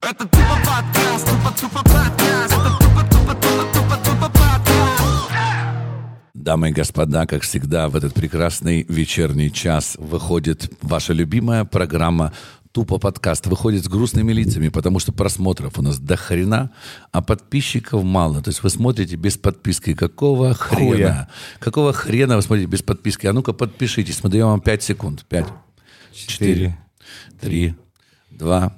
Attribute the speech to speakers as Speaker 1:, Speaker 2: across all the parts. Speaker 1: Это тупо подкаст, тупо тупо подкаст. Это тупо тупо тупо тупо тупо подкаст.
Speaker 2: Дамы и господа, как всегда, в этот прекрасный вечерний час выходит ваша любимая программа «Тупо подкаст». Выходит с грустными лицами, потому что просмотров у нас до хрена, а подписчиков мало. То есть вы смотрите без подписки. Какого хрена? Какого хрена вы смотрите без подписки? А ну-ка подпишитесь. Мы даем вам 5 секунд. 5, 4, 3, 2,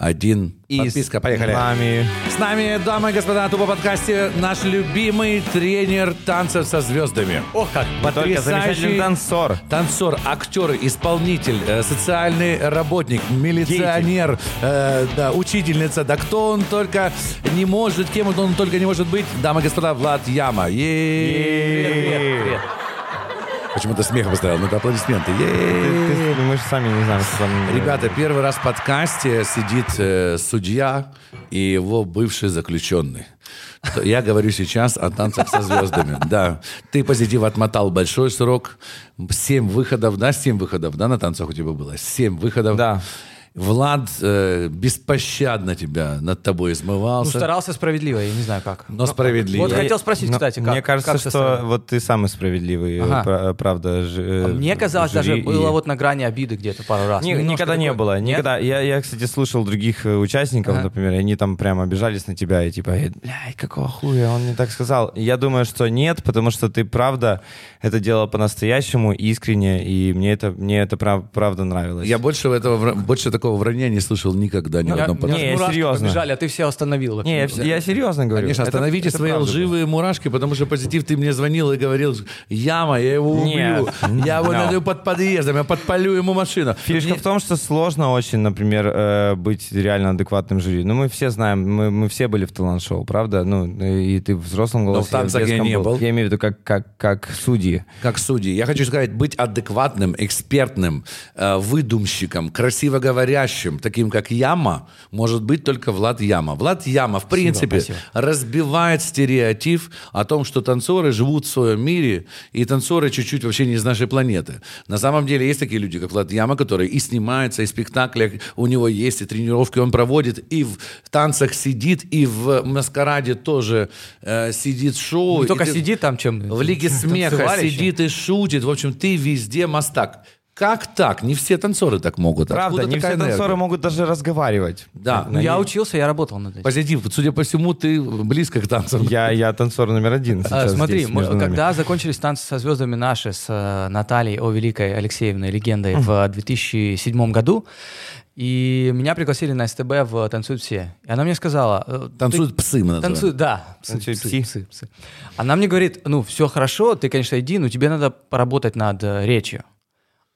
Speaker 2: 1.
Speaker 3: И
Speaker 2: Подписка, поехали.
Speaker 3: С нами.
Speaker 2: С нами, дамы и господа, на Тупо подкасте наш любимый тренер танцев со звездами.
Speaker 3: Ох, как только замечательный танцор.
Speaker 2: Танцор, актер, исполнитель, э, социальный работник, милиционер, э, да, учительница. Да кто он только не может, кем он только не может быть. Дамы и господа, Влад Яма. Е-е-е. Почему-то смеха поставил, но ну, это аплодисменты.
Speaker 3: Ты-
Speaker 2: Е-е-е.
Speaker 4: Э.
Speaker 3: ты- Мы же сами не знаем, что там. э,
Speaker 2: Ребята, первый раз в подкасте сидит э, судья и его бывший заключенный. То Я говорю сейчас о танцах со звездами. Да, ты позитив отмотал большой срок. Семь выходов, да, семь выходов, да, на танцах у тебя было? Семь выходов.
Speaker 3: Да.
Speaker 2: Влад э, беспощадно тебя над тобой
Speaker 4: Ну,
Speaker 2: измывался.
Speaker 4: старался справедливо, я не знаю как.
Speaker 2: но справедливо.
Speaker 4: Вот хотел спросить,
Speaker 3: э, Но
Speaker 4: кстати, как.
Speaker 3: Мне кажется,
Speaker 4: как ты
Speaker 3: что
Speaker 4: справился?
Speaker 3: вот ты самый справедливый,
Speaker 4: Ага.
Speaker 3: пра- правда. ж-
Speaker 4: А
Speaker 3: э,
Speaker 4: Мне казалось, даже
Speaker 3: жюри и-
Speaker 4: было вот на грани обиды где-то пару раз.
Speaker 3: Не-
Speaker 4: Немножко
Speaker 3: никогда не
Speaker 4: такое.
Speaker 3: было,
Speaker 4: Нет?
Speaker 3: никогда. Я, я, кстати, слышал других э, участников,
Speaker 4: Ага.
Speaker 3: например, и они там прям обижались на тебя и типа, «Э, блядь, какого хуя, он не так сказал. Я думаю, что нет, потому что ты правда это делал по-настоящему, искренне, и мне это, мне это прав- правда нравилось.
Speaker 2: Я больше, этого, вра- больше такого вранья не слышал никогда ни в
Speaker 4: Ну, Я-
Speaker 2: одном
Speaker 4: меня
Speaker 2: подкасте.
Speaker 3: не, я
Speaker 4: мурашки
Speaker 3: серьезно.
Speaker 4: побежали, а ты все остановил. вообще.
Speaker 3: Не, я, вс- я серьезно говорю.
Speaker 2: Конечно,
Speaker 3: Это-
Speaker 2: остановите
Speaker 3: это
Speaker 2: свои
Speaker 3: правда было.
Speaker 2: лживые мурашки, потому что позитив ты мне звонил и говорил, яма, я его
Speaker 3: Нет.
Speaker 2: убью, я его
Speaker 3: No.
Speaker 2: найду под подъездом, я подпалю ему машину.
Speaker 3: Фишка в том, что сложно очень, например, э, быть реально адекватным жюри. Ну, мы все знаем, мы, мы все были в талант-шоу, правда? Ну, и ты в взрослом голосе.
Speaker 2: в танцах я
Speaker 3: детском
Speaker 2: не был.
Speaker 3: Я имею в виду как, как, как судьи.
Speaker 2: Как судьи, я хочу сказать, быть адекватным, экспертным, э, выдумщиком, красиво говорящим, таким как Яма, может быть только Влад Яма. Влад Яма, в принципе,
Speaker 4: спасибо.
Speaker 2: разбивает стереотип о том, что танцоры живут в своем мире, и танцоры чуть-чуть вообще не из нашей планеты. На самом деле есть такие люди, как Влад Яма, которые и снимаются, и в спектаклях у него есть, и тренировки он проводит, и в танцах сидит, и в маскараде тоже э, сидит шоу.
Speaker 4: Не
Speaker 2: И
Speaker 4: только
Speaker 2: ты-
Speaker 4: сидит там чем...
Speaker 2: в Лиге смеха
Speaker 4: танцевалище.
Speaker 2: сидит и шутит. В общем, ты везде мастак. Как так? Не все танцоры так могут.
Speaker 3: Правда,
Speaker 2: Откуда
Speaker 3: не все
Speaker 2: такая энергия?
Speaker 3: танцоры могут даже разговаривать.
Speaker 2: Да.
Speaker 4: Ну, я учился, я работал над этим.
Speaker 2: Позитив. Судя по всему, ты близко к танцам.
Speaker 3: Я, я танцор номер один
Speaker 4: А,
Speaker 3: сейчас
Speaker 4: Смотри,
Speaker 3: здесь,
Speaker 4: мы-
Speaker 3: между нами.
Speaker 4: когда закончились танцы со звездами наши с э, Натальей О Великой Алексеевной легендой в 2007 году, и меня пригласили на СТБ в «Танцуют все». И она мне сказала... э, ты-
Speaker 2: Танцуют псы, мы называем.
Speaker 4: Танцуют, да. Псы,
Speaker 3: Танцуют
Speaker 4: псы,
Speaker 3: пси.
Speaker 4: псы, псы. Она мне говорит, ну, все хорошо, ты, конечно, иди, но тебе надо поработать над э, речью.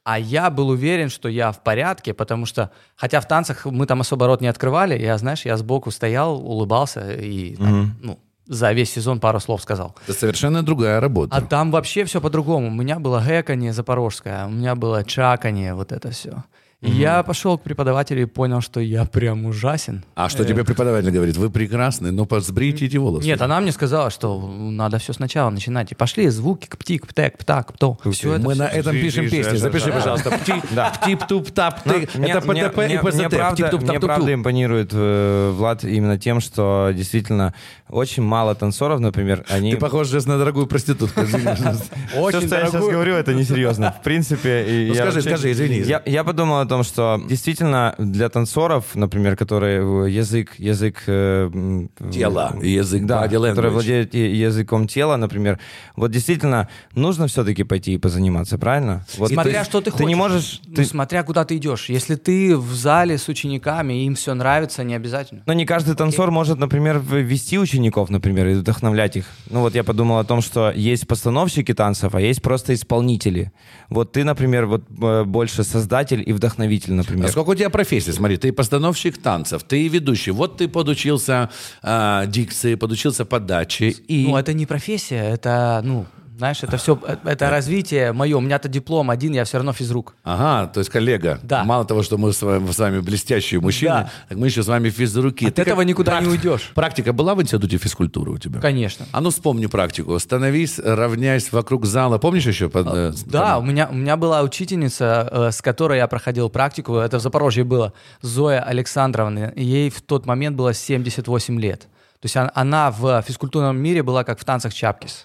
Speaker 4: А я был уверен, что я в порядке, потому что, хотя в танцах мы там особо рот не открывали, я, знаешь, я сбоку стоял, улыбался и, там, ну, за весь сезон пару слов сказал.
Speaker 2: Это совершенно другая работа.
Speaker 4: А там вообще все по-другому. У меня было гэканье запорожское, у меня было чаканье, вот это все. И я пошел к преподавателю и понял, что я прям ужасен.
Speaker 2: А, что тебе преподаватель говорит? Вы прекрасны, но посбрите эти волосы.
Speaker 4: Нет, она мне сказала, что надо все сначала начинать. И пошли звуки, птик, птек, птак, пто.
Speaker 3: Ну,
Speaker 4: Все это
Speaker 2: мы на
Speaker 4: всё.
Speaker 2: этом
Speaker 3: Жи-
Speaker 2: пишем
Speaker 3: жи-
Speaker 2: песни.
Speaker 3: жи-
Speaker 2: Запиши,
Speaker 3: жи-
Speaker 2: пожалуйста. Пти-
Speaker 3: Да. Ну,
Speaker 2: Птип, туп, тап, ты.
Speaker 3: Мне-
Speaker 2: Это
Speaker 3: мне-
Speaker 2: ПТП и
Speaker 3: мне- мне
Speaker 2: ПЗТ.
Speaker 3: правда-
Speaker 2: Птип, туп,
Speaker 3: Мне
Speaker 2: тап, туп, туп.
Speaker 3: правда импонирует э, Влад именно тем, что действительно очень мало танцоров, например, они...
Speaker 2: Ты пож сейчас на дорогую проститутку. извини, пожалуйста.
Speaker 3: Все, что я сейчас говорю, это несерьезно. В принципе, и
Speaker 2: Ну,
Speaker 3: я
Speaker 2: скажи,
Speaker 3: вообще-
Speaker 2: скажи, извини.
Speaker 3: Я, я подумал о том, что действительно для танцоров, например, которые э, язык, язык э, м,
Speaker 2: Тело, язык,
Speaker 3: да,
Speaker 2: body language.
Speaker 3: которые владеют и- языком тела, например, вот действительно нужно все-таки пойти и позаниматься, правильно? Вот ты-
Speaker 4: Смотря что ты,
Speaker 3: ты
Speaker 4: хочешь.
Speaker 3: не можешь,
Speaker 4: Ну,
Speaker 3: ты-
Speaker 4: смотря куда ты идешь. Если ты в зале с учениками, и им все нравится, не обязательно.
Speaker 3: Но не каждый танцор может, например, в- вести учеников, например, и вдохновлять их. Ну вот я подумал о том, что есть постановщики танцев, а есть просто исполнители. Вот ты, например, вот э, больше создатель и вдохновитель, например.
Speaker 2: А сколько у тебя профессий? Смотри, ты постановщик танцев, ты ведущий. Вот ты а, подучился э, дикции, подучился подаче. И...
Speaker 4: а Ну, это не профессия, это, ну, Знаешь, это все, это развитие мое. У меня-то диплом один, я все равно физрук.
Speaker 2: Ага, то есть коллега.
Speaker 4: Да.
Speaker 2: Мало того, что мы с вами, с вами блестящие мужчины,
Speaker 4: Да.
Speaker 2: так мы еще с вами физруки.
Speaker 4: От этого никуда не уйдешь.
Speaker 2: Практика была в институте физкультуры у тебя?
Speaker 4: Конечно.
Speaker 2: А ну вспомни практику. Становись, равняйся вокруг зала. Помнишь еще? под, э,
Speaker 4: Да, у меня, у меня была учительница, э, с которой я проходил практику, это в Запорожье было, Зоя Александровна, и ей в тот момент было 78 лет. То есть он- она в физкультурном мире была как в танцах Чапкис.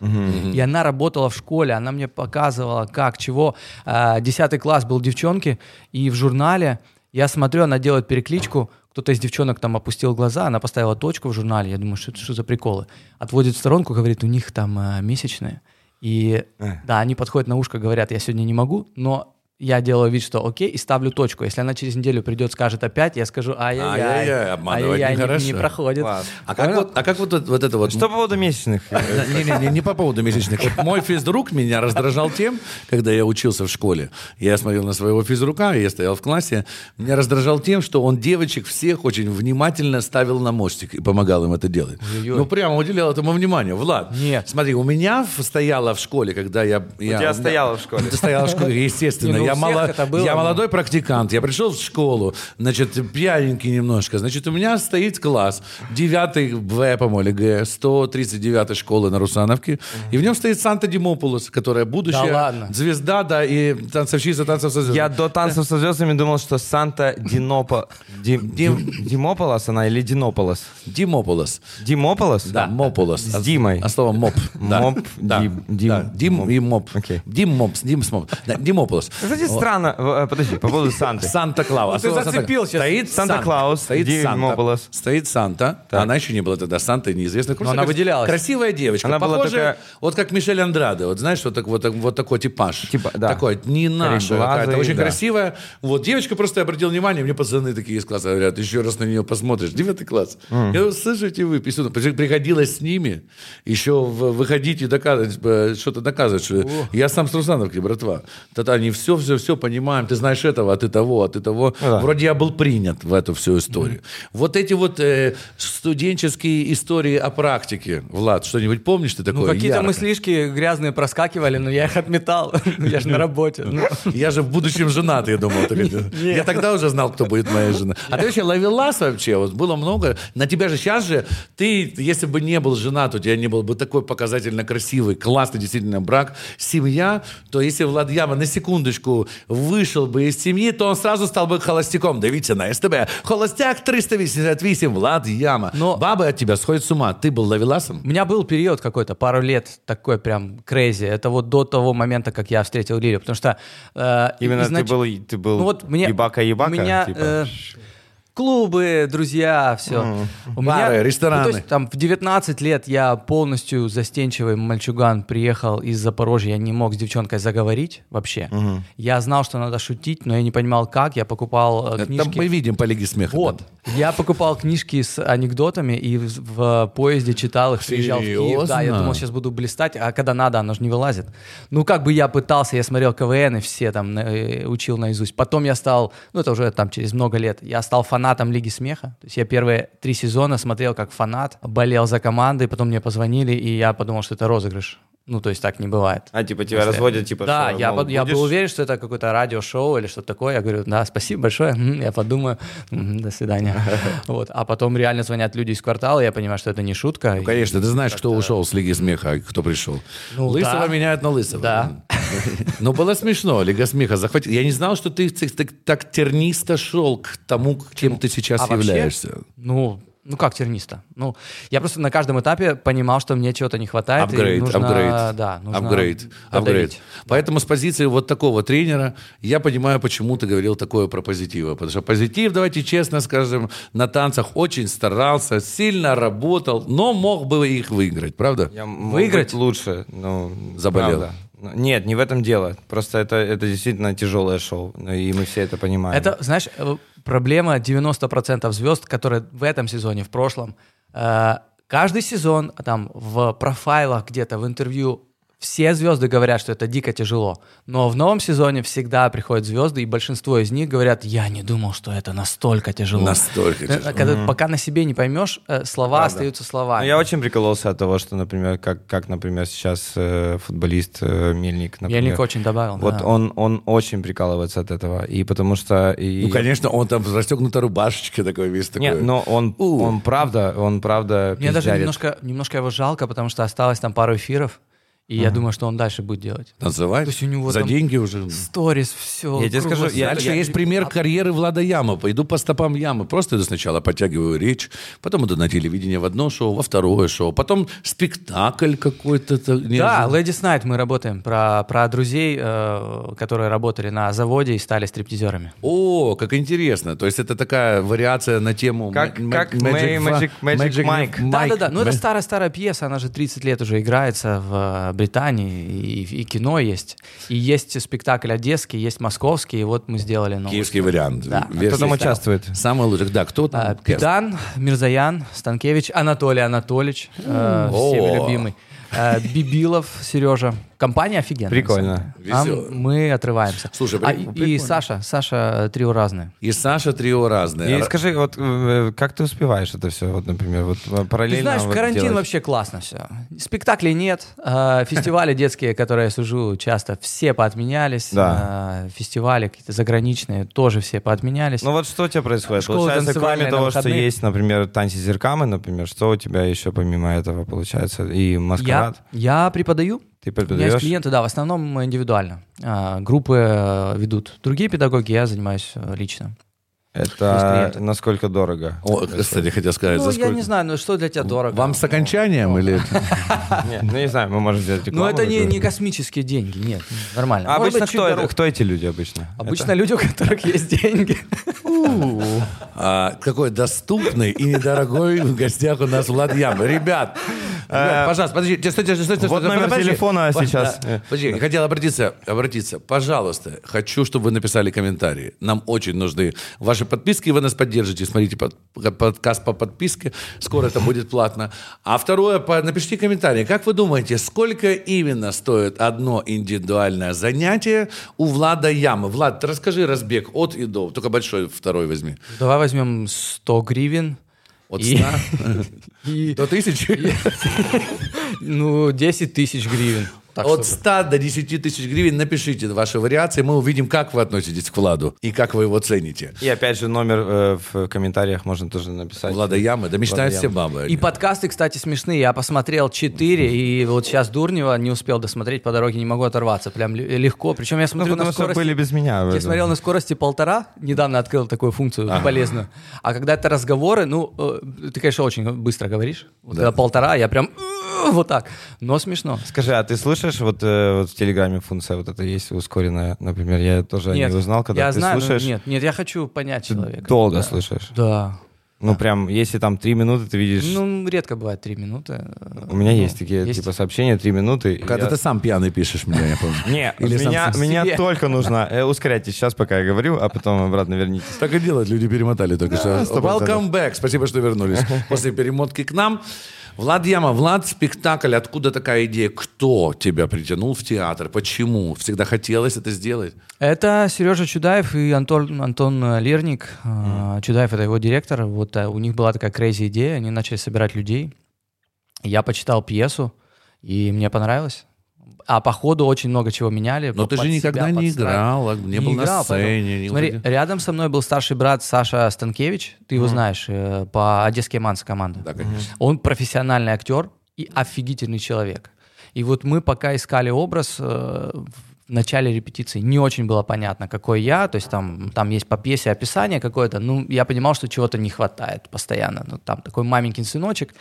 Speaker 4: И она работала в школе, она мне показывала, как, чего. Э, Десятый класс был девчонки, и в журнале я смотрю, она делает перекличку, кто-то из девчонок там опустил глаза, она поставила точку в журнале, я думаю, что это что за приколы. Отводит в сторонку, говорит, у них там э, месячные. И да, они подходят на ушко, говорят, я сегодня не могу, но я делаю вид, что окей, и ставлю точку. Если она через неделю придет, скажет опять, я скажу, ай-яй-яй,
Speaker 2: Ай-яй-яй, обманывать
Speaker 4: ай-яй-яй,
Speaker 2: нехорошо».
Speaker 4: не, не проходит. ну,
Speaker 3: Класс.
Speaker 2: А как, вот, а как вот, это- вот это вот...
Speaker 3: Что по поводу месячных?
Speaker 4: Э,
Speaker 2: Не, не, не, не по поводу месячных. Вот мой физрук меня раздражал тем, когда я учился в школе. Я смотрел на своего физрука, я стоял в классе. Меня раздражал тем, что он девочек всех очень внимательно ставил на мостик и помогал им это делать.
Speaker 4: Ой-ой.
Speaker 2: Ну, прямо уделял этому внимание. Влад,
Speaker 4: Нет.
Speaker 2: смотри, у меня в- стояло в школе, когда я... я-
Speaker 3: тебя
Speaker 2: меня-
Speaker 3: стояло в школе.
Speaker 2: Ты стояла в школе,
Speaker 4: Не,
Speaker 2: естественно.
Speaker 4: ну, у
Speaker 2: Я,
Speaker 4: всех
Speaker 2: мало-
Speaker 4: это было,
Speaker 2: я
Speaker 4: но-
Speaker 2: молодой практикант, я пришел в школу, значит, пьяненький немножко, значит, у меня стоит класс, 9 В, по-моему, или Г, 139 школы на Русановке, и в нем стоит Санта Димопулос, которая будущая
Speaker 4: Да ладно.
Speaker 2: звезда, да, и танцовщица танцев со звездами.
Speaker 3: Я до танцев со звездами думал, что Санта Динопо... Ди- Ди- Димополос она или Динополос?
Speaker 2: Димополос.
Speaker 3: Димополос?
Speaker 2: Да, Мопулос.
Speaker 3: С Димой.
Speaker 2: А слово моп. да.
Speaker 3: Моп,
Speaker 2: да.
Speaker 3: Дим-
Speaker 2: да,
Speaker 3: Дим-
Speaker 2: Дим
Speaker 3: Моп.
Speaker 2: и моп.
Speaker 3: Окей.
Speaker 2: Дим мопс, Дим с моп. Да, Димополос. А
Speaker 3: Кстати, странно. В- э, Подожди, по поводу Санты. Ну, А
Speaker 2: Санта-Клаус.
Speaker 4: ты зацепил сейчас.
Speaker 2: Стоит
Speaker 3: Санта-Клаус,
Speaker 2: Стоит
Speaker 3: Дим
Speaker 2: Санта.
Speaker 3: Мополос. Ну,
Speaker 2: Стоит Санта. Она еще не была тогда Санта, неизвестно. Просто
Speaker 4: она
Speaker 2: как-
Speaker 4: выделялась.
Speaker 2: Красивая девочка.
Speaker 3: Она была
Speaker 2: Похожая,
Speaker 3: такая-
Speaker 2: вот как Мишель Андраде. Вот знаешь, вот, так, вот, так- вот такой типаж.
Speaker 3: Типа, да.
Speaker 2: Такой, не наша
Speaker 3: Кореглазый,
Speaker 2: какая-то. Очень
Speaker 3: да.
Speaker 2: красивая. Вот девочка просто я обратил внимание, мне пацаны такие из класса говорят, еще раз на нее посмотришь. Девятый класс. Я говорю, слышите вы, писюны». Причем приходилось с ними еще в- выходить и доказывать, э, что-то доказывать. что Я сам с Русановки, братва. Тогда они все-все-все понимаем, ты знаешь этого, а ты того, а ты того.
Speaker 3: Ну да.
Speaker 2: Вроде я был принят в эту всю историю. Вот эти вот э, студенческие истории о практике, Влад, что-нибудь помнишь ты такое?
Speaker 4: Ну, какие-то
Speaker 2: яркое?
Speaker 4: мыслишки грязные проскакивали, но я их отметал. Я же на работе. Ну,
Speaker 2: Я же в будущем женат, я думал. так это. Я тогда уже знал, кто будет моя жена. А ты вообще ловелас вообще, вот было много. На тебя же сейчас же, ты, если бы не был женат, у тебя не был бы такой показательно красивый, классный действительно брак, семья, то если Влад Яма на секундочку вышел бы из семьи, то он сразу стал бы холостяком. Давите на СТБ. Холостяк 388, Влад Яма.
Speaker 4: Но-
Speaker 2: Бабы от тебя сходят с ума. Ты был
Speaker 4: У
Speaker 2: ловеласом?
Speaker 4: меня был период какой-то, пару лет, такой прям крейзи. Это вот до того момента, как я встретил Лилию. Потому что... э,
Speaker 3: Именно ты
Speaker 4: изнач-
Speaker 3: был, ты был
Speaker 4: Ну вот мне...
Speaker 3: ебака-ебака?
Speaker 4: У меня...
Speaker 3: типа?
Speaker 4: э, клубы, друзья, все. У
Speaker 2: Бары, рестораны.
Speaker 4: Ну, то есть, там в 19 лет я полностью застенчивый мальчуган приехал из Запорожья, я не мог с девчонкой заговорить вообще. Я знал, что надо шутить, но я не понимал как. Я покупал э,
Speaker 2: Там
Speaker 4: книжки.
Speaker 2: мы видим по лиге смеха.
Speaker 4: Вот. Я покупал книжки с анекдотами и в, в поезде читал их, приезжал в Киев. Да, я
Speaker 2: Серьезно?
Speaker 4: думал, сейчас буду блистать, а когда надо, оно же не вылазит. Ну, как бы я пытался, я смотрел КВН и все там на- э, учил наизусть. Потом я стал, ну, это уже там через много лет, я стал фанатом Лиги Смеха. То есть я первые три сезона смотрел как фанат, болел за командой, потом мне позвонили, и я подумал, что это розыгрыш. Ну, то есть так не бывает.
Speaker 3: А, типа, тебя разводят, типа,
Speaker 4: Да,
Speaker 3: что,
Speaker 4: я,
Speaker 3: мол,
Speaker 4: под- я был
Speaker 3: будешь?
Speaker 4: уверен, что это какое-то радиошоу или что-то такое. Я говорю, да, спасибо большое, М, я подумаю, М, до свидания. Вот. А потом реально звонят люди из квартала, я понимаю, что это не шутка.
Speaker 2: Ну, Конечно, ты знаешь, кто ушел с Лиги Смеха, а кто пришел.
Speaker 4: Ну,
Speaker 2: лысого
Speaker 4: да.
Speaker 2: меняют на лысого.
Speaker 4: Да.
Speaker 2: Но было смешно, Лига Смеха захватила. Я не знал, что ты ц- так, так тернисто шел к тому, к чем ты сейчас
Speaker 4: А вообще,
Speaker 2: являешься.
Speaker 4: ну, ну как терниста? Ну, я просто на каждом этапе понимал, что мне чего-то не хватает. и
Speaker 2: Апгрейд,
Speaker 4: А нужно-
Speaker 2: апгрейд,
Speaker 4: Да, нужно
Speaker 2: апгрейд, апгрейд.
Speaker 4: додавить.
Speaker 2: Поэтому с позиции вот такого тренера я понимаю, почему ты говорил такое про позитива. Потому что позитив, давайте честно скажем, на танцах очень старался, сильно работал, но мог бы их выиграть, правда?
Speaker 3: Я, м- быть,
Speaker 4: Выиграть?
Speaker 3: лучше, ну,
Speaker 2: Заболел.
Speaker 3: правда. Ну, Нет, не в этом дело. Просто это, это действительно тяжелое шоу, ну, и мы все это понимаем.
Speaker 4: Это, знаешь, э, проблема 90% звезд, которые в этом сезоне, в прошлом. Э, Каждый сезон, а там, в профайлах где-то, в интервью, Все звезды говорят, что это дико тяжело, но в новом сезоне всегда приходят звезды, и большинство из них говорят, я не думал, что это настолько тяжело.
Speaker 2: Настолько
Speaker 4: Э,
Speaker 2: тяжело.
Speaker 4: Когда, Пока на себе не поймешь, э, слова остаются
Speaker 3: Ну,
Speaker 4: словами.
Speaker 3: я очень прикололся от того, что, например, как, как например, сейчас э, футболист э, Мельник, например.
Speaker 4: Мельник очень добавил,
Speaker 3: Вот
Speaker 4: да.
Speaker 3: он, он очень прикалывается от этого. И потому что... и-
Speaker 2: Ну, конечно, он там в расстегнутой рубашечке такой весь такой.
Speaker 3: Нет, но он,
Speaker 2: У.
Speaker 3: он правда, он правда
Speaker 4: Мне даже
Speaker 3: пиздярит.
Speaker 4: немножко, немножко его жалко, потому что осталось там пару эфиров, и я думаю, что он дальше будет делать.
Speaker 2: Танцевать?
Speaker 4: То есть у него
Speaker 2: За
Speaker 4: там-
Speaker 2: деньги уже. ну.
Speaker 4: Сторис, все.
Speaker 3: Я тебе скажу, я- А
Speaker 2: Дальше есть пример карьеры Влада Яма. Иду по стопам Ямы. Просто иду сначала подтягиваю речь, потом иду на телевидение в одно шоу, во второе шоу, потом спектакль какой-то. так,
Speaker 4: Да,
Speaker 2: неожиданный.
Speaker 4: Ladies Night мы работаем про, про друзей, э, которые работали на заводе и стали стриптизерами.
Speaker 2: О, как интересно. То есть это такая вариация на тему...
Speaker 3: Как-
Speaker 2: М-
Speaker 3: как
Speaker 2: М-
Speaker 3: Mary-
Speaker 2: Fa-
Speaker 3: Magic- Magic Mike.
Speaker 4: Да, да, да. Ну, это
Speaker 2: М-
Speaker 4: старая-старая пьеса, она же 30 лет уже играется в э, Британии, и, и кино есть. И есть спектакль одесский, есть московский, и вот мы сделали новый.
Speaker 2: Киевский вариант.
Speaker 4: Да.
Speaker 2: Версия
Speaker 3: Кто там
Speaker 2: старого.
Speaker 3: участвует?
Speaker 2: Самый лучший. Да, кто
Speaker 4: А,
Speaker 2: там?
Speaker 4: Педан, Мирзаян, Станкевич, Анатолий Анатольевич, э, всеми
Speaker 2: О.
Speaker 4: любимый. Э, Бибилов, Сережа. Компания офигенная.
Speaker 3: Прикольно.
Speaker 4: на самом деле. А
Speaker 2: Весело.
Speaker 4: мы отрываемся.
Speaker 2: Слушай,
Speaker 4: А
Speaker 2: при-
Speaker 4: и- и
Speaker 2: прикольно.
Speaker 4: Саша, Саша э, трио разные.
Speaker 2: И Саша Трио разные.
Speaker 3: И скажи, вот э, как ты успеваешь это все, вот, например, вот э, параллельно...
Speaker 4: Ты знаешь, в
Speaker 3: вот
Speaker 4: карантин
Speaker 3: делать?
Speaker 4: вообще классно все. Спектаклей нет, э, фестивали детские, которые я сужу часто, все поотменялись.
Speaker 3: Да.
Speaker 4: Э, Фестивали какие-то заграничные тоже все поотменялись.
Speaker 3: Ну вот что у тебя происходит?
Speaker 4: Школа
Speaker 3: получается, кроме
Speaker 4: танцевальная на
Speaker 3: того, что
Speaker 4: выходных.
Speaker 3: есть, например, танцы зеркамы, например, что у тебя еще помимо этого получается? И
Speaker 4: я,
Speaker 3: маскарад?
Speaker 4: я преподаю.
Speaker 3: Ты
Speaker 4: У меня есть
Speaker 3: преподаешь?
Speaker 4: клиенты, да, в основном индивидуально. А, группы э, ведут другие педагоги, я занимаюсь э, лично. есть
Speaker 3: Это
Speaker 4: клиенты.
Speaker 3: насколько дорого?
Speaker 2: О, кстати, хотел
Speaker 3: Э,
Speaker 2: сказать,
Speaker 4: ну,
Speaker 2: за
Speaker 4: я
Speaker 2: сколько?
Speaker 4: не знаю, ну что для тебя дорого?
Speaker 2: Вам с окончанием или...
Speaker 3: Нет, ну не знаю, мы можем сделать рекламу.
Speaker 4: Ну, это не,
Speaker 3: какую-то.
Speaker 4: не космические деньги, нет, нормально.
Speaker 3: А
Speaker 4: Может
Speaker 3: обычно
Speaker 4: быть, чуть
Speaker 3: кто, это-
Speaker 4: дороже.
Speaker 3: кто эти люди обычно?
Speaker 4: Обычно люди, у которых есть деньги.
Speaker 2: А, какой доступный и недорогой в гостях у нас Влад Ям. Ребят, ребят, пожалуйста, подождите, стойте, стойте, стойте,
Speaker 3: Э, вот
Speaker 2: стойте,
Speaker 3: номер
Speaker 2: подожди.
Speaker 3: телефона
Speaker 2: По-
Speaker 3: сейчас.
Speaker 2: да, Подожди, я хотел обратиться, обратиться. Пожалуйста, хочу, чтобы вы написали комментарии. Нам очень нужны ваши подписки, вы нас поддержите. Смотрите под- подкаст по подписке, скоро это будет платно. А второе, по- напишите комментарии. Как вы думаете, сколько именно стоит одно индивидуальное занятие у Влада Ямы? Влад, расскажи разбег от и до. Только большой второй возьми.
Speaker 4: Давай возьмем 100 гривен.
Speaker 2: От
Speaker 4: и-
Speaker 2: 100
Speaker 4: и,
Speaker 2: до 1000?
Speaker 4: ну, 10 тысяч гривен. Так
Speaker 2: От
Speaker 4: что-
Speaker 2: 100 до 10 тысяч гривен напишите ваши вариации, мы увидим, как вы относитесь к Владу и как вы его цените.
Speaker 3: И опять же номер э, в комментариях можно тоже написать.
Speaker 2: Влада Ямы, да мечтают
Speaker 3: Влада
Speaker 2: все
Speaker 3: Ямы.
Speaker 2: бабы.
Speaker 4: И подкасты, кстати, смешные. Я посмотрел 4, и вот сейчас Дурнева не успел досмотреть по дороге, не могу оторваться. Прям ле- легко. Причем я
Speaker 3: Ну,
Speaker 4: смотрю на
Speaker 3: потому что
Speaker 4: скорости...
Speaker 3: были без меня.
Speaker 4: Я смотрел на скорости полтора, недавно открыл такую функцию полезную. А когда это разговоры, ну, э, ты, конечно, очень быстро говоришь. Вот когда полтора, я прям э, вот так. Но смешно.
Speaker 3: Скажи, а ты слышишь, вот, э, вот в Телеграме функция вот эта есть ускоренная, например, я тоже
Speaker 4: Нет,
Speaker 3: не узнал, когда
Speaker 4: я
Speaker 3: ты
Speaker 4: знаю, но
Speaker 3: слушаешь,
Speaker 4: Нет, нет, я хочу понять
Speaker 3: ты
Speaker 4: человека.
Speaker 3: долго
Speaker 4: Да.
Speaker 3: слушаешь.
Speaker 4: Да.
Speaker 3: Ну прям, если там три минуты, ты видишь,
Speaker 4: Ну, редко бывает три минуты.
Speaker 3: у меня есть такие
Speaker 4: есть.
Speaker 3: типа сообщения, три минуты. и
Speaker 2: Когда
Speaker 3: я-
Speaker 2: ты а сам пьяный пишешь мне, я помню.
Speaker 3: Не,
Speaker 2: Или сам
Speaker 3: меня,
Speaker 2: себе.
Speaker 3: меня только нужно э, ускоряйтесь сейчас, пока я говорю, а потом обратно вернитесь.
Speaker 2: Так и делают, люди перемотали только что.
Speaker 3: сто процентов.
Speaker 2: Welcome back, спасибо, что вернулись. После перемотки к нам. Влад Яма, Влад, спектакль, откуда такая идея? Кто тебя притянул в театр? Почему? Всегда хотелось это сделать?
Speaker 4: Это Сережа Чудаев и Антон, Антон э, Лерник. А, Чудаев — это его директор. Вот э, у них была такая crazy идея, они начали собирать людей. Я почитал пьесу, и мне понравилось. А по ходу очень много чего меняли.
Speaker 2: Но
Speaker 4: по-
Speaker 2: ты же
Speaker 4: под
Speaker 2: никогда
Speaker 4: себя
Speaker 2: не
Speaker 4: подстраивали.
Speaker 2: играл, а не был на
Speaker 4: играл,
Speaker 2: сцене.
Speaker 4: поэтому-
Speaker 2: не
Speaker 4: Смотри,
Speaker 2: уходил.
Speaker 4: рядом со мной был старший брат Саша Станкевич, ты его знаешь, э, по Одесский Манс команда.
Speaker 2: Да, конечно.
Speaker 4: Он профессиональный актер и офигительный человек. И вот мы пока искали образ э, в начале репетиции, не очень было понятно, какой я, то есть там, там есть по пьесе описание какое-то, ну, я понимал, что чего-то не хватает постоянно, Ну, там такой маменькин сыночек,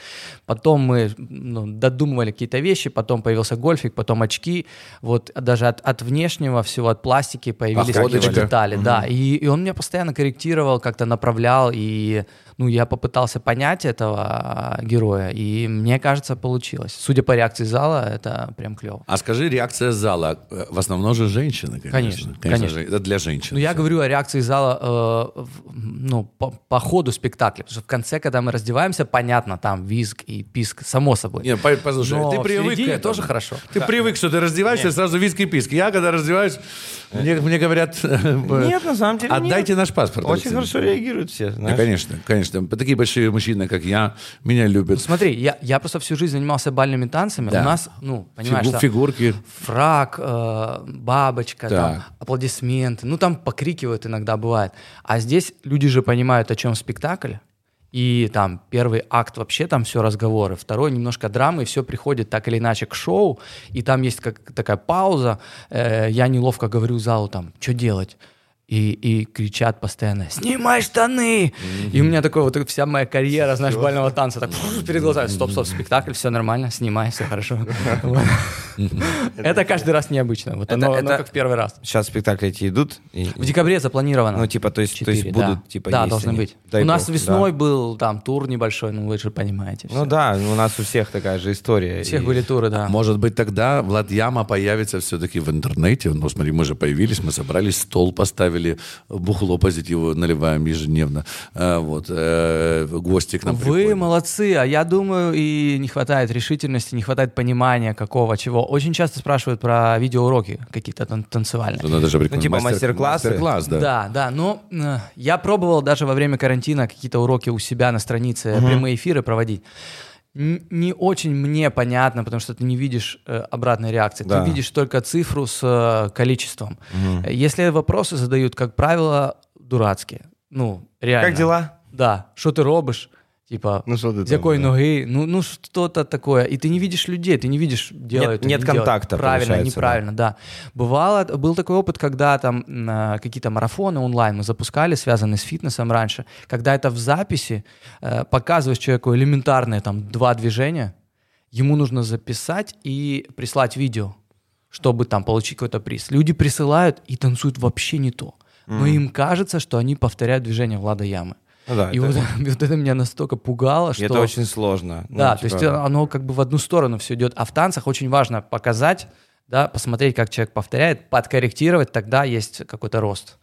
Speaker 4: потом мы ну, додумывали какие-то вещи, потом появился гольфик, потом очки, вот даже от, от внешнего всего, от пластики появились какие-то
Speaker 2: Походочка.
Speaker 4: детали, да, и, и он меня постоянно корректировал, как-то направлял, и ну, я попытался понять этого а, героя, и мне кажется, получилось. Судя по реакции зала, это прям клево.
Speaker 2: А скажи, реакция зала, э, в основном же женщины, конечно.
Speaker 4: Конечно, конечно.
Speaker 2: же, Это для женщин.
Speaker 4: Ну, я
Speaker 2: всё.
Speaker 4: говорю о реакции зала э, в- ну, по, по ходу спектакля. Потому что в конце, когда мы раздеваемся, понятно, там визг и писк, само собой.
Speaker 2: Не, по- послушай,
Speaker 4: Но
Speaker 2: ты
Speaker 4: в
Speaker 2: привык к
Speaker 4: середине
Speaker 2: этому.
Speaker 4: тоже хорошо.
Speaker 2: Ты привык, что ты раздеваешься, и сразу виски и писк. Я, когда раздеваюсь, мне, мне говорят... э,
Speaker 3: Нет, на самом деле
Speaker 2: Отдайте
Speaker 3: нет.
Speaker 2: наш паспорт.
Speaker 3: Очень
Speaker 2: Алексей».
Speaker 3: хорошо реагируют все.
Speaker 2: Да,
Speaker 3: знаешь.
Speaker 2: конечно, конечно. Такие большие мужчины, как я, меня любят.
Speaker 4: Ну, Смотри, я, я просто всю жизнь занимался бальными танцами.
Speaker 2: Да.
Speaker 4: У нас, ну, понимаешь,
Speaker 2: Фигу-
Speaker 4: там
Speaker 2: фигурки.
Speaker 4: фраг, э, бабочка,
Speaker 2: Так.
Speaker 4: там аплодисменты. Ну, там покрикивают иногда бывает. А здесь люди же понимают, о чем спектакль. И там первый акт вообще там все разговоры, второй немножко драмы, и все приходит так или иначе к шоу, и там есть как, такая пауза, Э, я неловко говорю залу там, что делать? И, и кричат постоянно, снимай штаны! И у меня такой вот вся моя карьера, знаешь, бального танца, так перед глазами, стоп, стоп, спектакль, все нормально, снимай, все хорошо. Вот. Это каждый раз необычно, вот
Speaker 3: Это-
Speaker 4: оно оно
Speaker 3: это-
Speaker 4: как в первый раз.
Speaker 3: Сейчас спектакли эти идут. и-
Speaker 4: В декабре запланировано.
Speaker 3: Ну, типа, то есть- то есть
Speaker 4: Четыре,
Speaker 3: будут,
Speaker 4: да.
Speaker 3: типа,
Speaker 4: Да,
Speaker 3: есть
Speaker 4: должны
Speaker 3: они.
Speaker 4: быть.
Speaker 3: Дай
Speaker 4: у нас
Speaker 3: бог,
Speaker 4: весной
Speaker 3: да.
Speaker 4: был там тур небольшой, ну вы же понимаете.
Speaker 3: Ну
Speaker 4: всё.
Speaker 3: да, у нас у всех такая же история.
Speaker 4: У всех
Speaker 3: И-
Speaker 4: были туры,
Speaker 3: А.
Speaker 4: да.
Speaker 2: Может быть, тогда Влад Яма появится все-таки в интернете. Ну, смотри, мы же появились, мы собрались, стол поставили, бухло позитиву наливаем ежедневно. А, вот, э, гости к нам
Speaker 4: Ну, Вы
Speaker 2: приходят.
Speaker 4: молодцы, а я думаю, и не хватает решительности, не хватает понимания какого чего. Очень часто спрашивают про видеоуроки какие-то тан- танцевальные.
Speaker 2: Что надо же прикольно.
Speaker 3: Ну, типа
Speaker 2: Мастер-
Speaker 3: мастер-классы.
Speaker 2: Мастер-класс, да.
Speaker 4: Да, да, но э, я пробовал даже во время карантина какие-то уроки у себя на странице, прямые эфиры проводить. Н- Не очень мне понятно, потому что ты не видишь э, обратной реакции.
Speaker 3: Да.
Speaker 4: Ты видишь только цифру с э, количеством. Э, Если вопросы задают, как правило, дурацкие. Ну, реально.
Speaker 3: Как дела?
Speaker 4: Да. Что ты робишь? Типа,
Speaker 5: Ну, что ты
Speaker 4: с
Speaker 5: там,
Speaker 4: какой
Speaker 5: да.
Speaker 4: ноги? Ну, ну что-то такое. И ты не видишь людей, ты не видишь, делают.
Speaker 3: нет
Speaker 4: не делают.
Speaker 3: контакта,
Speaker 4: Правильно,
Speaker 3: получается,
Speaker 4: неправильно. Правильно, да. Бывало, был такой опыт, когда там м, э, какие-то марафоны онлайн мы запускали, связанные с фитнесом раньше, когда это в записи э, показываешь человеку элементарные там два движения, ему нужно записать и прислать видео, чтобы там получить какой-то приз. Люди присылают и танцуют вообще не то. Но им кажется, что они повторяют движение Влада Ямы.
Speaker 3: Ну да,
Speaker 4: и
Speaker 3: это-
Speaker 4: вот, вот это меня настолько пугало, что...
Speaker 3: Это очень сложно. Ну,
Speaker 4: Да,
Speaker 3: типа,
Speaker 4: то есть э, оно как бы в одну сторону все идет, а в танцах очень важно показать, да, посмотреть, как человек повторяет, подкорректировать, тогда есть какой-то рост.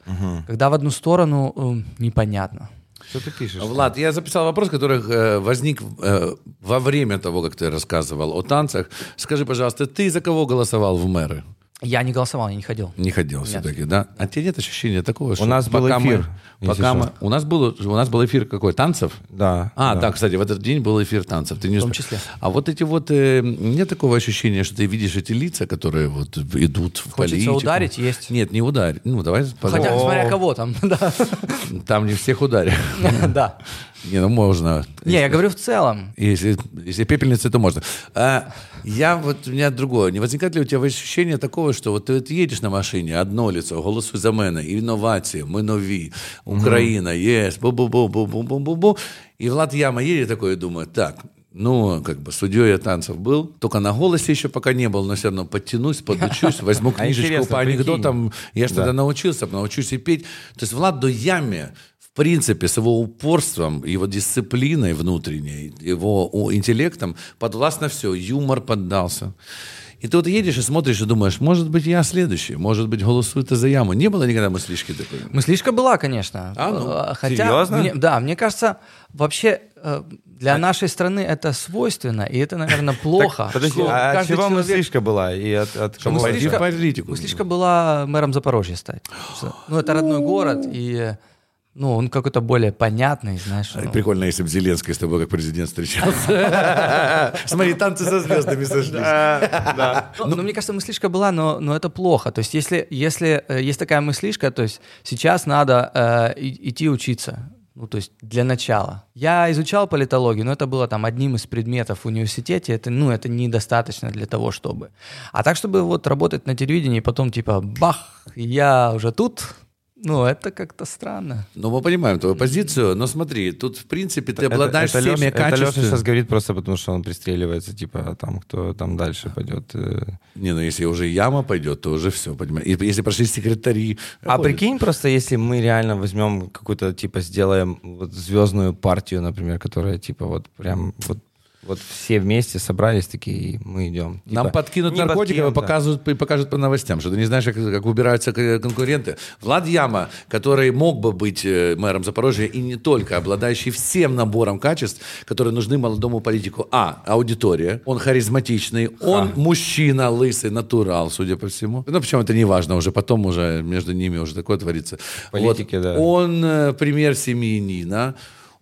Speaker 4: Когда в одну сторону, эм, непонятно.
Speaker 3: Что ты пишешь?
Speaker 2: Влад, я записал вопрос, который э, возник э, во время того, как ты рассказывал о танцах. Скажи, пожалуйста, ты за кого голосовал в мэры?
Speaker 4: Я не голосовал, я не ходил.
Speaker 2: Не ходил все-таки, да? А тебе нет ощущения такого, что
Speaker 3: нас был
Speaker 2: пока
Speaker 3: эфир,
Speaker 2: мы-
Speaker 3: если
Speaker 2: пока мы-
Speaker 3: что.
Speaker 2: у нас был у нас был эфир какой танцев?
Speaker 3: Да.
Speaker 2: А,
Speaker 3: да.
Speaker 2: да. кстати, в этот день был эфир танцев. Ты не
Speaker 4: В том
Speaker 2: успел.
Speaker 4: числе.
Speaker 2: А вот эти вот э, нет такого ощущения, что ты видишь эти лица, которые вот идут в
Speaker 4: Хочется
Speaker 2: политику.
Speaker 4: ударить, есть.
Speaker 2: Нет, не ударь. Ну давай,
Speaker 4: Хотя,
Speaker 2: поговорим.
Speaker 4: смотря кого там, да.
Speaker 2: там не всех ударь.
Speaker 4: да.
Speaker 2: Не, ну можно.
Speaker 4: Не, я говорю в целом.
Speaker 2: Если, если пепельница, то можно. А, я вот у меня другое. Не возникает ли у тебя ощущение такого, що от ти от їдеш на машині, одно лицо, голосуй за мене, інновації, ми нові, Україна, єс, бу-бу-бу-бу-бу-бу-бу-бу. І Влад Яма їде такою, думає, так. Ну, как бы судьей я танцев был, только на голосе еще пока не был, но все равно подтянусь, подучусь, возьму книжечку
Speaker 3: интересно,
Speaker 2: по
Speaker 3: прикинь.
Speaker 2: анекдотам, я что-то
Speaker 3: Да.
Speaker 2: научился, научусь и петь. То есть Владу Яме, в принципе, с его упорством, его дисциплиной внутренней, его о, интеллектом подвластно все, юмор поддался. И ты вот едешь и смотришь и думаешь, может быть, я следующий, может быть, голосует за яму. Не было никогда мыслишки такой?
Speaker 4: Мыслишка была, конечно.
Speaker 2: А, ну,
Speaker 4: Э, Хотя,
Speaker 3: серьезно?
Speaker 4: мне- да, мне кажется, вообще э,
Speaker 3: А
Speaker 4: для нашей страны это свойственно, и это, наверное, плохо.
Speaker 3: Подожди,
Speaker 4: что
Speaker 3: а от
Speaker 4: каждый
Speaker 3: чего
Speaker 4: человек-
Speaker 3: мыслишка была? И от, от кого?
Speaker 2: Пойди в
Speaker 4: Мыслишка-
Speaker 2: политику.
Speaker 4: Мыслишка была мэром Запорожья стать. Потому что, Ну, это родной город, и ну, он какой-то более понятный, знаешь. ну.
Speaker 2: Прикольно, если бы Зеленский с тобой как президент встречался. Смотри, танцы со звездами сошлись.
Speaker 4: Ну, ну, мне кажется, мыслишка была, но, но это плохо. То есть, если, если э, есть такая мыслишка, то есть сейчас надо э, и- идти учиться. Ну, то есть для начала. Я изучал политологию, но это было там одним из предметов в университете. Это, ну, это недостаточно для того, чтобы. А так, чтобы вот работать на телевидении, и потом типа бах, я уже тут, Ну, это как-то странно.
Speaker 2: Ну, мы понимаем твою позицию, но смотри, тут, в принципе, ты обладаешь
Speaker 3: это, это
Speaker 2: всеми
Speaker 3: Лёша- это Лёша
Speaker 2: качествами.
Speaker 3: сейчас говорит просто потому, что он пристреливается, типа, а там кто там дальше пойдет. э.
Speaker 2: Не, ну если уже яма пойдет, то уже все, понимаешь. И если пошли секретари.
Speaker 3: А
Speaker 2: ходят.
Speaker 3: прикинь просто, если мы реально возьмем какую-то, типа, сделаем вот звездную партию, например, которая, типа, вот прям вот вот все вместе собрались такие, и мы Типа, идем.
Speaker 2: Нам подкинут наркотиков
Speaker 3: а
Speaker 2: и показывают, и покажут по новостям, что ты не знаешь, как, как убираются к- конкуренты. Влад Яма, который мог бы быть э, мэром Запорожья и не только, обладающий всем набором качеств, которые нужны молодому политику. А. Аудитория. Он харизматичный. Он мужчина, лысый, натурал, судя по всему. Ну, причем это не важно уже. Потом уже между ними уже такое творится.
Speaker 3: Политики, да.
Speaker 2: Он э, пример семьянина,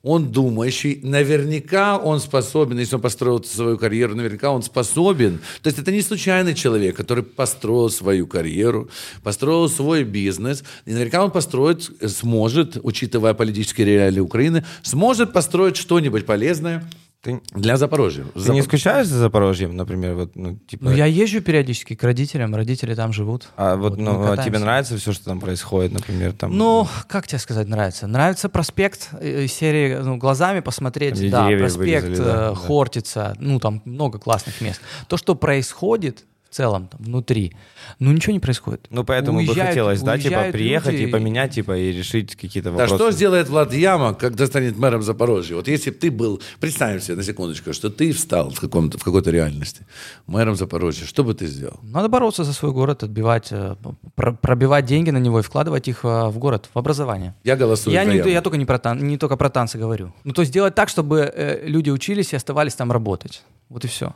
Speaker 2: он думающий, наверняка он способен, если он построил свою карьеру, наверняка он способен. То есть это не случайный человек, который построил свою карьеру, построил свой бизнес, и наверняка он построит, э, сможет, учитывая политические реалии Украины, сможет построить что-нибудь полезное
Speaker 3: Ты,
Speaker 2: для Запорожья.
Speaker 3: ты не
Speaker 2: Запо-
Speaker 3: скучаешь за Запорожьем, например, вот, ну, типа...
Speaker 4: Ну, я езжу периодически к родителям, родители там живут.
Speaker 3: А вот,
Speaker 4: мы
Speaker 3: ну, а тебе
Speaker 4: катаемся.
Speaker 3: нравится все, что там происходит, например, там?
Speaker 4: Ну, как тебе сказать, нравится? Нравится проспект э, из серии, ну, глазами
Speaker 3: Там, где
Speaker 4: посмотреть, да,
Speaker 3: деревья
Speaker 4: проспект
Speaker 3: вырезали, да,
Speaker 4: э,
Speaker 3: да.
Speaker 4: Хортица, ну, там много классных мест. То, что происходит в целом там, внутри, ну, ничего не происходит.
Speaker 3: Ну, поэтому бы
Speaker 4: Уезжают-
Speaker 3: хотелось, да, типа,
Speaker 4: уезжают
Speaker 3: приехать
Speaker 4: люди
Speaker 3: и поменять, типа, и решить какие-то
Speaker 2: Да
Speaker 3: вопросы.
Speaker 2: что сделает Влад Яма, когда станет мэром Запорожья? Вот если бы ты был, представим себе на секундочку, что ты встал в, каком-то, в какой-то реальности мэром Запорожья, что бы ты сделал?
Speaker 4: Надо бороться за свой город, отбивать, э, про- пробивать деньги на него и вкладывать их э, в город, в образование.
Speaker 2: Я голосую
Speaker 4: Я,
Speaker 2: за
Speaker 4: не,
Speaker 2: Яму.
Speaker 4: я только не, про тан- не только про танцы говорю. Ну, то есть делать так, чтобы э, люди учились и оставались там работать. Вот и все.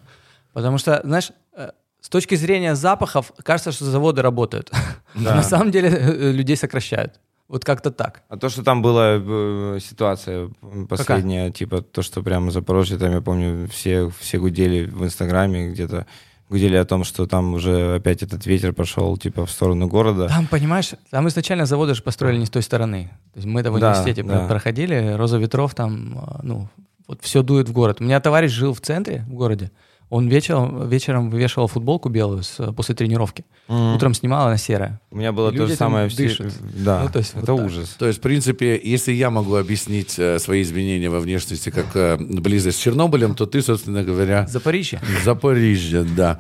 Speaker 4: Потому что, знаешь, э, с точки зрения запахов, кажется, что заводы работают.
Speaker 3: Да.
Speaker 4: На самом деле э, людей сокращают. Вот как-то так.
Speaker 3: А то, что там была э, ситуация последняя, типа то, что прямо Запорожье, там, я помню, все, все гудели в Инстаграме где-то, гудели о том, что там уже опять этот ветер пошел, типа, в сторону города.
Speaker 4: Там, понимаешь, там изначально заводы же построили не с той стороны. То есть мы это в
Speaker 3: Да,
Speaker 4: университете про-
Speaker 3: да.
Speaker 4: проходили, роза ветров там, э, ну, вот все дует в город. У меня товарищ жил в центре, в городе. Он вечером, вечером вывешивал футболку белую с- э, после тренировки. Утром снимал, она серая.
Speaker 3: У меня было
Speaker 4: И
Speaker 3: то
Speaker 4: люди
Speaker 3: же
Speaker 4: там
Speaker 3: самое. в Си-
Speaker 4: дышат.
Speaker 3: Да,
Speaker 4: Ну, то есть вот
Speaker 3: это
Speaker 4: так.
Speaker 3: ужас.
Speaker 2: То есть, в принципе, если я могу объяснить э, свои изменения во внешности как э, близость с Чернобылем, то ты, собственно говоря,
Speaker 4: Запорожье.
Speaker 2: Запорижье, да.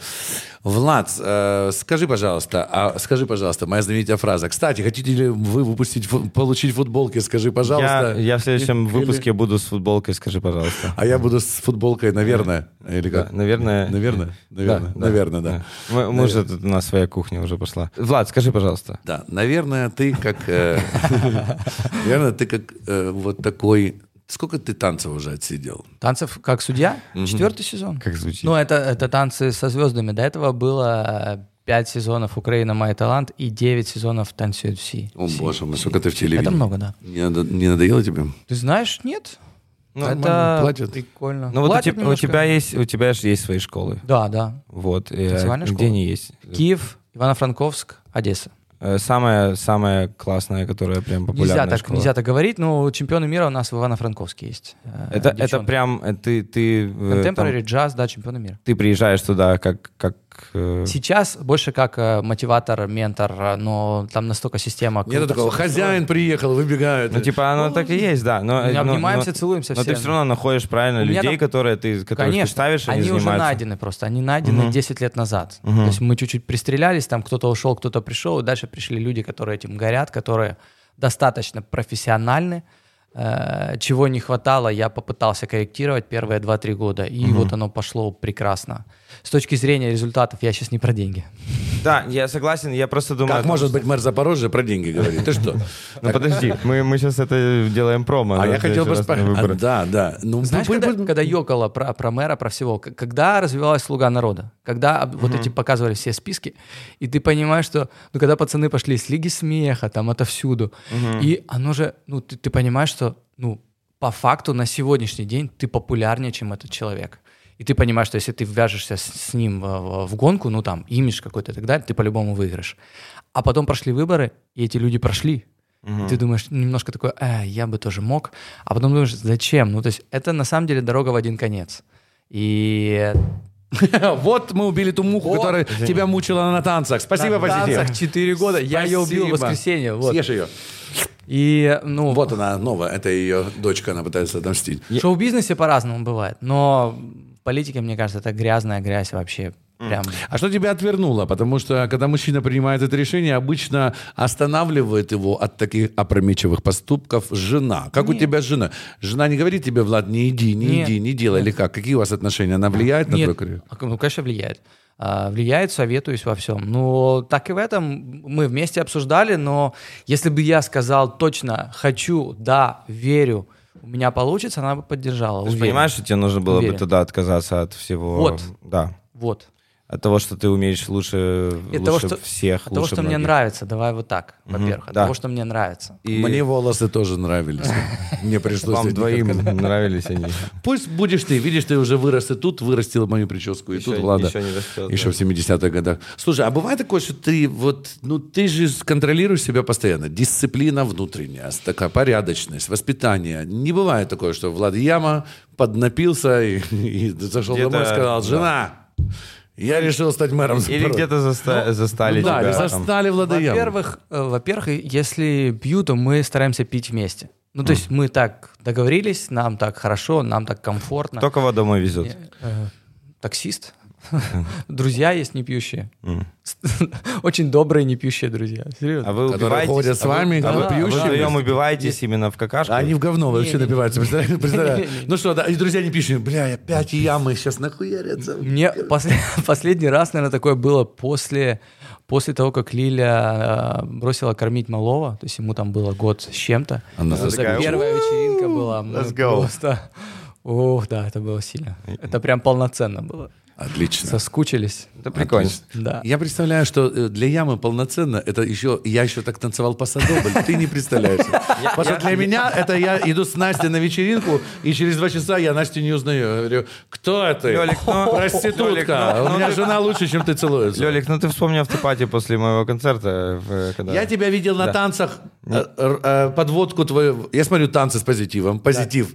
Speaker 2: Влад, э, скажи, пожалуйста, а, скажи, пожалуйста, моя знаменитая фраза. Кстати, хотите ли вы выпустить, фу- получить футболки, скажи,
Speaker 3: Я,
Speaker 2: пожалуйста.
Speaker 3: я в следующем
Speaker 2: Или-
Speaker 3: выпуске буду с футболкой, скажи, пожалуйста.
Speaker 2: А я буду с футболкой, наверное, или
Speaker 3: Да,
Speaker 2: как?
Speaker 3: наверное.
Speaker 2: Наверное, наверное,
Speaker 3: да.
Speaker 2: наверное, да.
Speaker 3: Мы, мы уже тут у нас своя кухня уже пошла. Влад, скажи, пожалуйста.
Speaker 2: Да, наверное, ты как, э, наверное, ты как э, вот такой. Сколько ты танцев уже отсидел?
Speaker 4: Танцев как судья? Четвертый сезон.
Speaker 3: Как звучит?
Speaker 4: Ну, это, это танцы со звездами. До этого было э, пять сезонов «Украина. Мой талант» и 9 сезонов «Танцует все».
Speaker 2: О, боже мой, сколько ты в телевидении.
Speaker 4: Это много, да.
Speaker 2: Не, надо- не надоело тебе?
Speaker 4: Ты знаешь, нет?
Speaker 2: Нормально,
Speaker 4: это
Speaker 2: платят.
Speaker 4: прикольно.
Speaker 3: Ну вот у
Speaker 4: Платят
Speaker 3: тебя, у
Speaker 4: немножко.
Speaker 3: тебя есть, у тебя же есть свои школы.
Speaker 4: Да, да.
Speaker 3: Вот. э,
Speaker 4: Танцевальная
Speaker 3: где
Speaker 4: школа?
Speaker 3: они есть?
Speaker 4: Киев, Ивано-Франковск, Одесса.
Speaker 3: Э, Самая, самая классная, которая прям популярная
Speaker 4: Нельзя так,
Speaker 3: школа.
Speaker 4: нельзя так говорить, но чемпионы мира у нас в Ивано-Франковске есть. э,
Speaker 3: Это, это
Speaker 4: девчонки.
Speaker 3: прям э, ты ты э,
Speaker 4: Contemporary,
Speaker 3: там-
Speaker 4: джаз, да, чемпионы мира.
Speaker 3: ты приезжаешь туда как как э,
Speaker 4: Сейчас больше как э, мотиватор, ментор, э, но там настолько система...
Speaker 2: Нет
Speaker 4: круто
Speaker 2: такого,
Speaker 4: всё
Speaker 2: хозяин приехал, выбегает.
Speaker 3: ну типа оно так и есть, да. Но, э,
Speaker 4: Мы
Speaker 3: но-
Speaker 4: обнимаемся,
Speaker 3: но-
Speaker 4: целуемся
Speaker 3: Но
Speaker 4: все.
Speaker 3: ты все равно находишь правильно
Speaker 4: У меня
Speaker 3: людей,
Speaker 4: там-
Speaker 3: которые ты которых ты
Speaker 4: Конечно,
Speaker 3: ставишь, они,
Speaker 4: они уже
Speaker 3: занимаются.
Speaker 4: найдены просто, они найдены 10 лет назад. То есть мы чуть-чуть пристрелялись, там кто-то ушел, кто-то пришел, и дальше пришли люди, которые этим горят, которые достаточно профессиональны. Э, Чего не хватало, я попытался корректировать первые 2-3 года, и вот оно пошло прекрасно. С точки зрения результатов, я сейчас не про деньги.
Speaker 3: Да, я согласен, я просто думаю. о
Speaker 2: Как
Speaker 3: том,
Speaker 2: может
Speaker 3: что-
Speaker 2: быть мэр Запорожья про деньги говорит? Ты что?
Speaker 3: Ну подожди, мы мы сейчас это делаем промо.
Speaker 2: А
Speaker 3: на
Speaker 2: я хотел
Speaker 3: следующий раз
Speaker 2: просто...
Speaker 3: на
Speaker 2: А,
Speaker 3: выборы.
Speaker 2: Да, да. Ну,
Speaker 4: Знаешь,
Speaker 2: вы-
Speaker 4: когда,
Speaker 2: вы-
Speaker 4: когда ёкало про, про мэра, про всего, к- когда развивалась «Слуга народа», когда об- вот эти показывали все списки, и ты понимаешь, что, ну, когда пацаны пошли с Лиги смеха, там, отовсюду, и оно же, ну, ты, ты понимаешь, что, ну, по факту на сегодняшний день ты популярнее, чем этот человек. И ты понимаешь, что если ты ввяжешься с, с ним в, в- в гонку, ну, там, имидж какой-то и так далее, ты по-любому выиграешь. А потом прошли выборы, и эти люди прошли. И Ты думаешь, немножко такой, «Э, я бы тоже мог. А потом думаешь, зачем? Ну, то есть это на самом деле дорога в один конец. И
Speaker 2: Вот мы убили ту муху,
Speaker 4: О,
Speaker 2: которая тебя мучила на танцах. Спасибо,
Speaker 4: на
Speaker 2: Позитив.
Speaker 4: танцах 4 года. Я ее убил в
Speaker 2: Спасибо.
Speaker 4: воскресенье. Вот.
Speaker 2: Съешь ее.
Speaker 4: И, ну,
Speaker 2: Вот она, новая. Это ее дочка, она пытается отомстить.
Speaker 4: в шоу-бизнесе по-разному бывает. Но в политике, мне кажется, это грязная грязь вообще. Прям.
Speaker 2: А что тебя отвернуло? Потому что, когда мужчина принимает это решение, обычно останавливает его от таких опрометчивых поступков жена. Как у тебя жена? Жена не говорит тебе, Влад, не иди, не
Speaker 4: Нет.
Speaker 2: иди, не делай, или как? Какие у вас отношения? Она влияет на
Speaker 4: Нет,
Speaker 2: твою карьеру?
Speaker 4: а, ну, конечно, влияет. А, Влияет, советуюсь во всем. Но так и в этом мы вместе обсуждали, но если бы я сказал точно «хочу», «да», «верю», у меня получится, она бы поддержала.
Speaker 3: Ты же
Speaker 4: уверен.
Speaker 3: понимаешь, что тебе нужно было
Speaker 4: Уверен.
Speaker 3: бы тогда отказаться от всего.
Speaker 4: Вот.
Speaker 3: Да.
Speaker 4: Вот.
Speaker 3: От того, что ты умеешь лучше,
Speaker 4: От
Speaker 3: лучше
Speaker 4: того, что-
Speaker 3: всех.
Speaker 4: От того,
Speaker 3: лучше
Speaker 4: что мне
Speaker 3: многих.
Speaker 4: нравится, давай вот так, во-первых. От
Speaker 3: да.
Speaker 4: того, что мне нравится.
Speaker 3: И
Speaker 2: Мне волосы тоже нравились. Мне пришлось... от
Speaker 3: вам
Speaker 2: них
Speaker 3: двоим
Speaker 2: отказаться.
Speaker 3: нравились они.
Speaker 2: Пусть будешь ты, видишь, ты уже вырос и тут, вырастил мою прическу, и
Speaker 3: Еще-
Speaker 2: тут, Влада.
Speaker 3: еще не растет,
Speaker 2: Еще в 70-х годах. Слушай, а бывает такое, что ты вот, ну ты же контролируешь себя постоянно. Дисциплина внутренняя, с- такая порядочность, воспитание. Не бывает такое, что Влад Яма поднапился и, и зашел
Speaker 3: Где-то-
Speaker 2: домой и сказал, жена, я решил стать мэром.
Speaker 3: Или
Speaker 2: Запорожья».
Speaker 3: где-то заста- застали
Speaker 2: Ну да, или
Speaker 3: тебя. там.
Speaker 2: застали Влада Яму.
Speaker 4: Во-первых, э, во-первых, и- если пьют, то мы стараемся пить вместе. Ну, то есть мы так договорились, нам так хорошо, нам так комфортно.
Speaker 3: Кто кого домой везет?
Speaker 4: Э, Таксист. Друзья есть непьющие. Очень добрые непьющие друзья.
Speaker 3: А
Speaker 4: Серьезно.
Speaker 3: вы
Speaker 2: Которые
Speaker 3: убиваетесь?
Speaker 2: ходят с вами,
Speaker 3: а вы,
Speaker 2: которые
Speaker 3: а вы
Speaker 2: пьющие
Speaker 3: вдвоем
Speaker 2: вместе?
Speaker 3: убиваетесь именно в какашку?
Speaker 2: А они в говно вообще напиваются, представляешь? представляешь?
Speaker 4: Не-не-не.
Speaker 2: Ну что, да, и друзья не пишут, бля, опять ямы, сейчас нахуярятся.
Speaker 4: Мне пос- последний раз, наверное, такое было после, после того, как Лиля э, бросила кормить малого, то есть ему там было год с чем-то.
Speaker 2: Она
Speaker 4: Это
Speaker 3: такая,
Speaker 4: первая вечеринка была. Мы
Speaker 3: let's go.
Speaker 4: Просто... Ох, да, это было сильно. Это прям полноценно было.
Speaker 2: Отлично.
Speaker 4: Соскучились.
Speaker 3: Это прикольно.
Speaker 4: Да.
Speaker 2: Я представляю, что э, для ямы полноценно это еще я еще так танцевал по саду, блин, ты не представляешь. Потому что для меня это я иду с Настей на вечеринку и через два часа я Настю не узнаю. Я говорю, кто это?
Speaker 3: Лёлик, ну- Лёлик,
Speaker 2: Проститутка.
Speaker 3: ну-
Speaker 2: У меня
Speaker 3: ну ты-
Speaker 2: жена лучше, чем ты целуешься.
Speaker 3: Лёлик, ну ты вспомни автопати после моего концерта. э, в- когда-
Speaker 2: Я тебя видел на танцах, э, р- э, подводку твою. Я смотрю танцы с позитивом. Позитив.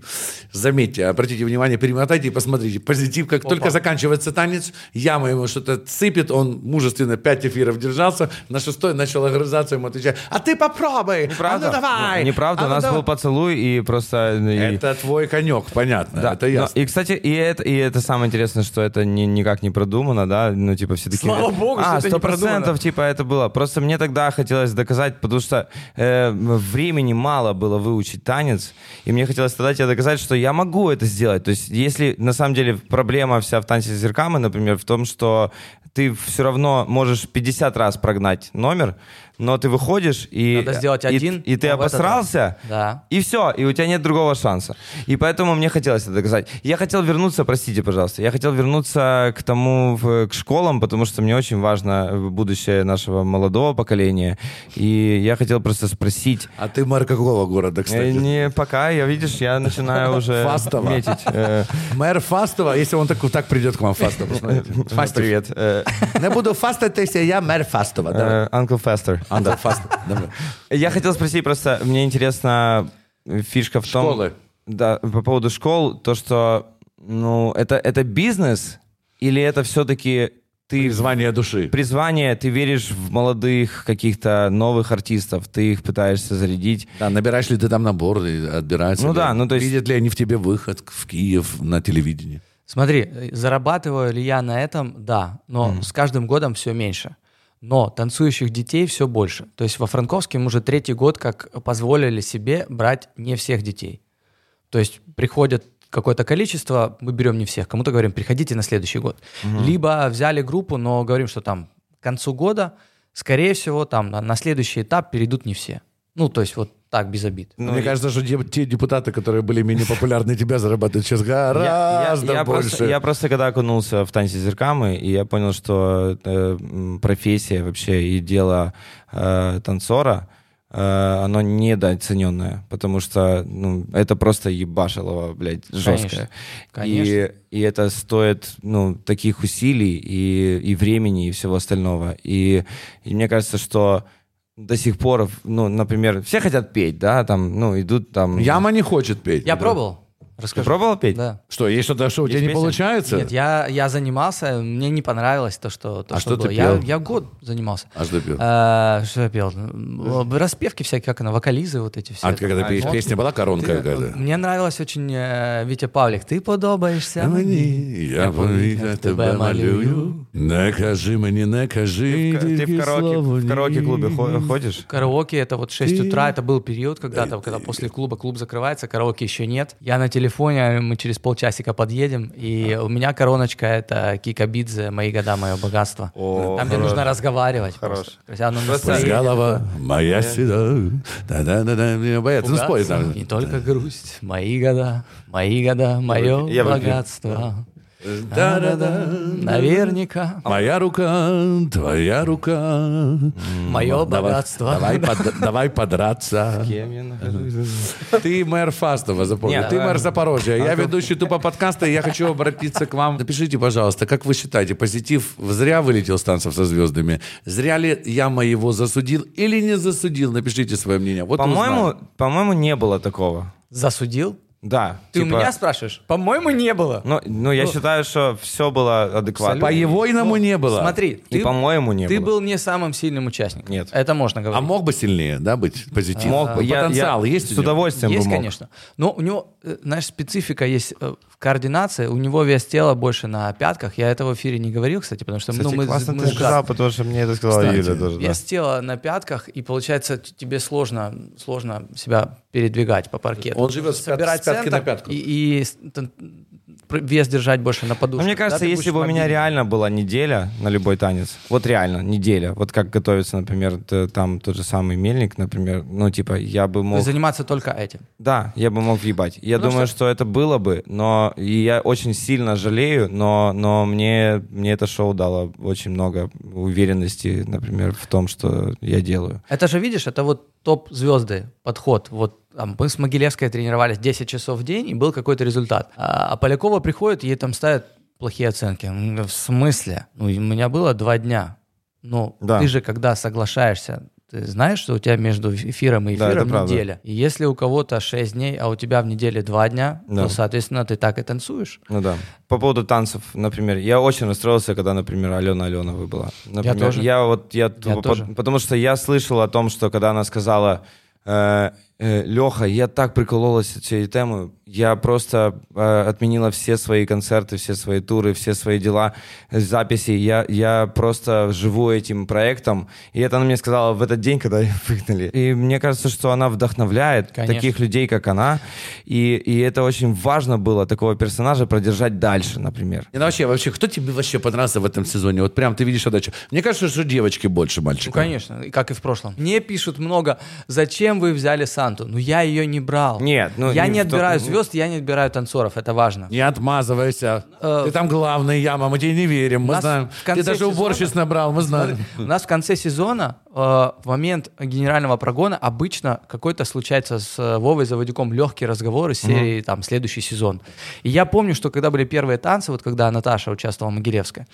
Speaker 2: Заметьте, обратите внимание, перемотайте и посмотрите. Позитив, как только заканчивается танец, яма ему что-то сыпет, он мужественно пять эфиров держался, на шестой начал огрызаться, ему отвечает, а ты попробуй,
Speaker 3: Неправда.
Speaker 2: а ну давай.
Speaker 3: Неправда,
Speaker 2: а
Speaker 3: у
Speaker 2: ну
Speaker 3: нас
Speaker 2: давай».
Speaker 3: был поцелуй и просто... э, и-
Speaker 2: Это твой конек, понятно,
Speaker 3: Да, Ну,
Speaker 2: это
Speaker 3: но-
Speaker 2: ясно.
Speaker 3: и, кстати, и это, и это самое интересное, что это ни- никак не продумано, да, ну, типа, все такие...
Speaker 4: Слава богу, что
Speaker 3: а,
Speaker 4: это не продумано».
Speaker 3: процентов, типа, это было. Просто мне тогда хотелось доказать, потому что э, времени мало было выучить танец, и мне хотелось тогда тебе доказать, что я могу это сделать. То есть, если, на самом деле, проблема вся в танце с зеркамы, например, в том, что ты все равно можешь 50 раз прогнать номер, но ты выходишь и...
Speaker 4: Надо сделать
Speaker 3: и-
Speaker 4: один,
Speaker 3: И, ты
Speaker 4: а в этот раз.
Speaker 3: обосрался,
Speaker 4: Да.
Speaker 3: и все, и у тебя нет другого шанса. И поэтому мне хотелось это доказать. Я хотел вернуться, простите, пожалуйста, я хотел вернуться к тому, в- к школам, потому что мне очень важно э, будущее нашего молодого поколения. И я хотел просто спросить.
Speaker 2: А ты мэр какого города,
Speaker 3: Э,
Speaker 2: кстати?
Speaker 3: Не, пока, я, видишь, я начинаю уже
Speaker 2: Фастово.
Speaker 3: метить. Э,
Speaker 2: Мэр Фастова, если он так, так придет к вам, Фастов, посмотрите.
Speaker 3: Привет. Э,
Speaker 2: Не буду фастать, если я мэр Фастова. давай.
Speaker 3: э, Uncle Faster.
Speaker 2: Андер Фастов, давай.
Speaker 3: Я хотел спросить просто, мне интересно э, фишка в том...
Speaker 2: Школы.
Speaker 3: Да, по поводу школ, то, что, ну, это, это бизнес или это все-таки ты...
Speaker 2: Призвание души.
Speaker 3: Призвание, ты веришь в молодых каких-то новых артистов, ты их пытаешься зарядить.
Speaker 2: Да, набираешь ли ты там набор, и отбираются
Speaker 3: Ну
Speaker 2: ли.
Speaker 3: да, ну то есть-
Speaker 2: Видят ли они в тебе выход в Киев на телевидении?
Speaker 4: Смотри, э, зарабатываю ли я на этом? Да, но с каждым годом все меньше. Но танцующих детей все больше. То есть во Франковске мы уже третий год как позволили себе брать не всех детей. То есть приходят какое-то количество, мы берем не всех. Кому-то говорим, приходите на следующий год. Либо взяли группу, но говорим, что там к концу года, скорее всего, там на, на следующий этап перейдут не все. Ну, то есть вот так, без обид.
Speaker 3: Ну,
Speaker 2: Мне
Speaker 3: и-
Speaker 2: кажется, что де- те депутаты, которые были менее популярны тебя, зарабатывают сейчас
Speaker 3: Я- я-
Speaker 2: гораздо
Speaker 3: я,
Speaker 2: больше.
Speaker 3: Просто, я просто когда окунулся в танце зеркамы, и я понял, что э, м, профессия вообще и дело э, танцора, э, оно недооцененное, потому что ну, это просто ебашилово, блядь, жесткое.
Speaker 4: Конечно.
Speaker 3: И, и это стоит ну, таких усилий и, и времени, и всего остального. И, и мне кажется, что до сих пор, ну, например, все хотят петь, да, там, ну, идут там...
Speaker 2: Яма не хочет петь.
Speaker 4: Я
Speaker 2: Да.
Speaker 4: пробовал.
Speaker 3: Ты
Speaker 4: Расскажи.
Speaker 3: пробовал петь?
Speaker 4: Да.
Speaker 2: Что, есть что-то, что у
Speaker 3: Есть
Speaker 2: тебя не
Speaker 3: песня?
Speaker 2: получается?
Speaker 4: Нет, я, я занимался, мне не понравилось то, что, то,
Speaker 2: А что ты
Speaker 4: было. Я,
Speaker 2: пел?
Speaker 4: я год занимался.
Speaker 2: А что пел?
Speaker 4: А, что я пел? М, Распевки всякие, как она, вокализы вот эти все.
Speaker 2: А ты когда пе-
Speaker 3: вот.
Speaker 2: песня была коронка какая-то?
Speaker 4: Мне нравилась очень э, Витя Павлик. Ты подобаешься
Speaker 2: ну
Speaker 4: мне.
Speaker 2: Мне, Я помню,
Speaker 4: как
Speaker 2: как
Speaker 4: тебя
Speaker 2: тебя
Speaker 4: молю.
Speaker 2: молю. Накажи мне, накажи.
Speaker 3: Ты в, ка- ты в
Speaker 2: дерьми слова
Speaker 3: караоке, в
Speaker 2: не-
Speaker 3: караоке-клубе хо- ходишь?
Speaker 4: Караоке, это вот 6 утра, это был период когда-то, когда после клуба клуб закрывается, караоке еще нет. Я на телефоне, а мы через полчасика подъедем, и у меня короночка — это Кикабидзе «Мои года, мое богатство».
Speaker 3: О,
Speaker 4: Там, где
Speaker 3: хорош.
Speaker 4: нужно разговаривать
Speaker 3: Хорош.
Speaker 4: просто. То есть оно
Speaker 3: Просто
Speaker 2: Пусть
Speaker 4: настроение.
Speaker 2: голова моя седа. Да-да-да-да, мне боятся. Ну, спой
Speaker 4: Богатство,
Speaker 2: там.
Speaker 4: Не только грусть, мои года, мои года, мое
Speaker 3: Я выпью.
Speaker 4: богатство. Да-да-да,
Speaker 2: Да-да-да.
Speaker 4: наверняка,
Speaker 2: Моя рука, твоя рука.
Speaker 4: мое
Speaker 2: Давай-
Speaker 4: богатство.
Speaker 2: Давай, под- давай подраться.
Speaker 3: Кем я нахожусь?
Speaker 2: Ты мэр Фастова, запомни.
Speaker 3: Нет,
Speaker 2: ты
Speaker 3: да.
Speaker 2: мэр Запорожья. Я ведущий тупо подкаста, и я хочу обратиться к вам. Напишите, пожалуйста, как вы считаете, позитив зря вылетел с танцев со звездами? Зря ли я моего засудил или не засудил? Напишите свое мнение. Вот и
Speaker 3: По-моему,
Speaker 2: узнаем.
Speaker 3: по-моему, не было такого.
Speaker 4: Засудил?
Speaker 3: Да.
Speaker 4: Ты у
Speaker 3: типа-
Speaker 4: меня спрашиваешь? По-моему, не было.
Speaker 3: Ну, ну, я считаю, что все было адекватно.
Speaker 2: по егойному не было.
Speaker 4: Смотри,
Speaker 3: И,
Speaker 4: ты,
Speaker 3: по-моему, не
Speaker 4: ты
Speaker 3: было.
Speaker 4: был не самым сильным участником.
Speaker 3: Нет.
Speaker 4: Это можно говорить.
Speaker 2: А мог бы сильнее, да, быть позитив?
Speaker 3: Мог бы. Я-
Speaker 2: Потенциал
Speaker 3: я
Speaker 2: есть у
Speaker 3: С
Speaker 2: него?
Speaker 3: удовольствием
Speaker 4: есть,
Speaker 3: бы мог.
Speaker 4: конечно. Но у него, э, знаешь, специфика есть э, в координации. У него вес тела больше на пятках. Я этого в эфире не говорил, кстати, потому что ну,
Speaker 3: Кстати,
Speaker 4: мы,
Speaker 3: классно
Speaker 4: мы
Speaker 3: ты
Speaker 4: с-
Speaker 3: сказал, потому что мне это сказала
Speaker 2: Кстати,
Speaker 3: Юля тоже. да.
Speaker 4: Вес тела на пятках, и получается, т- тебе сложно, сложно себя передвигать по паркету.
Speaker 2: Он живет с пят-
Speaker 4: Собирать
Speaker 2: с пятки на
Speaker 4: центр
Speaker 2: пятку.
Speaker 4: И, и с- тан- пр- вес держать больше на
Speaker 3: Но
Speaker 4: подушке.
Speaker 3: Ну, мне
Speaker 4: Да,
Speaker 3: кажется,
Speaker 4: ты
Speaker 3: если
Speaker 4: будешь
Speaker 3: бы у меня
Speaker 4: мобильным.
Speaker 3: реально была неделя на любой танец, вот реально неделя, вот как готовится, например, т- там тот же самый мельник, например, ну типа я бы
Speaker 4: То есть
Speaker 3: мог,
Speaker 4: заниматься только этим.
Speaker 3: да, я бы мог въебать. Я
Speaker 4: Потому
Speaker 3: думаю, что... это было бы, но и я очень сильно жалею, но но мне мне это шоу дало очень много уверенности, например, в том, что я делаю.
Speaker 4: Это же, видишь, это вот топ-звезды подход. Вот а мы с Могилевской тренировались 10 часов в день, и был какой-то результат. А, а Полякова приходит, ей там ставят плохие оценки. М, В смысле? Ну, и у меня было два дня. Но
Speaker 3: Да.
Speaker 4: ты же, когда соглашаешься, ты знаешь, что у тебя между эфиром и
Speaker 3: Да, это
Speaker 4: эфиром
Speaker 3: правда.
Speaker 4: неделя. И если у кого-то 6 дней, а у тебя в неделе 2 дня,
Speaker 3: Да.
Speaker 4: то, соответственно, ты так и танцуешь.
Speaker 3: Ну да. По поводу танцев, например, я очень расстроился, когда, например, Алена Аленова была. Например,
Speaker 4: тоже.
Speaker 3: Я вот я, по-
Speaker 4: тоже.
Speaker 3: потому что я слышал о том, что когда она сказала Леха, я так прикололась от всей темы, я просто э, отменила все свои концерты, все свои туры, все свои дела, э, записи, я я просто живу этим проектом, и это она мне сказала в этот день, когда ее выгнали. И мне кажется, что она вдохновляет
Speaker 4: Конечно.
Speaker 3: таких людей, как она. И, и это очень важно было такого персонажа продержать дальше, например.
Speaker 2: И ну, вообще, вообще, кто тебе вообще понравился в этом сезоне? Вот прям ты видишь отдачу. Мне кажется, что девочки больше
Speaker 4: Ну,
Speaker 2: мальчиков.
Speaker 4: конечно, и как и в прошлом. Мне пишут много, зачем вы взяли Санту? Ну, я ее не брал.
Speaker 3: Нет, ну,
Speaker 4: Я
Speaker 3: не
Speaker 4: не
Speaker 3: в то-
Speaker 4: отбираю звезд, я не отбираю танцоров, это важно.
Speaker 2: Не отмазывайся.
Speaker 4: Э,
Speaker 2: ты там главный, яма, мы тебе не верим, мы
Speaker 4: нас
Speaker 2: знаем.
Speaker 4: в конце
Speaker 2: Ты даже
Speaker 4: сезона-
Speaker 2: уборщиц набрал, мы знаем.
Speaker 4: У нас в конце сезона, э, в момент генерального прогона, обычно какой-то случается с э, Вовой Заводюком легкий разговор из серии там следующий сезон. И я помню, что когда были первые танцы, вот когда Наташа участвовала в Могилевской,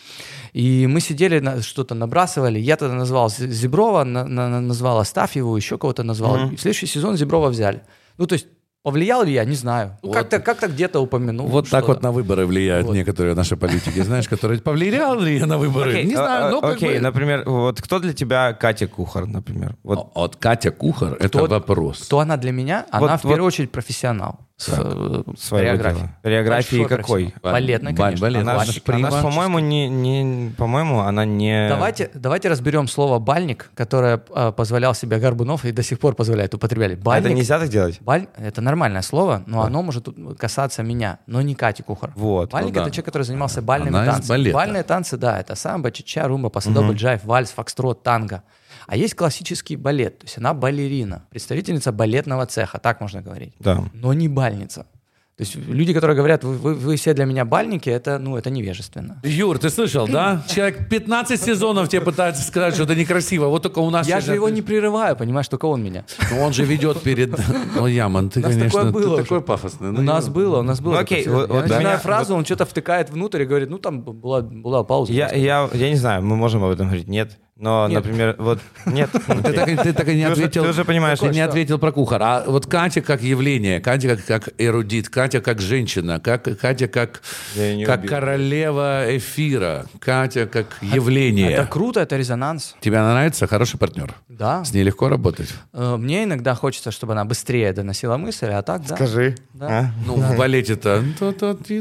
Speaker 4: и мы сидели, на- что-то набрасывали. Я тогда назвал З- Зеброва, на- на- на- назвал Астафьеву, еще кого-то назвал. И в следующий сезон Зеброва взяли. Ну, то есть, повлиял ли я, не знаю. Ну, как-то, как-то где-то упомянул.
Speaker 2: Вот так
Speaker 4: что-то.
Speaker 2: вот на выборы влияют некоторые наши политики, знаешь, которые повлиял ли я на выборы? Не знаю, но
Speaker 3: А, а,
Speaker 2: как
Speaker 3: Окей,
Speaker 2: бы-
Speaker 3: например, вот кто для тебя Катя Кухар, например? Вот,
Speaker 2: О, От Катя Кухар это
Speaker 4: Кто-
Speaker 2: вопрос.
Speaker 4: Кто она для меня? Она
Speaker 3: Вот-
Speaker 4: в первую очередь профессионал. С, э,
Speaker 3: своего
Speaker 4: хореографией.
Speaker 3: дела. Хореографии
Speaker 4: Большой
Speaker 3: какой?
Speaker 4: профессионал. Балетной,
Speaker 2: Ба-
Speaker 4: конечно.
Speaker 2: балет.
Speaker 3: она,
Speaker 2: Она
Speaker 3: ж-
Speaker 2: же
Speaker 3: она ж,
Speaker 2: примаческа.
Speaker 3: по-моему, не, не, по-моему, она не.
Speaker 4: Давайте, давайте разберем слово «бальник», которое э, позволял себе Горбунов и до сих пор позволяет употребляли.
Speaker 3: А это
Speaker 4: Бальник.
Speaker 3: нельзя так делать.
Speaker 4: баль- это нормальное слово, но оно может касаться меня, но не Кати Кухар.
Speaker 3: Вот,
Speaker 4: Бальник
Speaker 2: ну да.
Speaker 4: это человек, который занимался бальными
Speaker 2: Она из
Speaker 4: танцами.
Speaker 2: балета.
Speaker 4: Бальные танцы, да, это самбо, чича, румба, пасадобль, джайв, вальс, фокстрот, танго. А есть классический балет, то есть она балерина, представительница балетного цеха, так можно говорить.
Speaker 3: Да.
Speaker 4: но не бальница. То есть люди, которые говорят, вы, вы- вы все для меня бальники, это, ну, это невежественно.
Speaker 2: Юр, ты слышал, да? Человек 15 сезонов тебе пытается сказать, что это некрасиво. Вот только у нас...
Speaker 4: Я
Speaker 2: сейчас-
Speaker 4: же его не прерываю, понимаешь, только он меня.
Speaker 2: Ну, Он же ведет перед... Ну, Яман, ты,
Speaker 4: У нас
Speaker 2: конечно,
Speaker 4: такое было
Speaker 2: ты
Speaker 4: уже.
Speaker 2: такой пафосный. Ну,
Speaker 4: У нас было, у нас было.
Speaker 3: Ну, окей, вот-
Speaker 4: такое всегда. Я
Speaker 3: вот для
Speaker 4: начинаю
Speaker 3: меня-
Speaker 4: фразу, он что-то втыкает внутрь и говорит, ну, там была, была пауза.
Speaker 3: Я, я, я не знаю, мы можем об этом говорить, нет. Но,
Speaker 4: Нет.
Speaker 3: например, вот нет.
Speaker 1: Ты так, и- ты так и не
Speaker 3: Ты уже-
Speaker 1: ответил.
Speaker 3: ты уже понимаешь,
Speaker 1: ты не
Speaker 3: что-
Speaker 1: ответил про кухар. А вот Катя как явление, Катя как, как эрудит, Катя как женщина, как, Катя как,
Speaker 3: Я её не
Speaker 1: как
Speaker 3: убил.
Speaker 1: королева эфира, Катя как явление.
Speaker 4: А
Speaker 3: э,
Speaker 4: Это круто, это резонанс.
Speaker 1: Тебе она нравится? Хороший партнер.
Speaker 4: Да.
Speaker 1: С ней легко работать.
Speaker 4: Э, Мне иногда хочется, чтобы она быстрее доносила мысль, а так, да.
Speaker 3: Скажи.
Speaker 4: Да.
Speaker 1: Ну, в балете-то...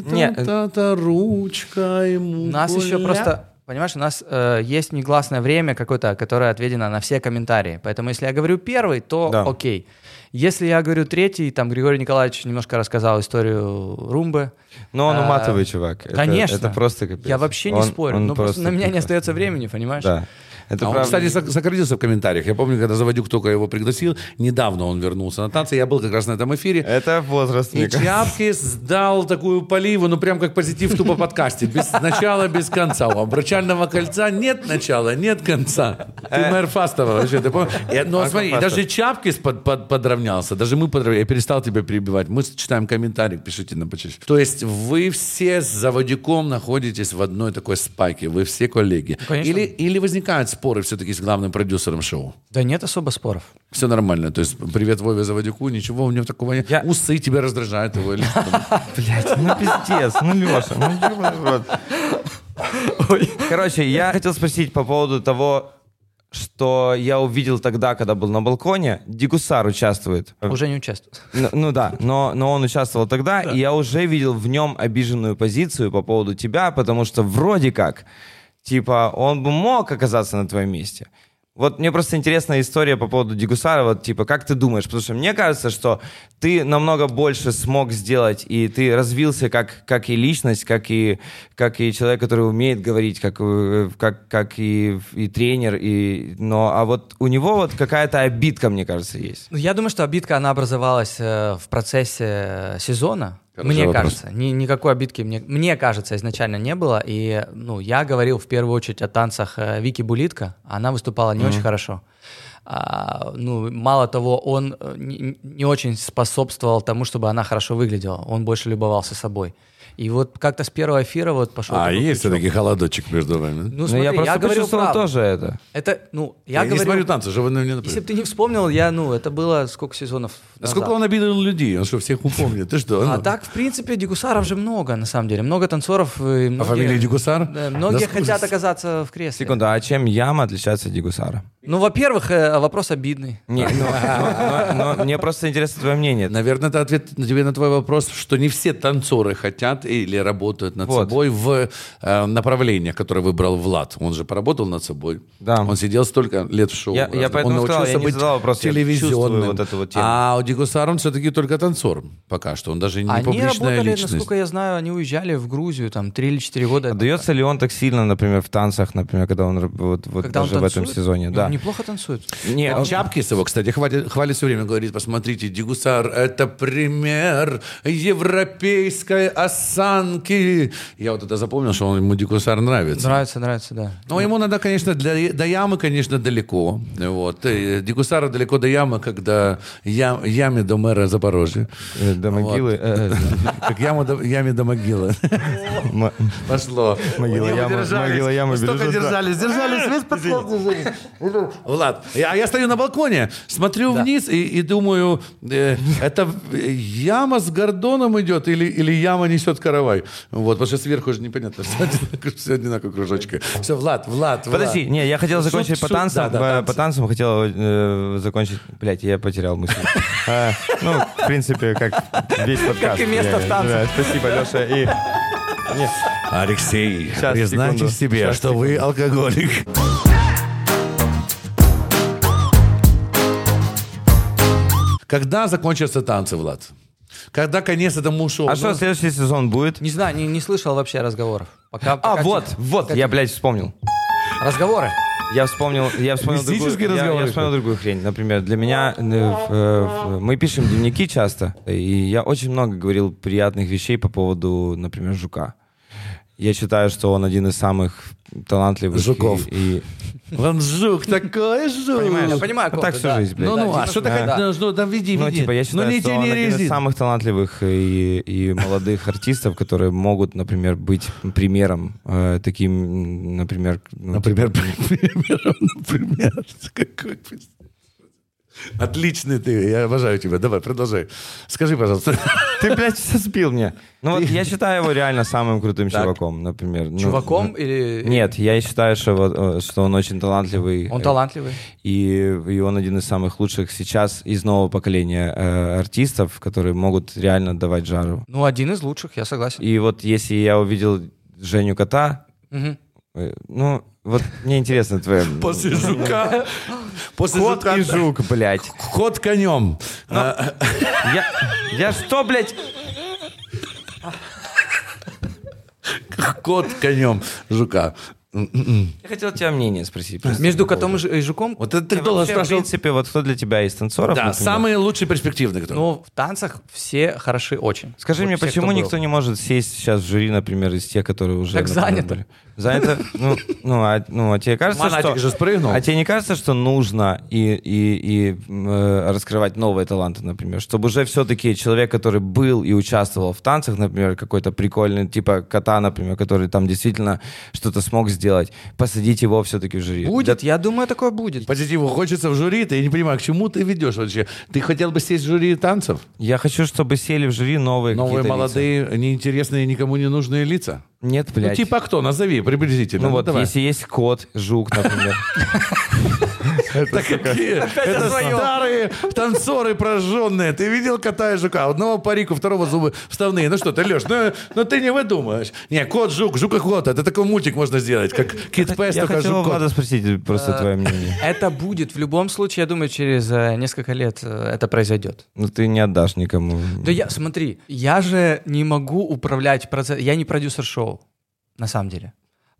Speaker 1: та-та-ти-та-та-та, Ручка ему
Speaker 4: э, У нас еще
Speaker 1: гуля.
Speaker 4: просто, понимаешь, у нас э, есть негласное время какое-то, которое отведено на все комментарии. Поэтому если я говорю первый, то
Speaker 3: Да.
Speaker 4: окей. Если я говорю третий, там Григорий Николаевич немножко рассказал историю Румбы.
Speaker 3: Но он
Speaker 4: А,
Speaker 3: уматовый чувак. Это-
Speaker 4: Конечно.
Speaker 3: Это просто капец.
Speaker 4: Я вообще не
Speaker 3: Он-
Speaker 4: спорю,
Speaker 3: он
Speaker 4: но просто на меня не
Speaker 3: прекрасный.
Speaker 4: остается времени, понимаешь?
Speaker 3: Да. Это
Speaker 1: А он,
Speaker 3: правда.
Speaker 1: кстати, сок- сократился в комментариях. Я помню, когда Заводюк только его пригласил, недавно он вернулся на танцы, я был как раз на этом эфире.
Speaker 3: Это возраст,
Speaker 1: И
Speaker 3: мне кажется.
Speaker 1: Чапки сдал такую поливу, ну прям как позитив тупо подкасте. Без начала, без конца. У обручального кольца нет начала, нет конца. Ты мэр Фастова вообще, ты помнишь? Я- Ну
Speaker 3: Марко
Speaker 1: смотри,
Speaker 3: Фастов.
Speaker 1: даже Чапки подравнялся, даже мы подравнялись. Я перестал тебя перебивать. Мы с- читаем комментарии, пишите нам почаще. То есть вы все с Заводюком находитесь в одной такой спайке, вы все коллеги.
Speaker 3: Ну,
Speaker 4: конечно.
Speaker 1: Или, или возникают споры все-таки с главным продюсером шоу?
Speaker 4: Да нет особо споров.
Speaker 1: Все нормально. То есть, привет Вове Заводюку, ничего у него такого нет.
Speaker 3: Я-
Speaker 1: Усы тебя раздражают его. или что там?
Speaker 3: Блядь, ну пиздец, ну Леша, ну ёбаный в рот. Короче, я хотел спросить по поводу того, что я увидел тогда, когда был на балконе. Дигусар участвует.
Speaker 4: Уже не участвую.
Speaker 3: Ну, ну да, но, но он участвовал тогда, и я уже видел в нем обиженную позицию по поводу тебя, потому что вроде как, типа, он бы мог оказаться на твоем месте. Вот мне просто интересная история по поводу Дегусарова, типа, как ты думаешь? Потому что мне кажется, что ты намного больше смог сделать, и ты развился как, как и личность, как и, как и человек, который умеет говорить, как, э, как, как и, и тренер, и, но, а вот у него вот какая-то обидка, мне кажется, есть.
Speaker 4: Ну, Я думаю, что обидка, она образовалась э, в процессе э, сезона.
Speaker 1: Хороший
Speaker 4: мне
Speaker 1: вопрос.
Speaker 4: кажется, ни- никакой обидки, мне, мне кажется, изначально не было. И ну, я говорил в первую очередь о танцах э, Вики Булитко. Она выступала не очень хорошо. А, ну, мало того, он э, не, не очень способствовал тому, чтобы она хорошо выглядела. Он больше любовался собой. И вот как-то с первого эфира вот пошел.
Speaker 1: А,
Speaker 4: такой
Speaker 1: есть
Speaker 4: крючок.
Speaker 1: все-таки холодочек между вами.
Speaker 4: Ну,
Speaker 3: Но
Speaker 4: смотри, я,
Speaker 3: я просто
Speaker 4: говорил
Speaker 3: почувствовал
Speaker 4: правду.
Speaker 3: тоже это.
Speaker 4: Это, ну, я,
Speaker 1: Я,
Speaker 4: говорил...
Speaker 1: не смотрю танцы, же вы на меня
Speaker 4: Если
Speaker 1: напали.
Speaker 4: бы ты не вспомнил, я, ну, это было сколько сезонов назад?
Speaker 1: Насколько он обидел людей? Он что, всех упомнит? Ты что?
Speaker 4: А
Speaker 1: ну?
Speaker 4: так, в принципе, дегусаров же много, на самом деле. Много танцоров. э, и многие-
Speaker 1: А фамилия Дегусар?
Speaker 4: Да, Многие
Speaker 1: Насколько-
Speaker 4: хотят оказаться в кресле.
Speaker 3: Секунду, а чем яма отличается от дегусара?
Speaker 4: Ну, во-первых, э, вопрос обидный.
Speaker 3: Не, ну, но- но- но мне просто интересно твое мнение.
Speaker 1: Наверное, это ответ на тебе на твой вопрос, что не все танцоры хотят или работают над
Speaker 3: Вот.
Speaker 1: собой в э, направлениях, которые выбрал Влад. Он же поработал над собой.
Speaker 3: Да.
Speaker 1: Он сидел столько лет в шоу.
Speaker 3: Я- я
Speaker 1: разных.
Speaker 3: поэтому
Speaker 1: он
Speaker 3: сказал,
Speaker 1: научился
Speaker 3: я не
Speaker 1: быть
Speaker 3: задал вопрос, я
Speaker 1: телевизионным.
Speaker 3: чувствую вот эту вот тему.
Speaker 1: а у Дегусара он все-таки только танцор пока что. Он даже не
Speaker 4: они
Speaker 1: публичная
Speaker 4: работали,
Speaker 1: личность.
Speaker 4: насколько я знаю, они уезжали в Грузию там 3 или 4 года.
Speaker 3: Дается ли он так сильно, например, в танцах, например, когда он р- вот, вот
Speaker 4: Когда он
Speaker 3: даже в этом
Speaker 4: танцует, Ну,
Speaker 3: сезоне?
Speaker 4: он
Speaker 3: Да.
Speaker 4: неплохо танцует.
Speaker 3: Не,
Speaker 1: Он Чапкис его, кстати, хватит, хвалит все время, говорит, посмотрите, Дегусар, это пример европейской осанки. Я вот это запомнил, что он, ему Дегусар нравится.
Speaker 4: Нравится, нравится, да.
Speaker 1: Но ему надо, конечно, для, до ямы, конечно, далеко. Вот. И Дегусару далеко до ямы, когда я, яме до мэра Запорожья.
Speaker 3: э, до могилы. э,
Speaker 1: Как яма до, яме до могилы.
Speaker 3: э, м-
Speaker 1: Пошло.
Speaker 3: Могила
Speaker 1: Не
Speaker 3: яма,
Speaker 1: удержались.
Speaker 3: могила яма
Speaker 1: Столько
Speaker 3: бережет, да.
Speaker 1: держались, держались, весь подход держались. Влад, я- а я стою на балконе, смотрю вниз и, и думаю, э, это э, яма с гордоном идет или, или яма несет каравай? Вот, потому что сверху уже непонятно. Все одинаково, все одинаково кружочки. Все, Влад, Влад, Влад.
Speaker 3: Подожди, не, я хотел
Speaker 1: Шут,
Speaker 3: закончить по
Speaker 1: шут,
Speaker 3: танцам.
Speaker 1: да, да,
Speaker 3: э, По танцам хотел э, закончить. Блять, я потерял мысль. А, Ну, в принципе, как весь подкаст.
Speaker 4: и место в
Speaker 3: реально.
Speaker 4: танцах.
Speaker 3: Да, Спасибо, Леша. И не,
Speaker 1: Алексей,
Speaker 3: Щас,
Speaker 1: признайте
Speaker 3: секунду.
Speaker 1: себе,
Speaker 3: Щас,
Speaker 1: что вы алкоголик. Когда закончатся танцы, Влад? Когда конец этому шоу?
Speaker 3: А
Speaker 1: Ну,
Speaker 3: что, следующий сезон будет?
Speaker 4: Не знаю, не, не слышал вообще разговоров. Пока,
Speaker 3: А,
Speaker 4: пока
Speaker 3: вот,
Speaker 4: тихо.
Speaker 3: вот, я, блядь, вспомнил.
Speaker 4: Разговоры.
Speaker 3: Я вспомнил, я вспомнил другую,
Speaker 1: Мистический
Speaker 3: я- я,
Speaker 1: разговор идет.
Speaker 3: вспомнил другую хрень. Например, для меня э, в- э, в- мы пишем дневники часто, и я очень много говорил приятных вещей по поводу, например, жука. Я считаю, что он один из самых талантливых
Speaker 1: Жуков.
Speaker 3: И, и-
Speaker 2: Он жук такой, жук.
Speaker 4: Понимаешь? Я понимаю,
Speaker 3: Ну,
Speaker 4: о ком
Speaker 3: так
Speaker 4: ты,
Speaker 3: всю
Speaker 4: да.
Speaker 3: жизнь, блядь.
Speaker 2: Ну, ну, а
Speaker 4: Да,
Speaker 2: что ты
Speaker 4: да.
Speaker 2: хотел? Ну, там веди,
Speaker 3: Ну,
Speaker 2: веди.
Speaker 3: типа, я считаю,
Speaker 2: ну, не
Speaker 3: что он
Speaker 2: тяни
Speaker 3: один из
Speaker 2: резину.
Speaker 3: самых талантливых и, и молодых артистов, которые могут, например, быть примером э, таким, м, например... ну,
Speaker 2: Например, примером, например. Какой пиздец. Отличный ты, я обожаю тебя. Давай, продолжай. Скажи, пожалуйста.
Speaker 3: Ты, блядь, всё сбил меня. Ну вот я считаю его реально самым крутым
Speaker 4: Так.
Speaker 3: чуваком, например. Ну,
Speaker 4: Чуваком
Speaker 3: ну,
Speaker 4: или...
Speaker 3: Нет, я считаю, что, вот, э, что он очень талантливый.
Speaker 4: Он
Speaker 3: э,
Speaker 4: талантливый.
Speaker 3: И, и он один из самых лучших сейчас из нового поколения э, артистов, которые могут реально давать жару.
Speaker 4: Ну, один из лучших, я согласен.
Speaker 3: И вот если я увидел Женю Кота,
Speaker 4: Мгм.
Speaker 3: э, ну вот мне интересно твое...
Speaker 2: После жука. После
Speaker 3: Кот
Speaker 2: жука.
Speaker 3: и жук, блядь.
Speaker 2: Ход конем.
Speaker 3: Я, я что, блядь?
Speaker 2: Кот конем жука.
Speaker 3: Я хотел тебя мнение спросить.
Speaker 4: Между котом и ж- и жуком...
Speaker 2: Вот это ты
Speaker 3: Я
Speaker 2: долго
Speaker 3: вообще, в
Speaker 2: спрашивал.
Speaker 3: принципе, вот кто для тебя из танцоров?
Speaker 2: Да,
Speaker 3: например?
Speaker 2: самый лучший перспективный кто.
Speaker 4: Но ну, в танцах все хороши очень.
Speaker 3: Скажи
Speaker 4: Вот
Speaker 3: мне,
Speaker 4: все,
Speaker 3: почему
Speaker 4: кто был.
Speaker 3: никто не может сесть сейчас в жюри, например, из тех, которые уже...
Speaker 4: Так
Speaker 3: например,
Speaker 4: занято.
Speaker 3: были? Занято? Ну, ну, а, ну, а тебе кажется,
Speaker 2: Монатик
Speaker 3: что...
Speaker 2: же спрыгнул.
Speaker 3: А тебе не кажется, что нужно и, и, и м, э, раскрывать новые таланты, например? Чтобы уже все-таки человек, который был и участвовал в танцах, например, какой-то прикольный, типа кота, например, который там действительно что-то смог сделать, посадить его все-таки в жюри.
Speaker 4: Будет, я думаю, такое будет.
Speaker 2: Позитиву хочется в жюри, ты я не понимаю, к чему ты ведешь вообще. Ты хотел бы сесть в жюри танцев?
Speaker 3: Я хочу, чтобы сели в жюри новые
Speaker 2: Новые
Speaker 3: какие-то лица.
Speaker 2: молодые, неинтересные, никому не нужные лица?
Speaker 3: Нет, блядь.
Speaker 2: Ну типа кто, назови приблизительно.
Speaker 3: Ну вот,
Speaker 2: давай.
Speaker 3: если есть кот, жук, например.
Speaker 2: Это какие? Это старые танцоры прожженные. Ты видел кота и жука? А Одного парику, второго зубы вставные. Ну что ты, Леш, ну, ну ты не выдумаешь. Не, кот, жук, жук и кот. Это такой мультик можно сделать, как Кит Пес,
Speaker 3: Я
Speaker 2: только
Speaker 3: хотел у
Speaker 2: жук
Speaker 3: Влада
Speaker 2: кот.
Speaker 3: спросить просто твое мнение.
Speaker 4: Это будет в любом случае, я думаю, через э, несколько лет э, это произойдет.
Speaker 3: Ну ты не отдашь никому.
Speaker 4: Да я, смотри, я же не могу управлять процессом, я не продюсер шоу, на самом деле.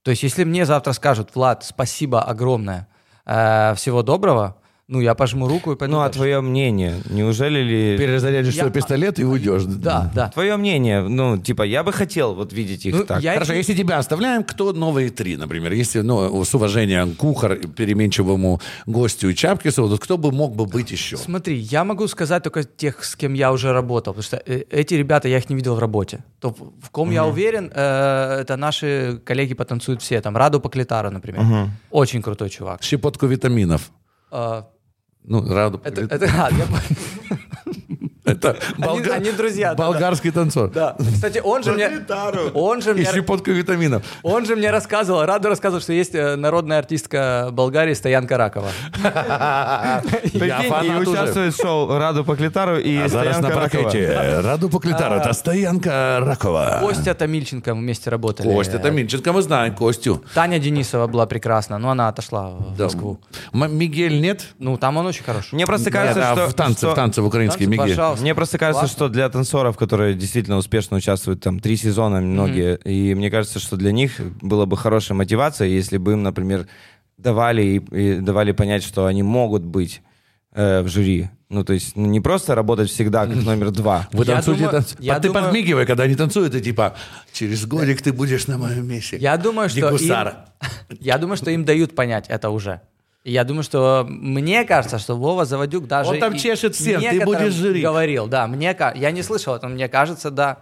Speaker 4: То есть если мне завтра скажут, Влад, спасибо огромное, э, всего доброго, ну я пожму руку и пойду
Speaker 3: Ну а
Speaker 4: дальше.
Speaker 3: твое мнение, неужели ли...
Speaker 2: Перезарядишь
Speaker 4: Я-
Speaker 2: свой пистолет и уйдешь.
Speaker 4: Да, да.
Speaker 3: Твое мнение, ну типа я бы хотел вот видеть
Speaker 4: Ну,
Speaker 3: их так.
Speaker 4: я-
Speaker 2: Хорошо, если тебя оставляем, кто новые три, например? Если, ну, с уважением кухар, переменчивому гостю и Чапкису, вот кто бы мог бы быть еще?
Speaker 4: Смотри, я могу сказать только тех, с кем я уже работал, потому что э, эти ребята, я их не видел в работе. То, в в ком я уверен, э, это наши коллеги потанцуют все, там, Раду Поклитару, например. Очень крутой чувак.
Speaker 2: Щепотку витаминов.
Speaker 4: Э,
Speaker 2: Ну, раду.
Speaker 4: это, это- а, я понял.
Speaker 2: Это
Speaker 4: Они-
Speaker 2: болга-
Speaker 4: они друзья, да,
Speaker 2: Болгарский танцор.
Speaker 4: Да. Кстати, он же мне... Он же
Speaker 2: И
Speaker 4: мне...
Speaker 2: щепотку витаминов.
Speaker 4: Он же мне рассказывал, Раду рассказывал, что есть э, народная артистка Болгарии Стоянка Ракова.
Speaker 2: Я фанат уже.
Speaker 3: участвует в шоу Раду Поклитару и
Speaker 2: А Зараз на
Speaker 3: Стоянка Ракова. А.
Speaker 2: паркете. Раду Поклитару. Это стоянка Ракова.
Speaker 4: Костя Томильченко мы вместе работали.
Speaker 2: А. Костя
Speaker 1: Э.
Speaker 2: Томинченко, мы знаем Костю.
Speaker 4: Таня Денисова была прекрасна, но она отошла в
Speaker 2: Да.
Speaker 4: Москву.
Speaker 2: М- Мигель нет?
Speaker 4: Ну, там он очень хорош.
Speaker 3: Мне просто
Speaker 2: Нет,
Speaker 3: кажется,
Speaker 2: а
Speaker 3: что...
Speaker 2: в танце,
Speaker 3: что-
Speaker 2: в танце, в украинский
Speaker 4: Танцы,
Speaker 2: Мигель.
Speaker 4: пожалуйста.
Speaker 3: Мне просто кажется,
Speaker 4: Классно.
Speaker 3: что для танцоров, которые действительно успешно участвуют там три сезона, многие, и мне кажется, что для них было бы хорошая мотивация, если бы им, например, давали и, и давали понять, что они могут быть э, в жюри. Ну, то есть ну, не просто работать всегда как номер два.
Speaker 2: Вы
Speaker 4: Я
Speaker 2: танцуете
Speaker 4: думаю-
Speaker 2: танц-
Speaker 4: я
Speaker 2: А Ты
Speaker 4: думаю-
Speaker 2: подмигивай, когда они танцуют, и типа, через годик ты будешь на моем месте.
Speaker 4: Я думаю, что им-
Speaker 2: Дегусара.
Speaker 4: я думаю, что им дают понять это уже. И Я думаю, что мне кажется, что Вова Заводюк даже...
Speaker 2: Он там
Speaker 4: и
Speaker 2: чешет всем, ты
Speaker 4: некоторым
Speaker 2: будешь жюри.
Speaker 4: Говорил, да. Мне, ка- я не слышал это, но мне кажется, да.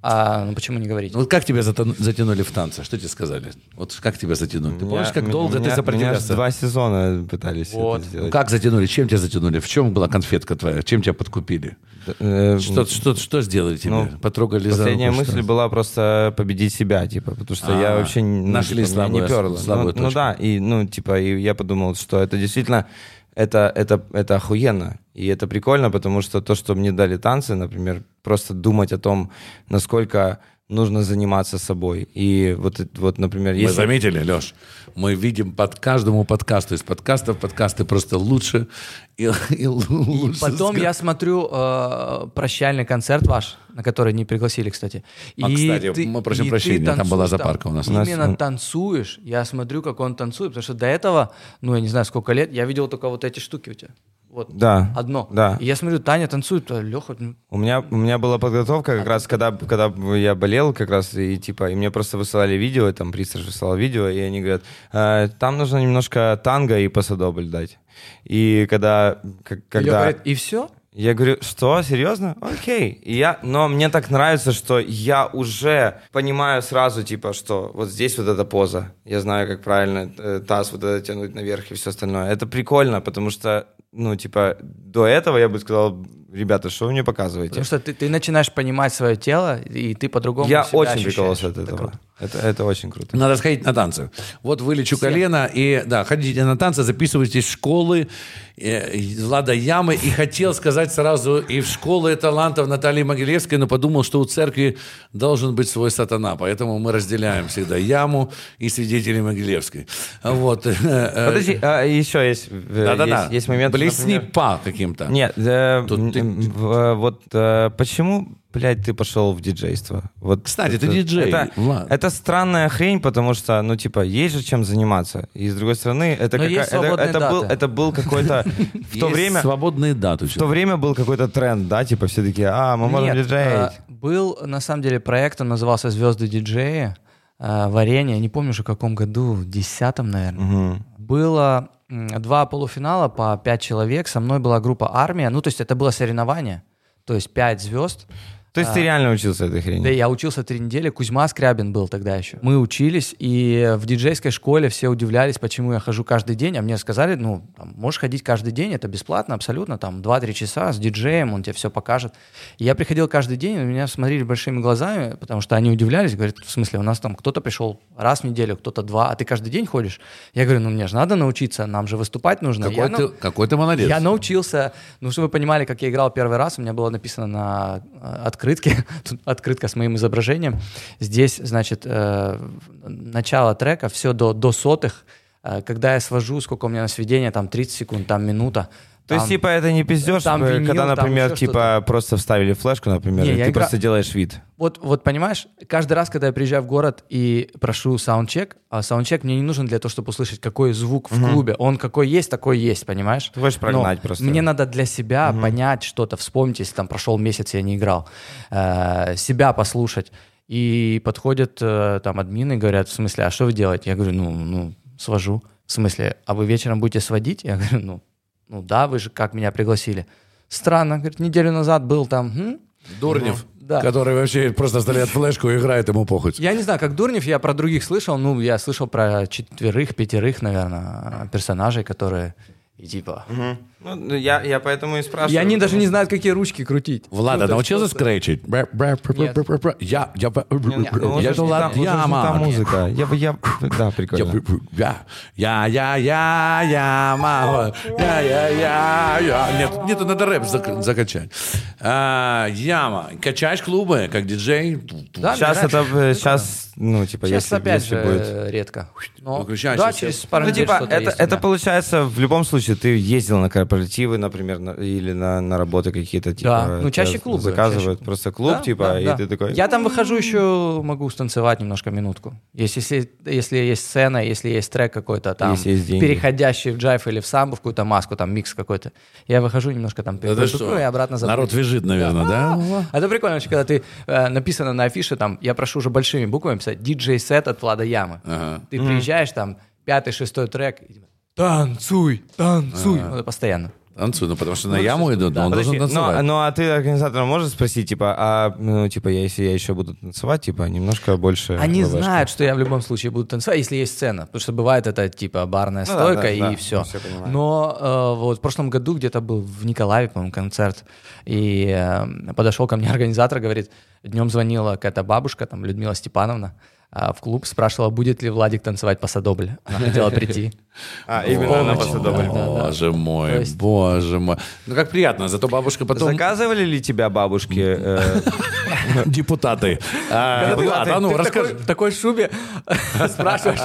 Speaker 4: А, ну почему не говорить?
Speaker 2: Вот как тебя затон- затянули в танце? Что тебе сказали? Вот как тебя затянули? Ты помнишь, как
Speaker 3: Меня-
Speaker 2: долго
Speaker 3: меня-
Speaker 2: ты
Speaker 3: меня аж
Speaker 2: сопротивлялся?
Speaker 3: Два сезона пытались
Speaker 4: Вот.
Speaker 3: это
Speaker 2: Ну,
Speaker 3: сделать.
Speaker 2: Как затянули? Чем тебя затянули? В чем была конфетка твоя? Чем тебя подкупили?
Speaker 3: Э,
Speaker 2: Что, что, что сделали тебе?
Speaker 3: Ну,
Speaker 2: Потрогали за
Speaker 3: Последняя
Speaker 2: руку, что?
Speaker 3: мысль была просто победить себя, типа, потому что я
Speaker 2: А,
Speaker 3: вообще не-
Speaker 2: нашли
Speaker 3: типа, меня
Speaker 2: слабую-
Speaker 3: не перло.
Speaker 2: слабую
Speaker 3: ну, ну
Speaker 2: точку.
Speaker 3: да, и ну типа и я подумал, что это действительно это это это охуенно и это прикольно, потому что то, что мне дали танцы, например, просто думать о том, насколько нужно заниматься собой и вот это- вот, например,
Speaker 2: Мы
Speaker 3: если
Speaker 2: заметили, Леш, мы видим под каждому подкасту из подкастов подкасты просто лучше и, и лу- лучше.
Speaker 4: Потом
Speaker 2: ск-
Speaker 4: я смотрю э, прощальный концерт ваш, на который не пригласили, кстати.
Speaker 2: А, кстати, мы просим
Speaker 4: и ты
Speaker 2: прощения, там
Speaker 4: танцуешь
Speaker 2: была запарка у нас. У нас-
Speaker 4: Именно танцуешь, я смотрю, как он танцует, потому что до этого, ну, я не знаю, сколько лет, я видел только вот эти штуки у тебя. Вот
Speaker 3: Да.
Speaker 4: одно.
Speaker 3: Да.
Speaker 4: И я смотрю, Таня танцует, а Леха, ну,
Speaker 3: У меня, у меня была подготовка как раз, когда, когда я болел как раз, и типа, и мне просто высылали видео, и там пристаж высылал видео, и они говорят, «Э, там нужно немножко танго и пасадобль дать. И когда... к-
Speaker 4: и Лёха
Speaker 3: когда...
Speaker 4: говорит, и все?
Speaker 3: Я говорю, что, серьезно? Окей. И я, но мне так нравится, что я уже понимаю сразу, типа, что вот здесь вот эта поза. Я знаю, как правильно э, таз вот это тянуть наверх и все остальное. Это прикольно, потому что, ну, типа, до этого я бы сказал, ребята, что вы мне показываете?
Speaker 4: Потому что ты, ты начинаешь понимать свое тело, и ты по-другому
Speaker 3: я
Speaker 4: себя
Speaker 3: очень
Speaker 4: ощущаешь.
Speaker 3: прикололся от
Speaker 4: Это
Speaker 3: этого.
Speaker 4: круто.
Speaker 3: Это, это очень круто.
Speaker 2: Надо сходить на танцы. Вот вылечу колено, и да, ходите на танцы, записывайтесь в школы э, и- Лада Ямы. И хотел сказать сразу и в школы талантов Натальи Могилевской, но подумал, что у церкви должен быть свой сатана. Поэтому мы разделяем всегда Яму и свидетелей Могилевской. Вот. э, э,
Speaker 3: Подожди, а, еще есть, э,
Speaker 2: Да-да-да.
Speaker 3: есть, есть момент.
Speaker 2: Блесни
Speaker 3: например-
Speaker 2: па каким-то.
Speaker 3: Нет, э,
Speaker 2: Тут
Speaker 3: м,
Speaker 2: ты-
Speaker 3: м, в- э, вот э, почему, блядь, ты пошел в диджейство? Вот
Speaker 2: Кстати, ты
Speaker 3: это-
Speaker 2: диджей,
Speaker 3: Это,
Speaker 2: Влад.
Speaker 3: это странная хрень, потому что, ну, типа, есть же чем заниматься. И с другой стороны, это
Speaker 4: Но
Speaker 3: какая-
Speaker 4: есть
Speaker 3: это-
Speaker 4: свободные
Speaker 3: это был,
Speaker 4: даты.
Speaker 3: это был какой-то в то
Speaker 2: Есть
Speaker 3: время.
Speaker 2: свободные даты. у
Speaker 3: В то
Speaker 2: человека.
Speaker 3: время был какой-то тренд, да, типа все такие, а, мы можем
Speaker 4: Нет,
Speaker 3: диджеить.
Speaker 4: э, был, на самом деле, проект, он назывался «Звезды диджея» э, в арене, я не помню уже в каком году, в десятом, наверное.
Speaker 3: Мгм.
Speaker 4: Было м, два полуфинала по пять человек, со мной была группа «Армия», ну, то есть это было соревнование, то есть пять звезд.
Speaker 2: а.
Speaker 3: То есть ты реально учился этой хрени?
Speaker 4: Да, я учился три недели, Кузьма Скрябин был тогда еще. Мы учились, и в диджейской школе все удивлялись, почему я хожу каждый день, а мне сказали, ну, там, можешь ходить каждый день, это бесплатно абсолютно, там, 2-3 часа с диджеем, он тебе все покажет. И я приходил каждый день, на меня смотрели большими глазами, потому что они удивлялись, говорят, в смысле, у нас там кто-то пришел раз в неделю, кто-то два, а ты каждый день ходишь? Я говорю, ну, мне же надо научиться, нам же выступать нужно. А Я
Speaker 2: Какой,
Speaker 4: ну, на-
Speaker 2: ты, какой ты молодец.
Speaker 4: я научился. Ну, чтобы вы понимали, как я играл первый раз, у меня было написано на э, открытке, тут открытка с моим изображением. Здесь, значит, э, начало трека, все до, до сотых. Э, Когда я свожу, сколько у меня на сведение, там 30 секунд, там минута.
Speaker 3: То есть,
Speaker 4: там-
Speaker 3: типа, это не пиздешь,
Speaker 4: там
Speaker 3: э,
Speaker 4: винил,
Speaker 3: когда,
Speaker 4: там
Speaker 3: например,
Speaker 4: еще
Speaker 3: типа,
Speaker 4: что-то.
Speaker 3: просто вставили флешку, например,
Speaker 4: Не,
Speaker 3: и
Speaker 4: я
Speaker 3: ты
Speaker 4: игра-
Speaker 3: просто делаешь вид.
Speaker 4: Вот, вот понимаешь, каждый раз, когда я приезжаю в город и прошу саундчек, а саундчек мне не нужен для того, чтобы услышать, какой звук в клубе. Он какой есть, такой есть, понимаешь?
Speaker 3: Ты хочешь
Speaker 4: Но
Speaker 3: прогнать просто.
Speaker 4: Мне надо для себя понять что-то, вспомнить, если там прошел месяц, я не играл, э, себя послушать. И подходят э, там админы и говорят, в смысле, а что вы делаете? Я говорю, ну, ну, свожу. В смысле, а вы вечером будете сводить? Я говорю, ну, ну да, вы же как меня пригласили. Странно, говорит, неделю назад был там, «М,
Speaker 2: Дурнев,
Speaker 4: Ну, да.
Speaker 2: который вообще просто вставляет флешку и играет ему похоть.
Speaker 4: я не знаю, как Дурнев, я про других слышал. Ну, я слышал про четверых, пятерых, наверное, персонажей, которые и типа...
Speaker 3: Ну, я, я поэтому и спрашиваю.
Speaker 4: И они даже не знают, какие ручки крутить.
Speaker 2: Влада,
Speaker 4: Ну, то есть
Speaker 2: научился
Speaker 4: просто-
Speaker 2: скретчить? Бра- бра- бра- бра-
Speaker 4: Нет.
Speaker 2: бра- бра- бра. Я, я, бра-
Speaker 3: Нет, ну,
Speaker 2: бра-
Speaker 3: уже
Speaker 2: я,
Speaker 3: ж не
Speaker 2: Влад
Speaker 3: там- уже ж не та
Speaker 2: Яма.
Speaker 3: музыка. Я, бы- я, да,
Speaker 2: Я,
Speaker 3: прикольно.
Speaker 2: бра- бра- я, я, я, я, яма. я, я, я, я. Нет, нет, надо рэп зак- закачать. А, яма. Качаешь клубы, как диджей?
Speaker 4: Да, мне
Speaker 3: Сейчас
Speaker 4: нравится.
Speaker 3: это, сейчас, ну, типа,
Speaker 4: Сейчас
Speaker 3: если,
Speaker 4: опять
Speaker 3: если
Speaker 4: же
Speaker 3: будет.
Speaker 4: редко. Но,
Speaker 2: Выключайся,
Speaker 4: да,
Speaker 2: все.
Speaker 4: через пару
Speaker 3: Ну,
Speaker 4: недель
Speaker 3: типа,
Speaker 4: что-то
Speaker 3: это,
Speaker 4: есть у
Speaker 3: это
Speaker 4: меня.
Speaker 3: получается, в любом случае, ты ездил на корпоративы, например, на- или на, на работы какие-то, типа,
Speaker 4: Да, ну, чаще
Speaker 3: тебя
Speaker 4: клубы,
Speaker 3: Заказывают
Speaker 4: чаще.
Speaker 3: просто клуб,
Speaker 4: Да,
Speaker 3: типа,
Speaker 4: да,
Speaker 3: и
Speaker 4: да.
Speaker 3: ты такой... «М-м».
Speaker 4: Я там выхожу еще, могу станцевать немножко минутку. Если, если, если есть сцена, если есть трек какой-то там,
Speaker 3: Если есть деньги.
Speaker 4: переходящий в джайф или в самбо, в какую-то маску, там микс какой-то, я выхожу немножко там
Speaker 2: Да ты
Speaker 4: перекручу
Speaker 2: что?
Speaker 4: и обратно запрыгну.
Speaker 2: Народ вяжет, наверное, да?
Speaker 4: А Это прикольно, вообще, когда ты э, написано на афише, там, я прошу уже большими буквами писать, диджей-сет от Влада Ямы.
Speaker 2: Ага.
Speaker 4: Ты приезжаешь, там, пятый, шестой трек, и типа, танцуй, танцуй. Вот это постоянно.
Speaker 2: Танцуй, ну потому что на яму идут, но он
Speaker 3: Подожди,
Speaker 2: должен
Speaker 3: ну, а-
Speaker 2: танцевать.
Speaker 3: ну, а ты организатора можешь спросить, типа, а, ну, типа, я, если я еще буду танцевать, типа, немножко больше...
Speaker 4: Они
Speaker 3: лавашки?
Speaker 4: знают, что я в любом случае буду танцевать, если есть сцена. Потому что бывает это типа барная
Speaker 3: Ну да,
Speaker 4: стойка
Speaker 3: да,
Speaker 4: и
Speaker 3: да,
Speaker 4: все.
Speaker 3: всё понимаю.
Speaker 4: Но э, вот в прошлом году где-то был в Николаеве, по-моему, концерт. И э, подошел ко мне организатор, говорит, днем звонила какая-то бабушка, там Людмила Степановна, а, в клуб, спрашивала, будет ли Владик танцевать пасадобль. Она хотела прийти.
Speaker 3: А, именно она
Speaker 4: О,
Speaker 3: просто
Speaker 4: да,
Speaker 3: добавила.
Speaker 4: да.
Speaker 2: Боже мой,
Speaker 4: есть-
Speaker 2: боже мой. Ну как приятно, зато бабушка потом...
Speaker 3: Заказывали ли тебя бабушки? э,
Speaker 2: Депутаты. А,
Speaker 3: Депутаты.
Speaker 2: Влад, а ну
Speaker 4: Ты в такой-
Speaker 2: расскажи.
Speaker 4: в такой шубе спрашиваешь.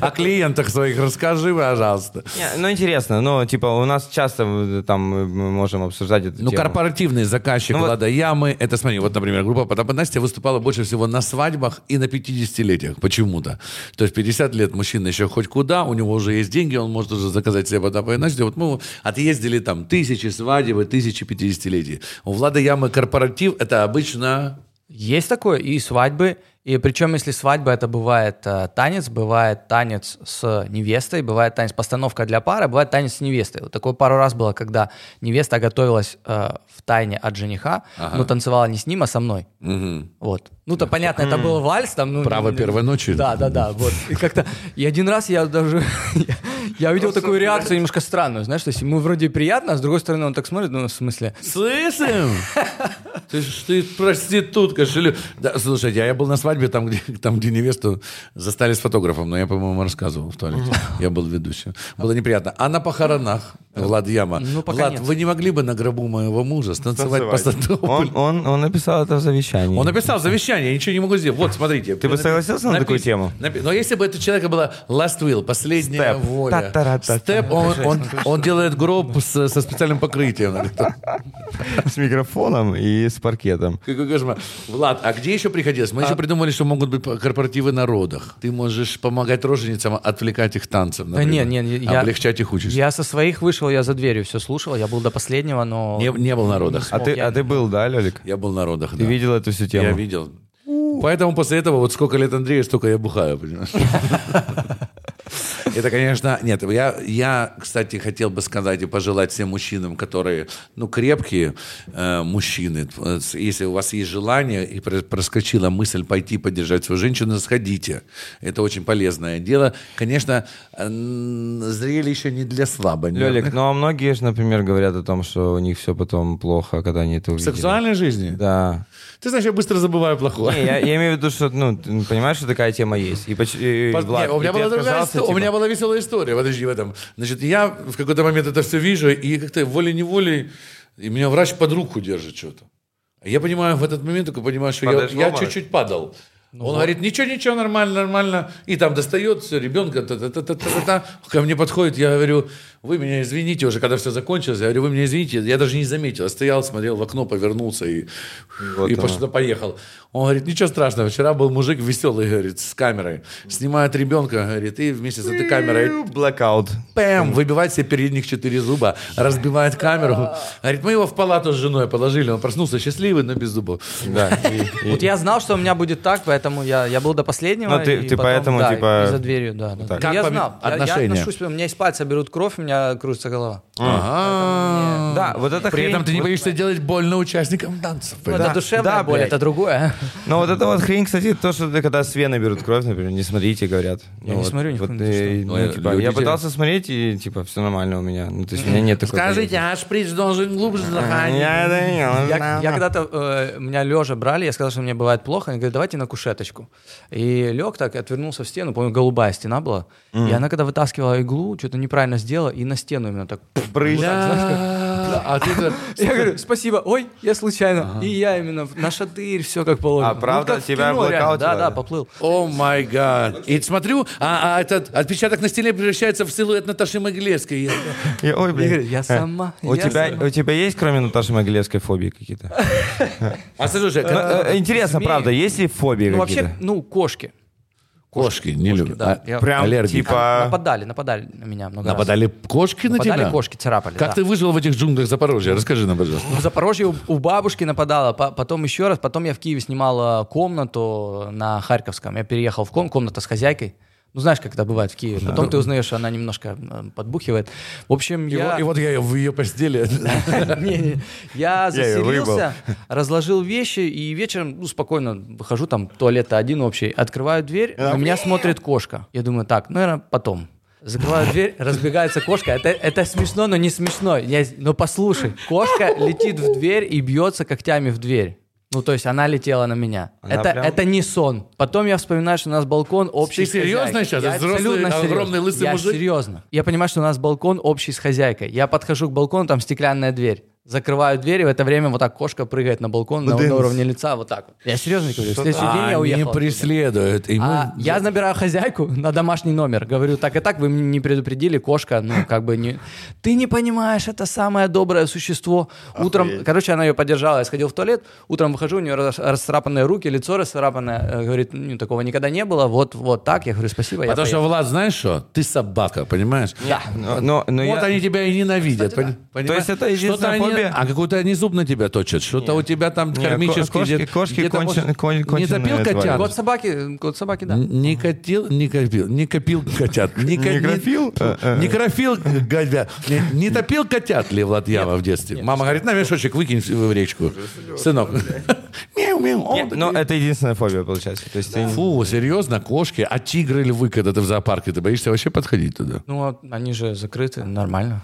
Speaker 2: О клиентах своих расскажи, пожалуйста.
Speaker 3: Не, Ну, интересно, ну, типа, у нас часто э, там мы можем обсуждать эту
Speaker 2: Ну,
Speaker 3: тему.
Speaker 2: корпоративный заказчик
Speaker 3: Ну, вот-
Speaker 2: Влада Ямы, это, смотри, вот, например, группа «Потап и Настя» выступала больше всего на свадьбах и на 50-летиях почему-то. То есть 50 лет мужчина еще хоть куда, у него уже есть деньги, он может уже заказать себе потом. Иначе вот мы отъездили там тысячи свадебы, тысячи пятидесятилетий. У Влада Ямы корпоратив – это обычно
Speaker 4: Есть такое и свадьбы. И причем, если свадьба, это бывает э, танец, бывает танец с невестой, бывает танец постановка для пары, бывает танец с невестой. Вот такое пару раз было, когда невеста готовилась э, в тайне от жениха, но танцевала не с ним, а со мной. Вот. Ну то понятно, это был вальс там. Ну,
Speaker 2: Право
Speaker 4: не-
Speaker 2: первой ночи.
Speaker 4: Да, да, да. Вот. И как-то. И один раз я даже я- я увидел такую реакцию немножко странную, знаешь, то есть ему вроде приятно, а с другой стороны он так смотрит, ну в смысле.
Speaker 2: Слышим? Ты, ж- ты проститутка, шлю. Да, слушай, я, я был на свадьбе, там где, там, где невесту застали с фотографом, но я, по-моему, рассказывал в туалете. Я был ведущим. Было неприятно. А на похоронах Влад Яма.
Speaker 4: Ну, пока
Speaker 2: Влад,
Speaker 4: нет.
Speaker 2: вы не могли бы на гробу моего мужа станцевать постановку?
Speaker 3: Он,
Speaker 2: Он,
Speaker 3: он, он написал это в завещании.
Speaker 2: написал завещание, я ничего не могу сделать. Вот, смотрите.
Speaker 3: Ты бы согласился на такую тему?
Speaker 2: напи- но если бы это человека была last will, последняя
Speaker 3: Степ.
Speaker 2: воля.
Speaker 3: Та-та-ра-та-та.
Speaker 2: Степ, он, он, он делает гроб с- со специальным покрытием.
Speaker 3: С микрофоном и с паркетом.
Speaker 2: Какой кошмар. Влад, а где еще приходилось? Мы еще придумали, что могут быть корпоративы на родах. Ты можешь помогать роженицам отвлекать их танцем,
Speaker 4: Да
Speaker 2: например.
Speaker 4: нет, нет, я,
Speaker 2: Облегчать их участь.
Speaker 4: я со своих вышел, я за дверью все слушал, я был до последнего, но
Speaker 2: Не, не был на родах.
Speaker 3: А ты, а ты был, да, Лёлик?
Speaker 2: Я был на родах,
Speaker 3: Ты
Speaker 2: да.
Speaker 3: видел эту всю
Speaker 2: Я
Speaker 3: тему?
Speaker 2: видел. Поэтому после этого вот сколько лет Андрею, столько я бухаю, понимаешь? Это, конечно, нет, я, я, кстати, хотел бы сказать и пожелать всем мужчинам, которые, ну, крепкие э, мужчины, э, с- если у вас есть желание и про- проскочила мысль пойти поддержать свою женщину, сходите. Это очень полезное дело. Конечно, э, м, зрелище не для слабонервных.
Speaker 3: Лёлик, ну а многие же, например, говорят о том, что у них все потом плохо, когда они это
Speaker 2: В
Speaker 3: увидели.
Speaker 2: сексуальной жизни?
Speaker 3: Да.
Speaker 2: Ты знаешь, я быстро забываю плохое.
Speaker 3: Не, я, я имею в виду, что, ну, ты понимаешь, что такая тема есть. И, поч- и,
Speaker 2: Пос-
Speaker 3: Влад,
Speaker 2: не, у,
Speaker 3: и
Speaker 2: меня
Speaker 3: ты
Speaker 2: была другая
Speaker 3: отказался,
Speaker 2: исто- у
Speaker 3: типа,
Speaker 2: меня была веселая история, подожди, в этом. Значит, я в какой-то момент это все вижу, и как-то волей-неволей, и меня врач под руку держит что-то. Я понимаю, в этот момент только понимаю, что я,
Speaker 3: Падаешь в
Speaker 2: я
Speaker 3: обморок?
Speaker 2: чуть-чуть падал. Он говорит, ничего, ничего, нормально, нормально. И там достает все, ребенка, та-та-та-та-та-та. ко мне подходит, я говорю, вы меня извините уже, когда все закончилось, я говорю, вы меня извините, я даже не заметил, я стоял, смотрел в окно, повернулся и,
Speaker 3: Вот
Speaker 2: и
Speaker 3: оно.
Speaker 2: пош- да поехал. Он говорит, ничего страшного, вчера был мужик веселый, говорит, с камерой. Снимает ребенка, говорит, и вместе с этой камерой
Speaker 3: Блэкаут.
Speaker 2: пэм, выбивает себе передних четыре зуба, разбивает камеру. А Говорит, мы его в палату с женой положили, он проснулся счастливый, но без зубов.
Speaker 3: Да. и- и-
Speaker 4: Вот я знал, что у меня будет так, поэтому я, я был до последнего.
Speaker 3: Ну, ты-
Speaker 4: и
Speaker 3: ты
Speaker 4: потом,
Speaker 3: поэтому,
Speaker 4: да,
Speaker 3: типа,
Speaker 4: и за дверью, да. да.
Speaker 3: так.
Speaker 4: Я
Speaker 2: Как
Speaker 4: знал.
Speaker 2: поме-
Speaker 4: Я, я
Speaker 2: отношения?
Speaker 4: отношусь, у меня из пальца берут кровь, у меня кружится голова.
Speaker 2: Ага.
Speaker 3: Да, вот это
Speaker 2: При
Speaker 3: хрень-
Speaker 2: этом ты не
Speaker 3: вот-
Speaker 2: боишься делать больно участникам танцев.
Speaker 4: Ну,
Speaker 2: Да.
Speaker 4: это душевная
Speaker 3: да,
Speaker 4: боль,
Speaker 3: блядь.
Speaker 4: это другое.
Speaker 3: Ну вот это вот хрень, кстати, то, что ты когда с вены берут кровь, например, не смотрите, говорят. Ну
Speaker 4: Я не
Speaker 3: вот,
Speaker 4: смотрю ни в
Speaker 3: вот,
Speaker 4: коем
Speaker 3: э,
Speaker 4: случае.
Speaker 3: ну,
Speaker 2: Ну,
Speaker 3: типа,
Speaker 2: люди
Speaker 3: Я
Speaker 2: делают.
Speaker 3: пытался смотреть, и типа все нормально у меня. Ну, то есть у меня нет такой...
Speaker 2: Скажите, а шприц должен глубже заходить.
Speaker 3: Я это не-
Speaker 4: Я, я когда-то, э, меня лежа брали, я сказал, что мне бывает плохо, они говорят, давайте на кушеточку. И лег так, отвернулся в стену, помню, голубая стена была, и она когда вытаскивала иглу, что-то неправильно сделала, и на стену именно так.
Speaker 3: Брысь.
Speaker 2: Бля, А ты-то...
Speaker 4: Я говорю, спасибо, ой, я случайно. И я именно в- на шатырь, все как положено. Ну,
Speaker 3: А правда,
Speaker 4: как в
Speaker 3: тебя
Speaker 4: кино реально.
Speaker 3: блокаутило?
Speaker 4: Да, да, поплыл.
Speaker 2: О май гад. И смотрю, а, а этот отпечаток на стене превращается в силуэт Наташи Могилевской.
Speaker 3: Я- Ой, блин. Э,
Speaker 4: Я говорю, я сама,
Speaker 3: У
Speaker 4: я
Speaker 3: тебя,
Speaker 4: сама.
Speaker 3: у тебя есть, кроме Наташи Могилевской, фобии какие-то?
Speaker 2: А слушай,
Speaker 3: Ну,
Speaker 2: как-
Speaker 3: э, Интересно,
Speaker 4: змеи.
Speaker 3: правда, есть ли фобии
Speaker 4: Ну, вообще,
Speaker 3: какие-то?
Speaker 4: ну, кошки.
Speaker 2: кошки не любят.
Speaker 4: да.
Speaker 2: А,
Speaker 4: Я-
Speaker 3: Прям
Speaker 2: аллергики.
Speaker 3: типа...
Speaker 4: Нападали, нападали на меня много раз.
Speaker 2: Нападали кошки на
Speaker 4: Нападали
Speaker 2: тебя?
Speaker 4: кошки, царапали.
Speaker 2: Как
Speaker 4: да.
Speaker 2: ты выжил в этих джунглях Запорожья? Расскажи нам, пожалуйста.
Speaker 4: В Запорожье у, у бабушки нападала, по- потом еще раз, потом я в Киеве снимал э, комнату на Харьковском. Я переехал в ком, комната с хозяйкой. Ну, знаешь, как это бывает в Киеве. Потом ты узнаешь, что она немножко э, подбухивает. В
Speaker 2: Ну,
Speaker 4: общем,
Speaker 2: И,
Speaker 4: я...
Speaker 2: вот, и вот я в ее постели.
Speaker 4: Не-не. Я
Speaker 3: Я её выебал.
Speaker 4: заселился, разложил вещи, и вечером ну, спокойно выхожу, там туалет-то один общий, открываю дверь, на меня смотрит кошка. Я думаю, так, наверное, потом. Закрываю дверь, разбегается кошка. Это, это смешно, но не смешно. Я, но послушай, кошка летит в дверь и бьется когтями в дверь. Ну, то есть она летела на меня.
Speaker 3: Она
Speaker 4: это,
Speaker 3: прям-
Speaker 4: это не сон. Потом я вспоминаю, что у нас балкон общий
Speaker 2: Ты
Speaker 4: с хозяйкой.
Speaker 2: серьезно сейчас?
Speaker 4: Я
Speaker 2: Взрослый,
Speaker 4: абсолютно
Speaker 2: огромный
Speaker 4: серьезно.
Speaker 2: лысый
Speaker 4: Я
Speaker 2: мужик?
Speaker 4: серьезно. Я понимаю, что у нас балкон общий с хозяйкой. Я подхожу к балкону, там стеклянная дверь. закрывают двери, в это время вот так кошка прыгает на балкон на,
Speaker 5: Блин.
Speaker 4: на уровне лица, вот так вот. Я серьезно говорю, в следующий день я
Speaker 2: Они
Speaker 4: уехал. оттуда.
Speaker 2: преследуют. И мы-
Speaker 4: А я набираю хозяйку на домашний номер. Говорю, так и так, вы мне не предупредили, кошка, ну, как бы не... Ты не понимаешь, это самое доброе существо. Утром,
Speaker 5: Охуеть.
Speaker 4: короче, она ее поддержала, я сходил в туалет, утром выхожу, у нее рас- расцарапанные руки, лицо расцарапанное. Э, Говорит, ну, такого никогда не было, вот, вот так. Я говорю, спасибо, я
Speaker 2: Потому что,
Speaker 4: поехал».
Speaker 2: Влад, знаешь что? Ты собака, понимаешь?
Speaker 3: Но- но- но
Speaker 2: вот
Speaker 3: я-
Speaker 2: они тебя и ненавидят. пони- понимаешь?
Speaker 3: То есть это единственная
Speaker 2: Что-то они-
Speaker 3: фобия?
Speaker 2: А какой-то они зуб на тебя точат, что-то у тебя там
Speaker 3: Не,
Speaker 2: кармический...
Speaker 3: ко- кошки-
Speaker 2: где-
Speaker 3: кошки
Speaker 2: где-то,
Speaker 3: кончен-
Speaker 2: может,
Speaker 3: кон-
Speaker 2: Не
Speaker 3: конченые
Speaker 2: топил
Speaker 3: твари.
Speaker 2: котят?
Speaker 4: Год собаки, год собаки, да.
Speaker 2: Не котил, не копил, не копил котят. Не, ко- не-
Speaker 3: Некрофил? Э, э.
Speaker 2: Не крофил котят. Не, не топил котят ли Владьява в детстве? Мама говорит, на мешочек выкинь в речку. Сынок. Мяу-мяу. о,
Speaker 3: Нет,
Speaker 2: да
Speaker 3: но
Speaker 2: ты-
Speaker 3: ну, это единственная фобия, получается. То есть ты не-
Speaker 2: Фу, серьезно, кошки, а тигры, львы, когда ты в зоопарке, ты боишься вообще подходить туда?
Speaker 4: Ну, а они же закрыты, нормально.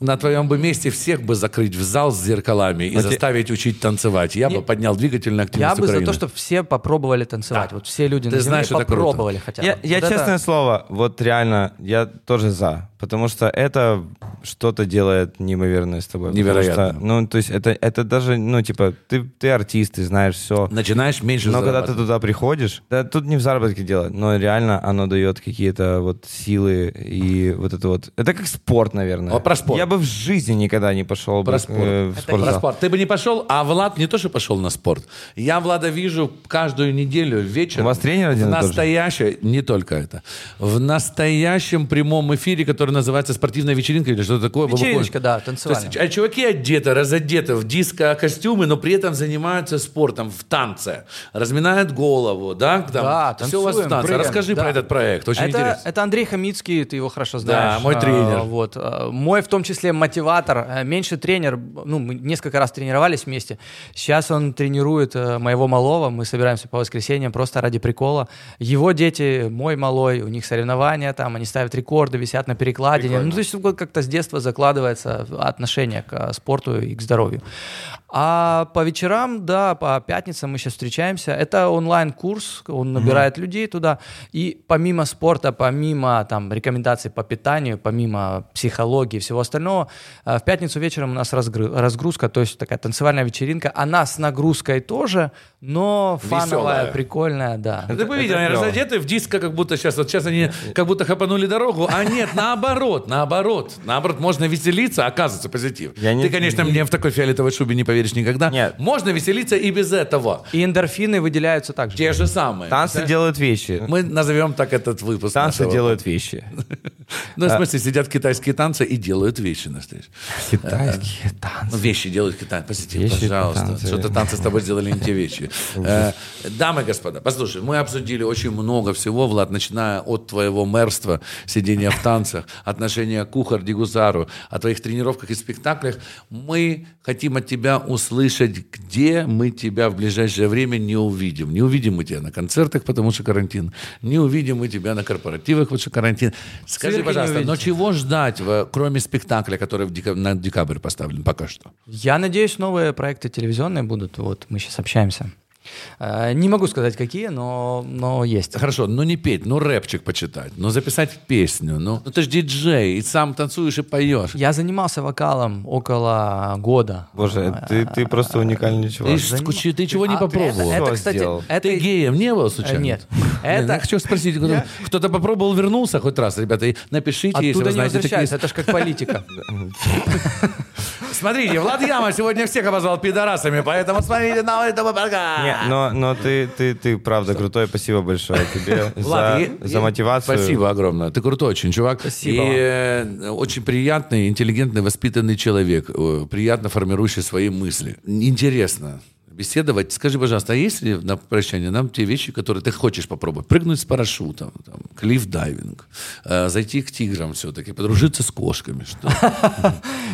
Speaker 2: На твоем бы месте всех бы закрыть в зал с зеркалами и
Speaker 3: те-
Speaker 2: заставить учить танцевать. Я бы поднял двигательную активность
Speaker 4: Я бы за
Speaker 2: Украины.
Speaker 4: то, чтобы все попробовали танцевать. Вот все люди
Speaker 2: Ты
Speaker 4: на земле
Speaker 2: знаешь, это круто.
Speaker 4: попробовали хотя бы.
Speaker 3: Я, я,
Speaker 4: Вот это-
Speaker 3: честное слово, вот реально, я тоже за. Потому что это что-то делает неимоверное с тобой. Потому
Speaker 2: Невероятно.
Speaker 3: что, ну, то есть это, это даже, ну, типа, ты, ты артист, ты знаешь все.
Speaker 2: Начинаешь меньше
Speaker 3: Но когда ты
Speaker 2: зарабатывать.
Speaker 3: туда приходишь, да, тут не в заработке дело, но реально оно дает какие-то вот силы и вот это вот. Это как спорт, наверное.
Speaker 2: О, про спорт.
Speaker 3: Я бы в жизни никогда не пошел
Speaker 2: Про
Speaker 3: бы,
Speaker 2: спорт.
Speaker 3: э, в
Speaker 2: Это
Speaker 3: спортзал.
Speaker 2: Про спорт. Ты бы не пошел, а Влад не то, что пошел на спорт. Я Влада вижу каждую неделю вечером.
Speaker 3: У вас тренер один
Speaker 2: В
Speaker 3: и тот же?
Speaker 2: настоящем, не только это, в настоящем прямом эфире, который называется «Спортивная вечеринка» или что-то такое. вы
Speaker 4: Вечериночка,
Speaker 2: выходите.
Speaker 4: да, танцевальная.
Speaker 2: То есть, а чуваки одеты, разодеты в диско а костюмы, но при этом занимаются спортом в танце. Разминают голову, да? там,
Speaker 4: Да,
Speaker 2: Все у вас в
Speaker 4: танцуем,
Speaker 2: танце.
Speaker 4: прыгаем,
Speaker 2: Расскажи
Speaker 4: да.
Speaker 2: про этот проект, очень
Speaker 4: это,
Speaker 2: интересно.
Speaker 4: это Андрей Хамицкий, ты его хорошо знаешь.
Speaker 2: мой
Speaker 4: А,
Speaker 2: тренер.
Speaker 4: вот. а, Мой, в том числе, мотиватор. А, Меньше тренер. Ну, мы несколько раз тренировались вместе. Сейчас он тренирует э, моего малого. Мы собираемся по воскресеньям просто ради прикола. Его дети, мой малой, у них соревнования там, они ставят рекорды, висят на перекладине. Ну, то есть вот как-то с детства закладывается отношение к э, спорту и к здоровью. А по вечерам, да, по пятницам мы сейчас встречаемся. Это онлайн-курс, он набирает людей туда. И помимо спорта, помимо там рекомендаций по питанию, помимо психологии и всего остального, э, в пятницу вечером у нас разгры- разгрузка, то есть такая танцевальная вечеринка. Она с нагрузкой тоже, но фановая,
Speaker 2: Веселая.
Speaker 4: прикольная, да.
Speaker 2: Ты бы видел, они
Speaker 3: клево.
Speaker 2: разодеты в диско, как будто сейчас, вот сейчас они как будто хапанули дорогу, а нет, наоборот, наоборот, наоборот, можно веселиться, оказывается, позитив.
Speaker 3: Я не-
Speaker 2: Ты, конечно, мне в такой фиолетовой шубе не поверишь никогда.
Speaker 3: Нет.
Speaker 2: Можно веселиться и без этого.
Speaker 4: И эндорфины выделяются также.
Speaker 2: Те же самые.
Speaker 3: Танцы делают вещи.
Speaker 2: Мы назовем так этот выпуск.
Speaker 3: Танцы
Speaker 2: нашего.
Speaker 3: делают вещи.
Speaker 2: Ну, в
Speaker 4: э,
Speaker 2: смысле, сидят китайские танцы и делают вещи, настоящие.
Speaker 3: Китайские
Speaker 2: Ну,
Speaker 3: танцы.
Speaker 2: вещи делают китайцы. Посети,
Speaker 3: Вещи
Speaker 2: пожалуйста.
Speaker 3: танцы.
Speaker 2: Что-то танцы с тобой сделали не те вещи. Э, Дамы и господа, послушай, мы обсудили очень много всего, Влад, начиная от твоего мэрства, сидения в танцах, отношения к кухар-дегузару, о твоих тренировках и спектаклях. Мы хотим от тебя услышать, где мы тебя в ближайшее время не увидим. Не увидим мы тебя на концертах, потому что карантин. Не увидим мы тебя на корпоративах, потому что карантин. Скажи,
Speaker 4: Цирке не
Speaker 2: пожалуйста, но
Speaker 4: увидите.
Speaker 2: чего ждать, в- кроме спектакля, который в дека- на декабрь поставлен пока что?
Speaker 4: Я надеюсь, новые проекты телевизионные будут. Вот мы сейчас общаемся. Э, Не могу сказать, какие, но, но есть.
Speaker 2: Хорошо, ну не петь, ну рэпчик почитать, ну записать песню, ну, ну ты же диджей, и сам танцуешь и поешь.
Speaker 4: Я занимался вокалом около года.
Speaker 3: Боже, ты, ты просто уникальный
Speaker 2: Ты,
Speaker 3: чувак.
Speaker 2: ж скучи- ты чего не
Speaker 4: А,
Speaker 2: попробовал?
Speaker 4: Это,
Speaker 3: Что
Speaker 4: это, кстати,
Speaker 3: сделал?
Speaker 4: это...
Speaker 2: Ты геем не был случайно?
Speaker 4: Э, нет.
Speaker 2: Это...
Speaker 4: Это-
Speaker 2: хочу ну спросить, кто- кто-то попробовал, вернулся хоть раз, ребята, и напишите, если
Speaker 4: Оттуда
Speaker 2: вы
Speaker 4: не
Speaker 2: знаете такие...
Speaker 4: возвращается, это же как политика.
Speaker 2: Смотрите, Влад Яма сегодня всех обозвал пидорасами, поэтому смотрите на этого
Speaker 3: Не,
Speaker 2: пока.
Speaker 3: но, но ты, ты, ты правда крутой, спасибо большое тебе
Speaker 2: Влад,
Speaker 3: за,
Speaker 2: и-
Speaker 3: за
Speaker 2: и-
Speaker 3: мотивацию.
Speaker 2: Спасибо огромное. Ты крутой очень, чувак.
Speaker 4: Спасибо.
Speaker 2: И э, очень приятный, интеллигентный, воспитанный человек, э, приятно формирующий свои мысли. Интересно э, беседовать. Скажи, пожалуйста, а есть ли на прощание нам те вещи, которые ты хочешь попробовать? Прыгнуть с парашютом, там, клифф-дайвинг, э, зайти к тиграм все-таки, подружиться с кошками. Что?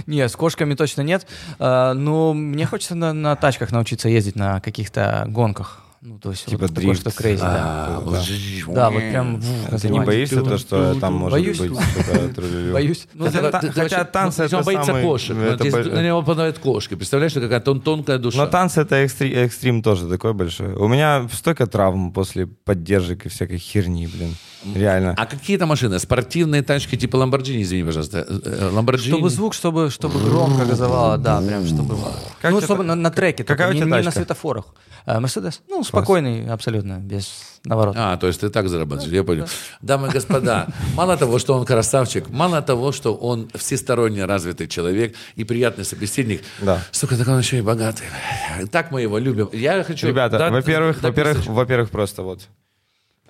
Speaker 4: Не, с кошками точно нет. Э, Но мне хочется на, на тачках научиться ездить на каких-то гонках. Ну, то есть
Speaker 3: Типа
Speaker 4: вот такое,
Speaker 3: дрифт.
Speaker 4: что crazy, да.
Speaker 2: А, вот ж-
Speaker 4: Да, вот прям... ву,
Speaker 3: А ты не
Speaker 4: развивать.
Speaker 3: боишься то, что там может
Speaker 4: Боюсь.
Speaker 3: быть что-то трудолюбие?
Speaker 4: Боюсь.
Speaker 2: Ну,
Speaker 3: Хотя
Speaker 2: это-
Speaker 3: та-
Speaker 2: ты-
Speaker 3: хотя
Speaker 2: короче,
Speaker 3: танцы
Speaker 2: ну,
Speaker 3: это
Speaker 2: Он боится
Speaker 3: самый-
Speaker 2: кошек.
Speaker 3: это
Speaker 2: Вот здесь
Speaker 3: бо-
Speaker 2: На него попадают кошки. Представляешь, какая тон- тонкая душа.
Speaker 3: Но танцы это экстри- экстрим тоже такой большой. У меня столько травм после поддержек и всякой херни, блин. Реально.
Speaker 2: А какие-то машины? Спортивные тачки типа Lamborghini, извини, пожалуйста. Э, Ламборджини.
Speaker 4: Чтобы звук, чтобы, чтобы громко газовало, да, прям чтобы.
Speaker 3: Как
Speaker 4: ну,
Speaker 3: у тебя
Speaker 4: чтобы на, на треке,
Speaker 3: какая
Speaker 4: только,
Speaker 3: у
Speaker 4: не,
Speaker 3: тебя
Speaker 4: не на
Speaker 3: тачка?
Speaker 4: светофорах. А, Мерседес? Ну, спокойный абсолютно, без наворот.
Speaker 2: А, то есть ты так зарабатываешь, я понял. Дамы и господа, мало того, что он красавчик, мало того, что он всесторонне развитый человек и приятный собеседник,
Speaker 3: Да.
Speaker 2: сука, так он еще и богатый. Так мы его любим. Я хочу...
Speaker 3: Ребята,
Speaker 2: да,
Speaker 3: во-первых,
Speaker 2: да,
Speaker 3: во-первых,
Speaker 2: Писач.
Speaker 3: во-первых, просто вот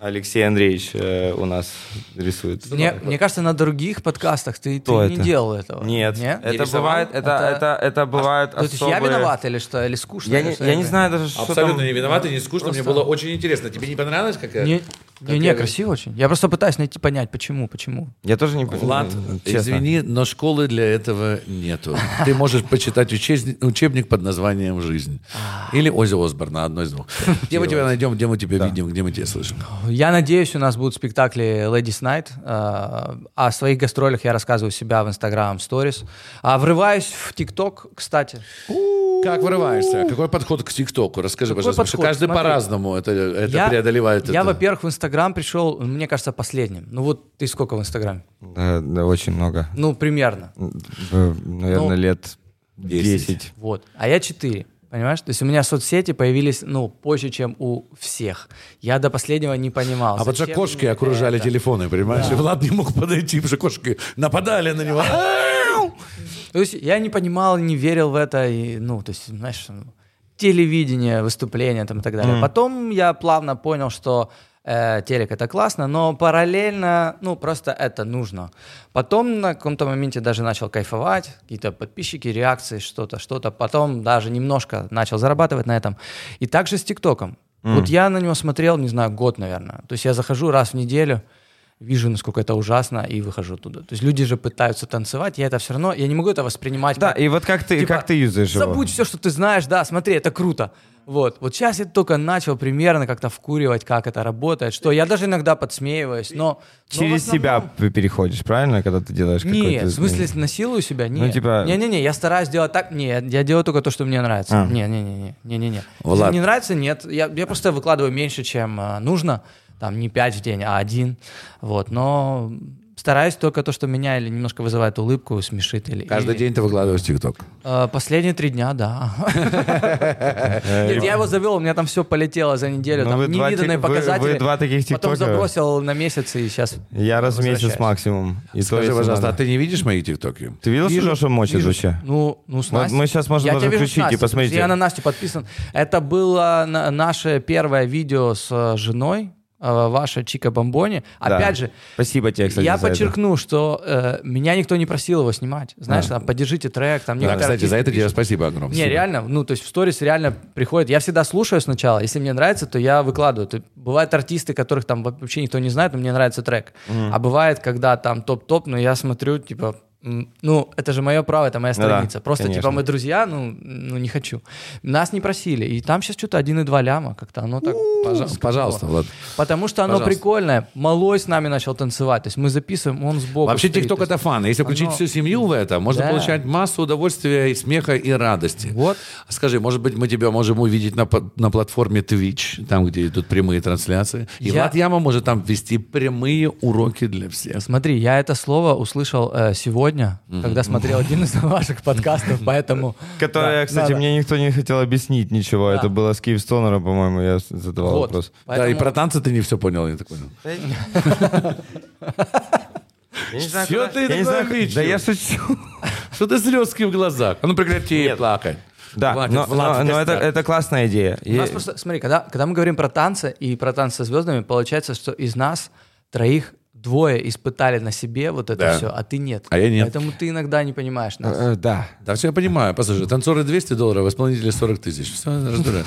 Speaker 3: Алексей Андреевич э, у нас рисует.
Speaker 4: Мне, мне кажется, на других подкастах ты, ты
Speaker 3: Кто
Speaker 4: не
Speaker 3: это?
Speaker 4: делал этого.
Speaker 3: Нет,
Speaker 4: Не
Speaker 3: это
Speaker 2: рисовал?
Speaker 3: бывает, это, это, это, бывает
Speaker 4: То есть я
Speaker 3: особые-
Speaker 4: виноват или что? Или скучно?
Speaker 3: Я
Speaker 4: или
Speaker 3: не,
Speaker 4: что?
Speaker 3: я не знаю даже, что
Speaker 2: Абсолютно
Speaker 3: там-
Speaker 2: не виноват и не скучно. Мне было очень интересно. Тебе не понравилось, как я...
Speaker 4: Не,
Speaker 2: как
Speaker 4: не, не,
Speaker 2: я-
Speaker 4: красиво очень. Я просто пытаюсь найти, понять, почему, почему.
Speaker 3: Я тоже не понимаю,
Speaker 2: Влад,
Speaker 3: честно.
Speaker 2: извини, но школы для этого нету. Ты можешь почитать учез- учебник под названием «Жизнь».
Speaker 4: А.
Speaker 2: Или Ози Осборна, одно из двух. Где мы тебя найдем, где мы тебя видим, где мы тебя слышим?
Speaker 4: Я надеюсь, у нас будут спектакли Ladies Night. Э, О своих гастролях я рассказываю у себя в Instagram Stories. А врываюсь в TikTok, кстати.
Speaker 2: Как вырываешься? Какой подход к ТикТоку? Расскажи,
Speaker 4: Какой
Speaker 2: пожалуйста, потому что
Speaker 4: подход?
Speaker 2: каждый
Speaker 4: Смотри.
Speaker 2: по-разному это, это преодолевает.
Speaker 4: Я,
Speaker 2: это.
Speaker 4: во-первых, в Инстаграм пришел, ну, мне кажется, последним. Ну вот ты сколько в Инстаграме?
Speaker 3: Да, да, очень много.
Speaker 4: Ну, примерно.
Speaker 3: Э, Наверное, лет 10.
Speaker 4: Вот. А я 4. Понимаешь? То есть у меня соцсети появились, ну, позже, чем у всех. Я до последнего не понимал.
Speaker 2: А вот же
Speaker 4: зачем
Speaker 2: кошки
Speaker 4: мне
Speaker 2: окружали
Speaker 4: это?
Speaker 2: телефоны, понимаешь? И Влад не мог подойти, потому что кошки нападали на него.
Speaker 4: То есть я не понимал, не верил в это, и, ну, то есть, знаешь, ну, телевидение, выступления там и так далее. Потом я плавно понял, что э, телек это классно, но параллельно, ну, просто это нужно. Потом на каком-то моменте даже начал кайфовать, какие-то подписчики, реакции, что-то, что-то. Потом даже немножко начал зарабатывать на этом. И также с ТикТоком. Вот я на него смотрел, не знаю, год, наверное. То есть я захожу раз в неделю, вижу, насколько это ужасно, и выхожу оттуда. То есть люди же пытаются танцевать, я это все равно, я не могу это воспринимать.
Speaker 3: Да,
Speaker 4: как,
Speaker 3: и вот как ты,
Speaker 4: типа,
Speaker 3: как ты юзаешь его?
Speaker 4: Забудь все, что ты знаешь, да, смотри, это круто. Вот, вот сейчас я только начал примерно как-то вкуривать, как это работает, что я даже иногда подсмеиваюсь, но... но в
Speaker 3: Через
Speaker 4: основном-
Speaker 3: себя п- переходишь, правильно, когда ты делаешь
Speaker 4: Нет,
Speaker 3: какой-то...
Speaker 4: в смысле, насилую себя? Нет.
Speaker 3: типа-
Speaker 4: Не-не-не, я стараюсь делать так. Нет, я делаю только то, что мне нравится.
Speaker 3: А.
Speaker 4: Не-не-не. Не-не-не.
Speaker 2: Влад.
Speaker 4: Не нравится? Нет. Я, я просто выкладываю меньше, чем э, нужно. Там не пять в день, а один. Вот. Но стараюсь только то, что меня или немножко вызывает улыбку, смешит. Или,
Speaker 2: Каждый
Speaker 4: или-
Speaker 2: день ты выкладываешь ТикТок.
Speaker 4: Э, последние три дня, да. Нет, я его завел, у меня там все полетело за неделю.
Speaker 3: Ну,
Speaker 4: Там
Speaker 3: вы два
Speaker 4: невиданные
Speaker 3: тик- вы-
Speaker 4: показатели.
Speaker 3: вы два таких
Speaker 4: Потом
Speaker 3: тиктокера.
Speaker 4: забросил на месяц, и сейчас
Speaker 3: Я раз в месяц
Speaker 4: Возвращаюсь.
Speaker 3: максимум. И то,
Speaker 2: Скажи,
Speaker 3: если
Speaker 2: пожалуйста, а
Speaker 3: надо.
Speaker 2: ты не видишь мои ТикТоки?
Speaker 3: а Ты видел, что Леша мочит
Speaker 4: Вижу.
Speaker 3: вообще?
Speaker 4: Ну, ну, с
Speaker 3: Вот
Speaker 4: Настей.
Speaker 3: мы сейчас можем
Speaker 4: Я
Speaker 3: даже
Speaker 4: тебя вижу с
Speaker 3: включить типа, и
Speaker 4: Настей,
Speaker 3: посмотрите.
Speaker 4: потому что Я на Настю подписан. Это было на- наше первое видео с э, женой, э, ваша Чика Бомбони.
Speaker 3: Да.
Speaker 4: Опять же,
Speaker 3: Спасибо тебе, кстати,
Speaker 4: я
Speaker 3: за это.
Speaker 4: подчеркну, что э, меня никто не просил его снимать. Знаешь, там, поддержите трек. Там,
Speaker 2: Да,
Speaker 4: некоторые
Speaker 2: кстати, за
Speaker 4: артисты
Speaker 2: это тебе
Speaker 4: пишут.
Speaker 2: спасибо огромное.
Speaker 4: Не, реально, ну, то есть в сторис реально приходит. Я всегда слушаю сначала, если мне нравится, то я выкладываю. То- бывают артисты, которых там вообще никто не знает, но мне нравится трек. А бывает, когда там топ-топ, но я смотрю, типа, м, ну, это же мое право, это моя
Speaker 3: Ну да,
Speaker 4: страница. Просто, типа,
Speaker 3: конечно.
Speaker 4: мы друзья, ну, ну, не хочу. Нас не просили. И там сейчас что-то 1,2 ляма как-то, оно так...
Speaker 2: Пожалуйста, пожалуйста, Влад.
Speaker 4: Потому что оно
Speaker 2: Пожалуйста.
Speaker 4: прикольное. Малой с нами начал танцевать. То есть мы записываем, он сбоку.
Speaker 2: Вообще
Speaker 4: стоит.
Speaker 2: ТикТок
Speaker 4: То есть
Speaker 2: это фан. Если включить
Speaker 4: оно-
Speaker 2: всю семью в это, можно
Speaker 4: Да.
Speaker 2: получать массу удовольствия и смеха, и радости.
Speaker 4: Вот.
Speaker 2: Скажи, может быть, мы тебя можем увидеть на, по- на платформе Twitch, там, где идут прямые трансляции. И
Speaker 4: Я-
Speaker 2: Влад Яма может там вести прямые уроки для всех.
Speaker 4: Смотри, я это слово услышал э, сегодня, когда смотрел один из ваших подкастов, поэтому...
Speaker 3: Которое,
Speaker 4: Да,
Speaker 3: кстати,
Speaker 4: надо.
Speaker 3: мне никто не хотел объяснить ничего. Это было с Киевстонером, по-моему, я с- задавал
Speaker 4: Вот,
Speaker 3: вопрос.
Speaker 2: Да, и
Speaker 4: поэтому-
Speaker 2: про танцы ты не все понял, я «Ну, так понял.
Speaker 3: Я не знаю,
Speaker 2: Чё
Speaker 3: куда-
Speaker 2: ты
Speaker 3: я не
Speaker 2: такой
Speaker 3: знаю,
Speaker 2: обидчивый?
Speaker 3: Да я шучу.
Speaker 2: Что ты слезки в глазах? А ну прекрати
Speaker 3: Нет.
Speaker 2: плакать.
Speaker 3: Да,
Speaker 2: Хватит,
Speaker 3: но,
Speaker 2: Влад, в
Speaker 3: но- но это,
Speaker 2: костях.
Speaker 3: это классная идея.
Speaker 4: У нас
Speaker 3: И-
Speaker 4: просто, смотри, когда, когда мы говорим про танцы и про танцы со звездами, получается, что из нас троих двое испытали на себе вот это
Speaker 2: Да.
Speaker 4: все, а ты нет.
Speaker 2: А я нет.
Speaker 4: Поэтому ты иногда не понимаешь нас.
Speaker 3: Э, Да.
Speaker 2: Да все я понимаю. Послушай, танцоры 200 долларов, исполнители 40 тысяч. Все, разбираю.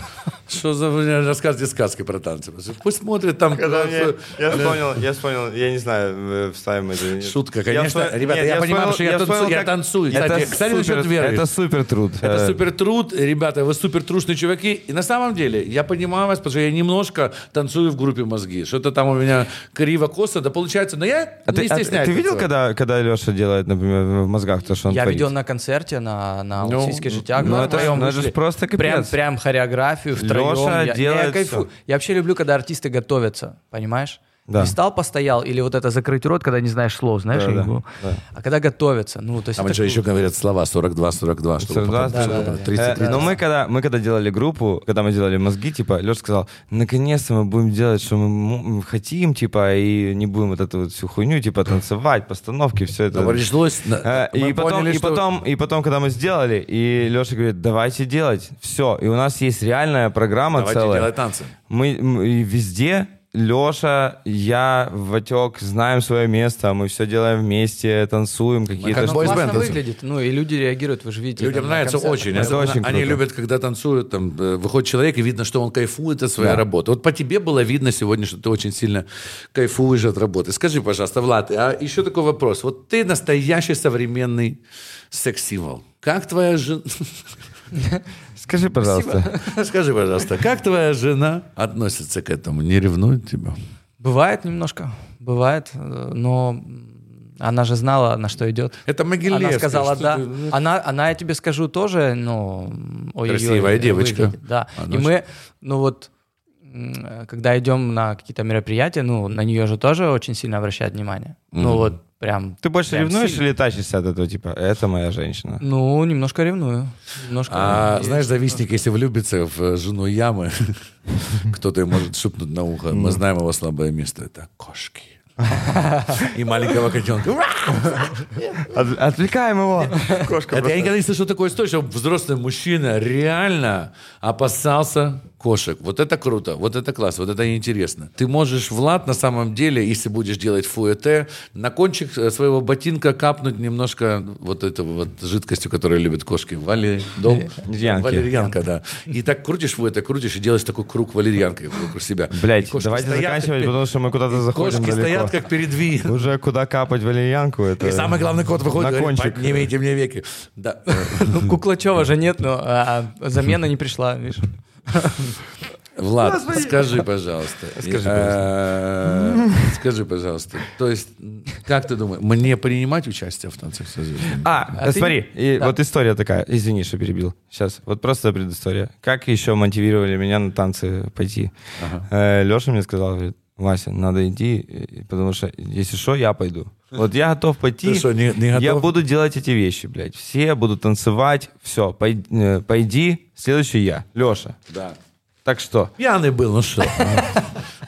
Speaker 2: Что за вы мне рассказываете сказки про танцы? Пусть смотрят там... э, когда всё-
Speaker 3: Ну, я вспомнил, я вспомнил, я не знаю, э, вставим это или нет.
Speaker 2: Шутка, конечно. Ребята, я понимаю, что я танцую, я танцую. Кстати, кстати, насчет веры.
Speaker 3: Это супер труд. Э,
Speaker 2: Это супер труд, ребята, вы супер трушные чуваки. И на самом деле, я понимаю вас, потому что я немножко танцую в группе мозги. Что-то там у меня криво-косо, да получается, но я
Speaker 3: А ты,
Speaker 2: Ну, не
Speaker 3: а ты-
Speaker 2: стесняюсь.
Speaker 3: ты видел,
Speaker 2: танцевать.
Speaker 3: когда, когда Леша делает, например, в мозгах то, что он
Speaker 4: Я
Speaker 3: творит?
Speaker 4: видел на концерте, на, на
Speaker 2: Ну,
Speaker 4: «Усиське житяк».
Speaker 3: ну,
Speaker 4: да,
Speaker 3: это-
Speaker 4: втроем
Speaker 3: ну, это ж
Speaker 4: вышли.
Speaker 3: просто капец.
Speaker 4: Прям, прям хореографию втроем.
Speaker 3: Лёша
Speaker 4: я, я
Speaker 3: делает
Speaker 4: кайфую.
Speaker 3: всё.
Speaker 4: Я вообще люблю, когда артисты готовятся, понимаешь?
Speaker 3: Да.
Speaker 4: Не стал, постоял, или вот это закрыть рот, когда не знаешь слов, знаешь,
Speaker 3: Да, да,
Speaker 4: игру.
Speaker 3: да.
Speaker 4: А когда готовятся, ну, то есть...
Speaker 1: Там
Speaker 4: это
Speaker 1: еще,
Speaker 4: круто.
Speaker 1: еще говорят слова 42-42, чтобы
Speaker 3: 42,
Speaker 1: потом- чтобы
Speaker 4: да,
Speaker 1: потом
Speaker 4: да.
Speaker 1: 30,
Speaker 3: Э, Но мы когда, мы когда делали группу, когда мы делали мозги, типа, Леша сказал, наконец-то мы будем делать, что мы м- хотим, типа, и не будем вот эту вот всю хуйню, типа, танцевать, постановки, все это.
Speaker 1: Но пришлось... на-
Speaker 3: Э, И
Speaker 1: мы
Speaker 3: потом,
Speaker 1: поняли,
Speaker 3: и,
Speaker 1: что-
Speaker 3: потом, и потом, когда мы сделали, и Леша говорит, давайте делать. Все. И у нас есть реальная программа
Speaker 1: Давайте
Speaker 3: целая.
Speaker 1: делать танцы.
Speaker 3: Мы м, и везде Леша, я, Ватек, знаем свое место, мы все делаем вместе, танцуем какие-то...
Speaker 1: как
Speaker 4: Оно
Speaker 1: бойсбенд
Speaker 4: классно
Speaker 1: танцует.
Speaker 4: выглядит, ну, и люди реагируют, вы же видите.
Speaker 1: Людям
Speaker 4: там, на
Speaker 1: нравится
Speaker 4: концертах.
Speaker 1: очень.
Speaker 3: Это
Speaker 1: Особенно
Speaker 3: очень
Speaker 1: они
Speaker 3: круто.
Speaker 1: любят, когда танцуют, там э, выходит человек, и видно, что он кайфует от своей работы. Вот по тебе было видно сегодня, что ты очень сильно кайфуешь от работы. Скажи, пожалуйста, Влад, а еще такой вопрос. Вот ты настоящий современный секс-символ. Как твоя жена...
Speaker 3: Скажи, пожалуйста.
Speaker 1: Скажи, пожалуйста, как твоя жена относится к этому? Не ревнует тебя?
Speaker 4: Бывает немножко, бывает, э, но м, она же знала, на что идет.
Speaker 1: Это Могилевская.
Speaker 4: Она сказала,
Speaker 1: что
Speaker 4: да.
Speaker 1: ты- ну,
Speaker 4: Она, она, я тебе скажу, тоже, ну... ой-ой-ой,
Speaker 1: Красивая девочка.
Speaker 4: выглядит, Да.
Speaker 1: Она
Speaker 4: и
Speaker 1: очень-
Speaker 4: мы, ну вот, м, э, когда идем на какие-то мероприятия, ну, на нее же тоже очень сильно обращают внимание. Ну вот, прям...
Speaker 3: Ты больше
Speaker 4: прям
Speaker 3: ревнуешь
Speaker 4: сильно.
Speaker 3: или тащишься от этого, типа, это моя женщина?
Speaker 4: Ну, немножко ревную. Немножко
Speaker 1: А
Speaker 4: ревную.
Speaker 1: знаешь, завистник, если влюбится в э, жену ямы, кто-то ему может шепнуть на ухо. Мы знаем его слабое место. Это кошки. И маленького котенка. Ура!
Speaker 3: От- отвлекаем его.
Speaker 1: Это я никогда не слышал такой истории, что взрослый мужчина реально опасался кошек. Вот это круто, вот это класс, вот это интересно. Ты можешь, Влад, на самом деле, если будешь делать фуэте, на кончик э, своего ботинка капнуть немножко вот этого вот жидкостью, которую любят кошки. Вали, дом.
Speaker 3: Валерьянки.
Speaker 1: Валерьянка, да. И так крутишь фуэте, крутишь и делаешь такой круг валерьянкой вокруг себя. И
Speaker 3: Блять,
Speaker 1: кошки
Speaker 3: давайте
Speaker 1: стоят,
Speaker 3: заканчивать,
Speaker 1: как пе-
Speaker 3: потому что мы куда-то заходим
Speaker 1: Кошки
Speaker 3: далеко.
Speaker 1: стоят, как перед Ви.
Speaker 3: Уже куда капать валерьянку, это...
Speaker 1: И самый главный кот выходит и
Speaker 3: На
Speaker 1: говорит,
Speaker 3: кончик.
Speaker 1: поднимите мне веки. Да.
Speaker 4: Ну, Куклачева же нет, но а, замена не пришла, видишь.
Speaker 1: Влад, скажи, пожалуйста. э, Скажи, пожалуйста. То есть, как ты думаешь, мне принимать участие в танцах со звездами?
Speaker 3: А,
Speaker 4: А ты-
Speaker 3: смотри, и
Speaker 4: Да.
Speaker 3: вот история такая. Извини, что перебил. Сейчас, вот просто предыстория. Как еще мотивировали меня на танцы пойти? Леша мне сказал, говорит, Вася, надо идти, э, потому что, если что, я пойду. Вот я готов пойти,
Speaker 1: Ты что, не- не
Speaker 3: я
Speaker 1: готов?
Speaker 3: буду делать эти вещи, блядь. Все будут танцевать, все, пой- э, пойди, следующий я, Леша.
Speaker 1: Да.
Speaker 3: Так что,
Speaker 1: Пьяный был, ну что?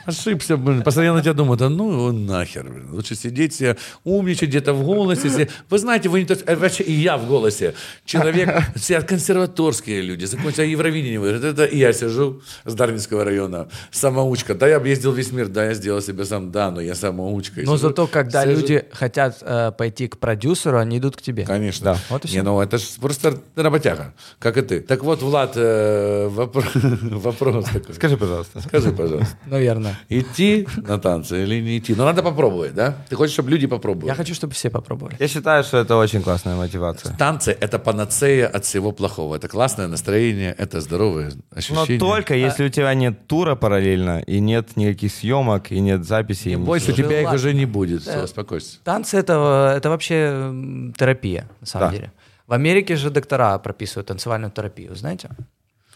Speaker 1: Ошибся, блин. Постоянно тебя думают, да ну его нахер, блин. Лучше сидеть себе, умничать где-то в голосе. себе. Вы знаете, вы не то... э, Вообще и я в голосе. Человек, все консерваторские люди, закончили а Евровидение. выиграли. Это и я сижу с Дарвинского района, самоучка. Да, я объездил весь мир, да, я сделал себе сам, да, но я самоучка. И
Speaker 4: Но
Speaker 1: сижу,
Speaker 4: зато, когда
Speaker 1: сижу.
Speaker 4: люди хотят э, пойти к продюсеру, они идут к тебе.
Speaker 1: Конечно. Да.
Speaker 4: Вот и
Speaker 1: Не,
Speaker 4: всё.
Speaker 1: ну это же просто работяга, как и ты. Так вот, Влад, э, вопро- вопрос такой.
Speaker 3: скажи, пожалуйста.
Speaker 1: Скажи, пожалуйста.
Speaker 4: Наверное.
Speaker 1: Идти на танцы или не идти? Но надо попробовать, да? Ты хочешь, чтобы люди попробовали?
Speaker 4: Я хочу, чтобы все попробовали.
Speaker 3: Я считаю, что это очень классная мотивация.
Speaker 1: Танцы — это панацея от всего плохого. Это классное настроение, это здоровые
Speaker 3: Но
Speaker 1: ощущения.
Speaker 3: только если у тебя нет тура параллельно, и нет никаких съемок, и нет записей. и
Speaker 1: Бойся, у
Speaker 3: ничего.
Speaker 1: тебя их
Speaker 4: Желательно.
Speaker 1: уже не будет. Всё, успокойся.
Speaker 4: Танцы это, э, это вообще м, терапия, на самом
Speaker 3: Да.
Speaker 4: деле. В Америке же доктора прописывают танцевальную терапию, знаете?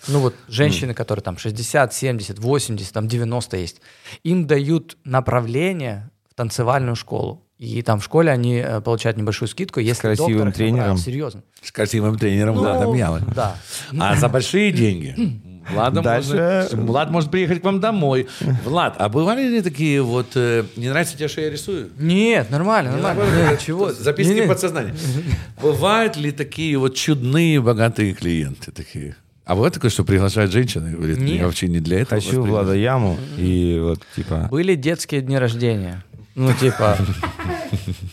Speaker 4: Ну вот женщины, которые там 60, 70, 80, там 90 есть, им дают направление в танцевальную школу. И там в школе они э, получают небольшую скидку, если
Speaker 3: красивым
Speaker 4: доктор их направит.
Speaker 3: тренером.
Speaker 4: Серьезно.
Speaker 1: С красивым тренером
Speaker 4: Ну,
Speaker 1: Владом Явой.
Speaker 4: Да.
Speaker 1: А за большие деньги. Владом
Speaker 3: Дальше.
Speaker 1: можно- Влад может приехать к вам домой. Влад, а бывали ли такие вот... э, не нравится тебе, что я рисую?
Speaker 4: Нет, нормально, нормально. Нет, чего?
Speaker 1: Записки
Speaker 4: Не-не.
Speaker 1: подсознания. Бывают ли такие вот чудные богатые клиенты такие? А бывает такое, что приглашают женщины? и Говорит,
Speaker 4: Нет.
Speaker 1: я вообще не для этого.
Speaker 3: Хочу
Speaker 1: вас
Speaker 3: Влада Яму и вот типа...
Speaker 4: Были детские дни рождения. Ну, типа...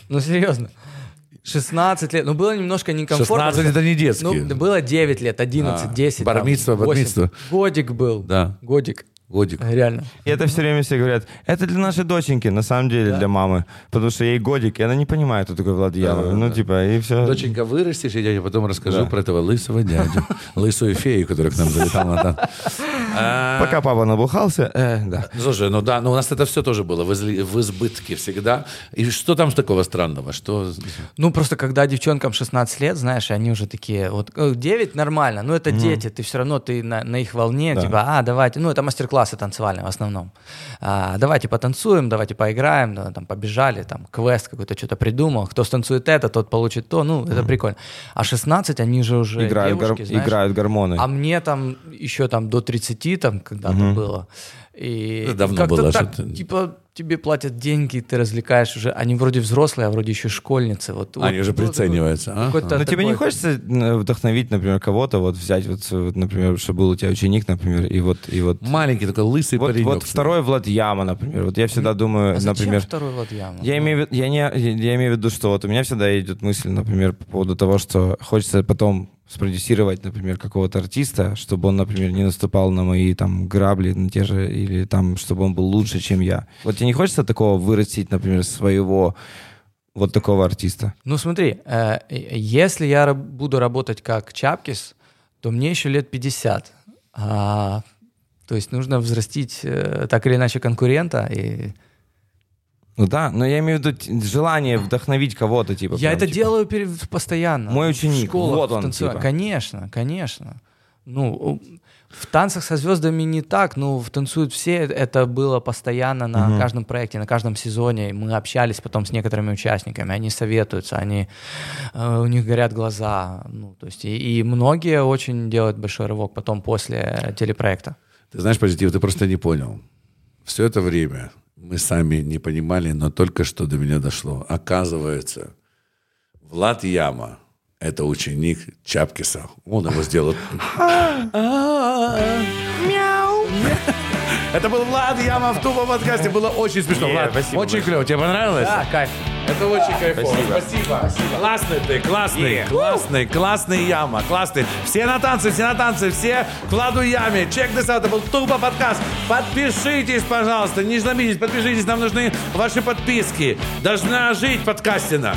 Speaker 4: Ну, серьезно. 16 лет. Ну, было немножко некомфортно.
Speaker 1: 16 это не детские.
Speaker 4: Ну, было 9 лет, 11,
Speaker 1: А,
Speaker 4: 10. там,
Speaker 1: бармитство,
Speaker 4: 8.
Speaker 1: батмитство.
Speaker 4: Годик был.
Speaker 1: Да.
Speaker 4: Годик.
Speaker 1: Годик.
Speaker 4: Реально.
Speaker 3: И это все время все говорят, это для нашей доченьки, на самом деле для мамы, потому что ей годик, и она не понимает, кто такой Влад Яма. ну типа, и все.
Speaker 1: Доченька, вырастешь, и я тебе потом расскажу про этого лысого дядю. Лысую фею, которая к нам залетала на тан- А,
Speaker 3: Пока папа набухался, э, да.
Speaker 1: Слушай, ну да, но у нас это все тоже было в изли- в избытке всегда. И что там такого странного? Что...
Speaker 4: Ну, просто когда девчонкам 16 лет, знаешь, и они уже такие, вот э, 9 нормально, но это дети, ты все равно, ты на, на их волне, типа, а, давайте, ну, это мастер-класс мастер-классы танцевальные в основном. А, давайте потанцуем, давайте поиграем, да, там побежали, там квест какой-то что-то придумал. Кто станцует это, тот получит то. Ну, это прикольно. А 16, они же уже
Speaker 3: Играют, гор-
Speaker 4: Э, девушки, знаешь.
Speaker 3: играют гормоны.
Speaker 4: А мне там еще там до 30 там когда-то было. И ну,
Speaker 2: Это давно
Speaker 4: как-то
Speaker 2: было,
Speaker 4: так,
Speaker 2: что ты-
Speaker 4: типа тебе платят деньги, ты развлекаешь уже. Они вроде взрослые, а вроде еще школьницы. Вот,
Speaker 2: Они
Speaker 4: вот-
Speaker 2: уже
Speaker 4: вот это
Speaker 2: прицениваются. а?
Speaker 4: какой-то
Speaker 2: А.
Speaker 3: Но тебе не
Speaker 4: такой-
Speaker 3: хочется э, вдохновить, например, кого-то, вот взять, вот, э, вот, например, чтобы был у тебя ученик, например, и вот, и вот,
Speaker 2: Маленький такой лысый
Speaker 3: вот,
Speaker 2: паренек.
Speaker 3: вот второй Влад Яма, например. Вот я всегда думаю,
Speaker 4: А зачем
Speaker 3: например,
Speaker 4: второй ну? Владьяма?
Speaker 3: Я имею, в виду- я, не, я имею в виду, что вот у меня всегда идет мысль, например, по поводу того, что хочется потом спродюсировать, например, какого-то артиста, чтобы он, например, не наступал на мои там грабли, на те же, или там, чтобы он был лучше, чем я. Вот тебе не хочется такого вырастить, например, своего вот такого артиста?
Speaker 4: Ну смотри, э, э, если я раб- буду работать как Чапкис, то мне еще лет 50. А, то есть нужно взрастить э, так или иначе конкурента. И...
Speaker 3: Ну да, но я имею в виду т- желание вдохновить кого-то, типа.
Speaker 4: я
Speaker 3: прям,
Speaker 4: это
Speaker 3: типа.
Speaker 4: делаю пере- постоянно.
Speaker 3: Мой ученик,
Speaker 4: в школах,
Speaker 3: вот
Speaker 4: в
Speaker 3: он,
Speaker 4: танцев-
Speaker 3: типа.
Speaker 4: Конечно, конечно. Ну, у- в танцах со звездами не так, но в танцуют все. Это было постоянно на
Speaker 3: Мгм.
Speaker 4: каждом проекте, на каждом сезоне. И Мы общались потом с некоторыми участниками, они советуются, они э, у них горят глаза. Ну, то есть и, и многие очень делают большой рывок потом после телепроекта.
Speaker 2: Ты знаешь, позитив, ты просто не понял. Все это время мы сами не понимали, но только что до меня дошло. Оказывается, Влад Яма — это ученик Чапкиса. Он его сделал. Это был Влад Яма в тупом подкасте. Было очень смешно, Влад. Очень клево. Тебе понравилось?
Speaker 4: Да, кайф.
Speaker 2: Это очень кайфово. Спасибо. Классный ты, классный, классный, классный яма, классный. Все на танцы, все на танцы, все к Владу Яме. Чек this out, это был Тупо подкаст. Подпишитесь, пожалуйста, не жлобитесь, подпишитесь, нам нужны ваши подписки. Должна жить подкастина.